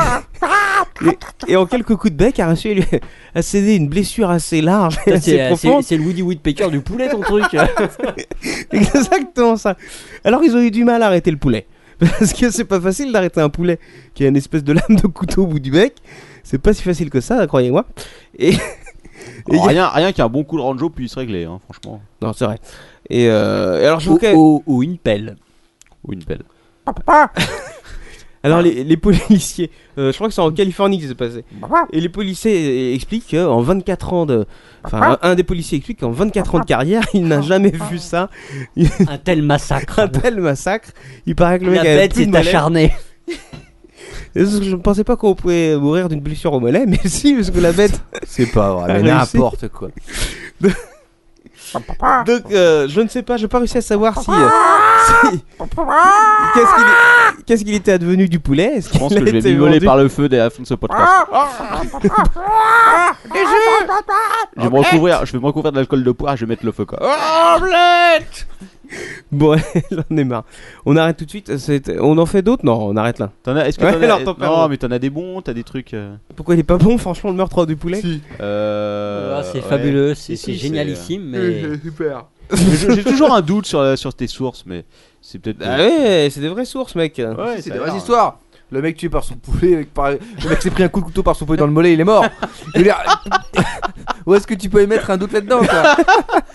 G: et, et en quelques coups de bec a reçu lui, (laughs) a cédé une blessure assez large
F: (laughs)
G: et
H: Ça,
G: assez
H: C'est euh,
G: profonde.
H: c'est- (laughs) c'est le Woody Woodpecker du poulet ton truc.
G: Exactement ça. Alors ils ont eu du mal à arrêter le poulet. (laughs) Parce que c'est pas facile d'arrêter un poulet qui a une espèce de lame de couteau au bout du bec. C'est pas si facile que ça, croyez-moi. Et...
F: Oh, rien rien qu'un bon coup de ranjo puisse régler, hein, franchement.
G: Non, c'est vrai. Et, euh, et alors je vous
H: ou, ou- ou une pelle.
F: Ou une pelle.
G: Alors les, les policiers, euh, je crois que c'est en Californie que ça s'est passé.
F: Bah,
G: Et les policiers euh, expliquent qu'en 24 ans de...
F: bah.
G: Enfin, un, un des policiers explique qu'en 24 ans de carrière, il n'a jamais vu ça.
H: un tel massacre.
G: un tel massacre. Il paraît que le
H: La
G: mec avait
H: bête
G: plus de
H: s'est
G: malaise.
H: acharnée.
G: Et parce que Je ne pensais pas qu'on pouvait mourir d'une blessure au mollet, (laughs) mais si, parce que la bête...
M: C'est pas
G: a
M: vrai, mais
H: Ah,
G: réussi.
M: n'importe quoi.
F: Ah.
G: Donc, euh, je ne sais pas, je n'ai pas réussi à savoir si. euh,
F: Ah.
G: si- Qu'est-ce qu'il qu'est-ce qu'il était advenu du poulet Est-ce
F: Je pense
G: (laughs)
F: que je vais me voler par le feu dès la fin de ce podcast. Je vais me recouvrir, je vais me recouvrir de l'alcool de poire et je vais mettre le feu quoi.
G: Bon, (laughs) j'en ai marre. On arrête tout de suite. c'est- On en fait d'autres Non, on arrête là.
F: T'en as, est-ce que
G: Ouais,
F: t'en as-
G: alors, t'en parles.
F: non, mais t'en as des bons, t'as des trucs. euh,
G: Pourquoi il est pas bon, franchement, le meurtre du poulet
F: euh,
H: Ah, c'est
F: ouais.
H: fabuleux, c'est-
F: Si, si,
H: c'est génialissime, mais- Euh,
I: super.
F: Je- J'ai toujours un doute sur, la- sur tes sources, mais Bah c'est peut-être.
G: Ah ouais, c'est des vraies sources, mec.
F: Ouais,
I: c'est
F: ça
I: des
F: a
I: vraies
F: l'air.
I: histoires. Le mec tué par son poulet, avec par- le mec s'est pris un coup de couteau par son poulet dans le mollet, il est mort. Je veux
F: (laughs)
I: dire, où est-ce que tu peux émettre un doute là-dedans quoi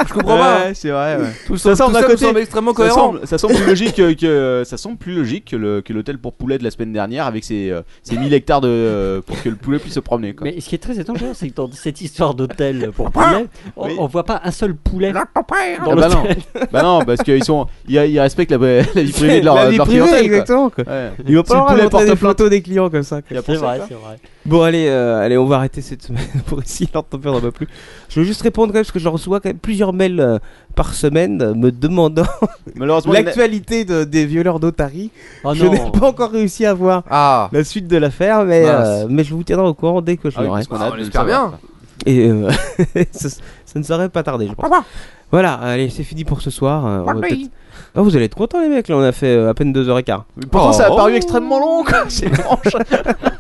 I: Je comprends pas.
F: Ouais, c'est vrai. ouais.
I: Tout ça, tout
F: d'un
I: ça me semble extrêmement
F: ça
I: cohérent.
F: semble- ça semble plus logique que, que- ça semble plus logique que le- que l'hôtel pour poulet de la semaine dernière avec ses, euh, ses 1000 hectares de euh, pour que le poulet puisse se promener. Quoi.
H: Mais ce qui est très étonnant, c'est que dans cette histoire d'hôtel pour poulet, on, on voit pas un seul poulet dans
F: Ah bah non,
H: l'hôtel.
F: bah non, parce qu'ils sont, ils, ils respectent la, la vie privée de leur,
G: (laughs) La
F: de
G: vie
F: leur
G: privée,
F: clientèle. quoi.
G: exactement, quoi.
F: Ouais.
G: Ils vont
F: Si
G: pas
F: le
G: avoir
F: poulet
G: la
F: porte
G: des
F: plainte-
G: photos des clients comme ça. quoi.
F: Il y a pour ça, quoi.
H: Bah,
G: Bon, allez, euh, allez, on va arrêter cette semaine (laughs) pour ici. L'ordre de tempère n'en va plus. Je veux juste répondre quand même, parce que je reçois quand même plusieurs mails euh, par semaine euh, me demandant
F: Malheureusement,
G: l'actualité de- des violeurs d'Otari.
F: Oh
G: je
F: non.
G: n'ai pas encore réussi à voir
M: Ah.
G: la suite de l'affaire, mais,
F: Mince.
G: euh, mais je vous tiendrai au courant dès que je
F: Ah oui,
G: l'aurai.
F: parce qu'on a Ah, hâte on de le l'espère savoir, bien.
G: Et euh, (laughs) ça, ça ne serait pas tardé, je pense. Voilà, allez, c'est fini pour ce soir. Euh, on va
F: Bye.
G: peut-être- Ah, vous allez être contents, les mecs, là, on a fait euh, à peine 2h15.
F: Pourtant, ça a paru extrêmement long, quoi. (laughs) C'est franche.
M: Oh.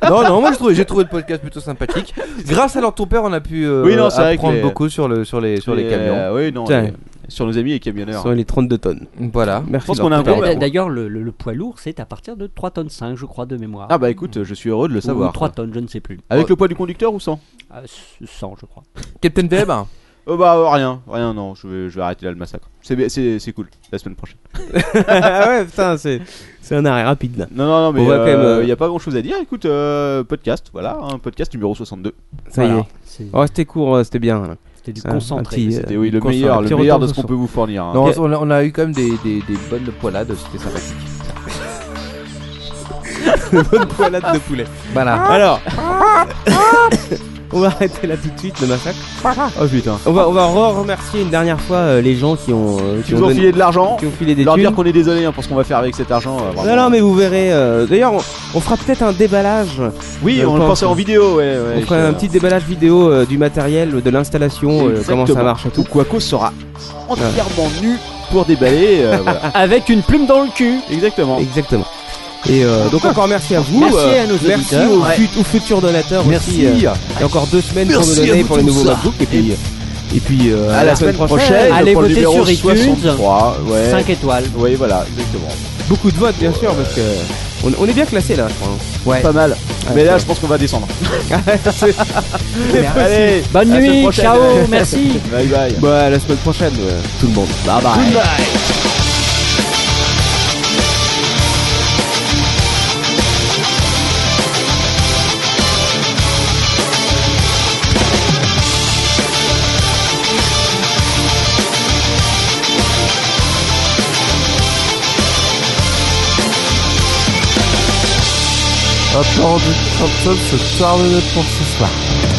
M: Non, non, moi j'ai trouvé, j'ai trouvé le podcast plutôt sympathique. Grâce à leur ton père, on a pu euh,
F: Oui, non, c'est vrai que
M: apprendre
F: les-
M: beaucoup sur, le, sur, les, sur les
F: Les- euh,
M: camions.
F: oui, non,
M: Tiens.
F: les- sur nos amis les camionneurs.
G: Sur les 32
F: (laughs)
G: tonnes.
M: Voilà.
G: Merci.
F: Je pense qu'on a un
G: Laure.
F: gros-
H: D'a- D'ailleurs, le, le- le poids lourd, c'est à partir de 3 tonnes 5, je crois, de mémoire.
F: Ah bah écoute, je suis heureux de le
H: Ou
F: savoir.
H: 3 tonnes, je ne sais plus.
F: Avec le poids du conducteur ou sans
H: Ah, s- 100, je crois.
M: Captain
F: (laughs)
M: Deb
F: Euh, bah euh, rien, rien, non, je vais, je vais arrêter là le massacre. C'est bien- C'est c'est cool, la semaine prochaine.
G: ah ouais, putain, c'est c'est un arrêt rapide là.
F: Non, non, non, mais
G: On va quand même,
F: il
G: euh,
F: n'y a pas grand chose à dire. Écoute, euh, podcast, voilà, un podcast numéro 62.
G: Ça
F: Voilà.
G: y est. Oh, c'était court, euh, c'était bien. là.
H: C'était
G: Un- un petit, euh,
F: C'était Eh oui, le
G: concentré.
F: meilleur,
G: Un
F: le
G: petit
F: meilleur de
G: retour
F: ce
G: sur
F: qu'on peut vous fournir. hein.
M: Non, on, a, on a eu quand même des, des, des bonnes poilades, c'était
F: (laughs)
M: sympathique.
G: Bonne poilade de poulet.
M: Voilà.
G: Alors, on va arrêter là tout de suite le massacre. Ah,
F: Oh putain.
G: On va, on va re- remercier une dernière fois euh, les gens qui ont, euh,
F: Qui nous ont
G: donné-
F: filé de l'argent.
G: qui ont filé des
F: Leur dire
G: thunes.
F: qu'on est désolé hein, pour ce qu'on va faire avec cet argent. euh,
G: Non,
F: vraiment.
G: non, mais vous verrez. euh, D'ailleurs, on, on fera peut-être un déballage.
F: Oui,
G: Euh,
F: on le
G: pas-
F: pensait en vidéo, ouais. ouais,
G: On fera
F: je-
G: un petit déballage vidéo euh, du matériel, de l'installation, euh,
F: Exactement.
G: comment ça marche et tout.
F: Quaco sera Euh. entièrement nu pour déballer. euh, voilà.
H: Avec une plume dans le cul.
F: Exactement.
G: Exactement. Et euh, donc encore merci à vous.
H: Merci
G: euh,
H: à nos
G: merci
H: auditeurs.
G: aux,
H: Ouais.
G: fut- aux futurs donateurs
H: Merci.
G: aussi. euh, et encore deux semaines pour nous
H: Merci à
G: donner
H: vous
G: pour les
H: tous.
G: nouveaux MacBook. Et puis, et puis euh,
F: À la semaine prochaine,
G: Allez
F: pour le
G: voter
F: numéro
G: sur iTunes.
F: 63, Ah, ouais.
H: 5 étoiles.
F: Oui, voilà, exactement.
G: Beaucoup de votes bien sûr parce que on, on est bien classé là. je crois.
F: Pas mal.
G: Ouais,
F: Mais là,
G: ouais.
F: je pense qu'on va
G: (laughs)
F: descendre.
G: Allez,
H: Bonne
F: à la semaine
H: nuit,
F: prochaine.
H: ciao,
F: (laughs)
H: merci.
F: Bye bye.
G: Bah à la semaine prochaine euh, tout le monde. Bye bye.
M: Attends, Simpson se charme pour ce soir.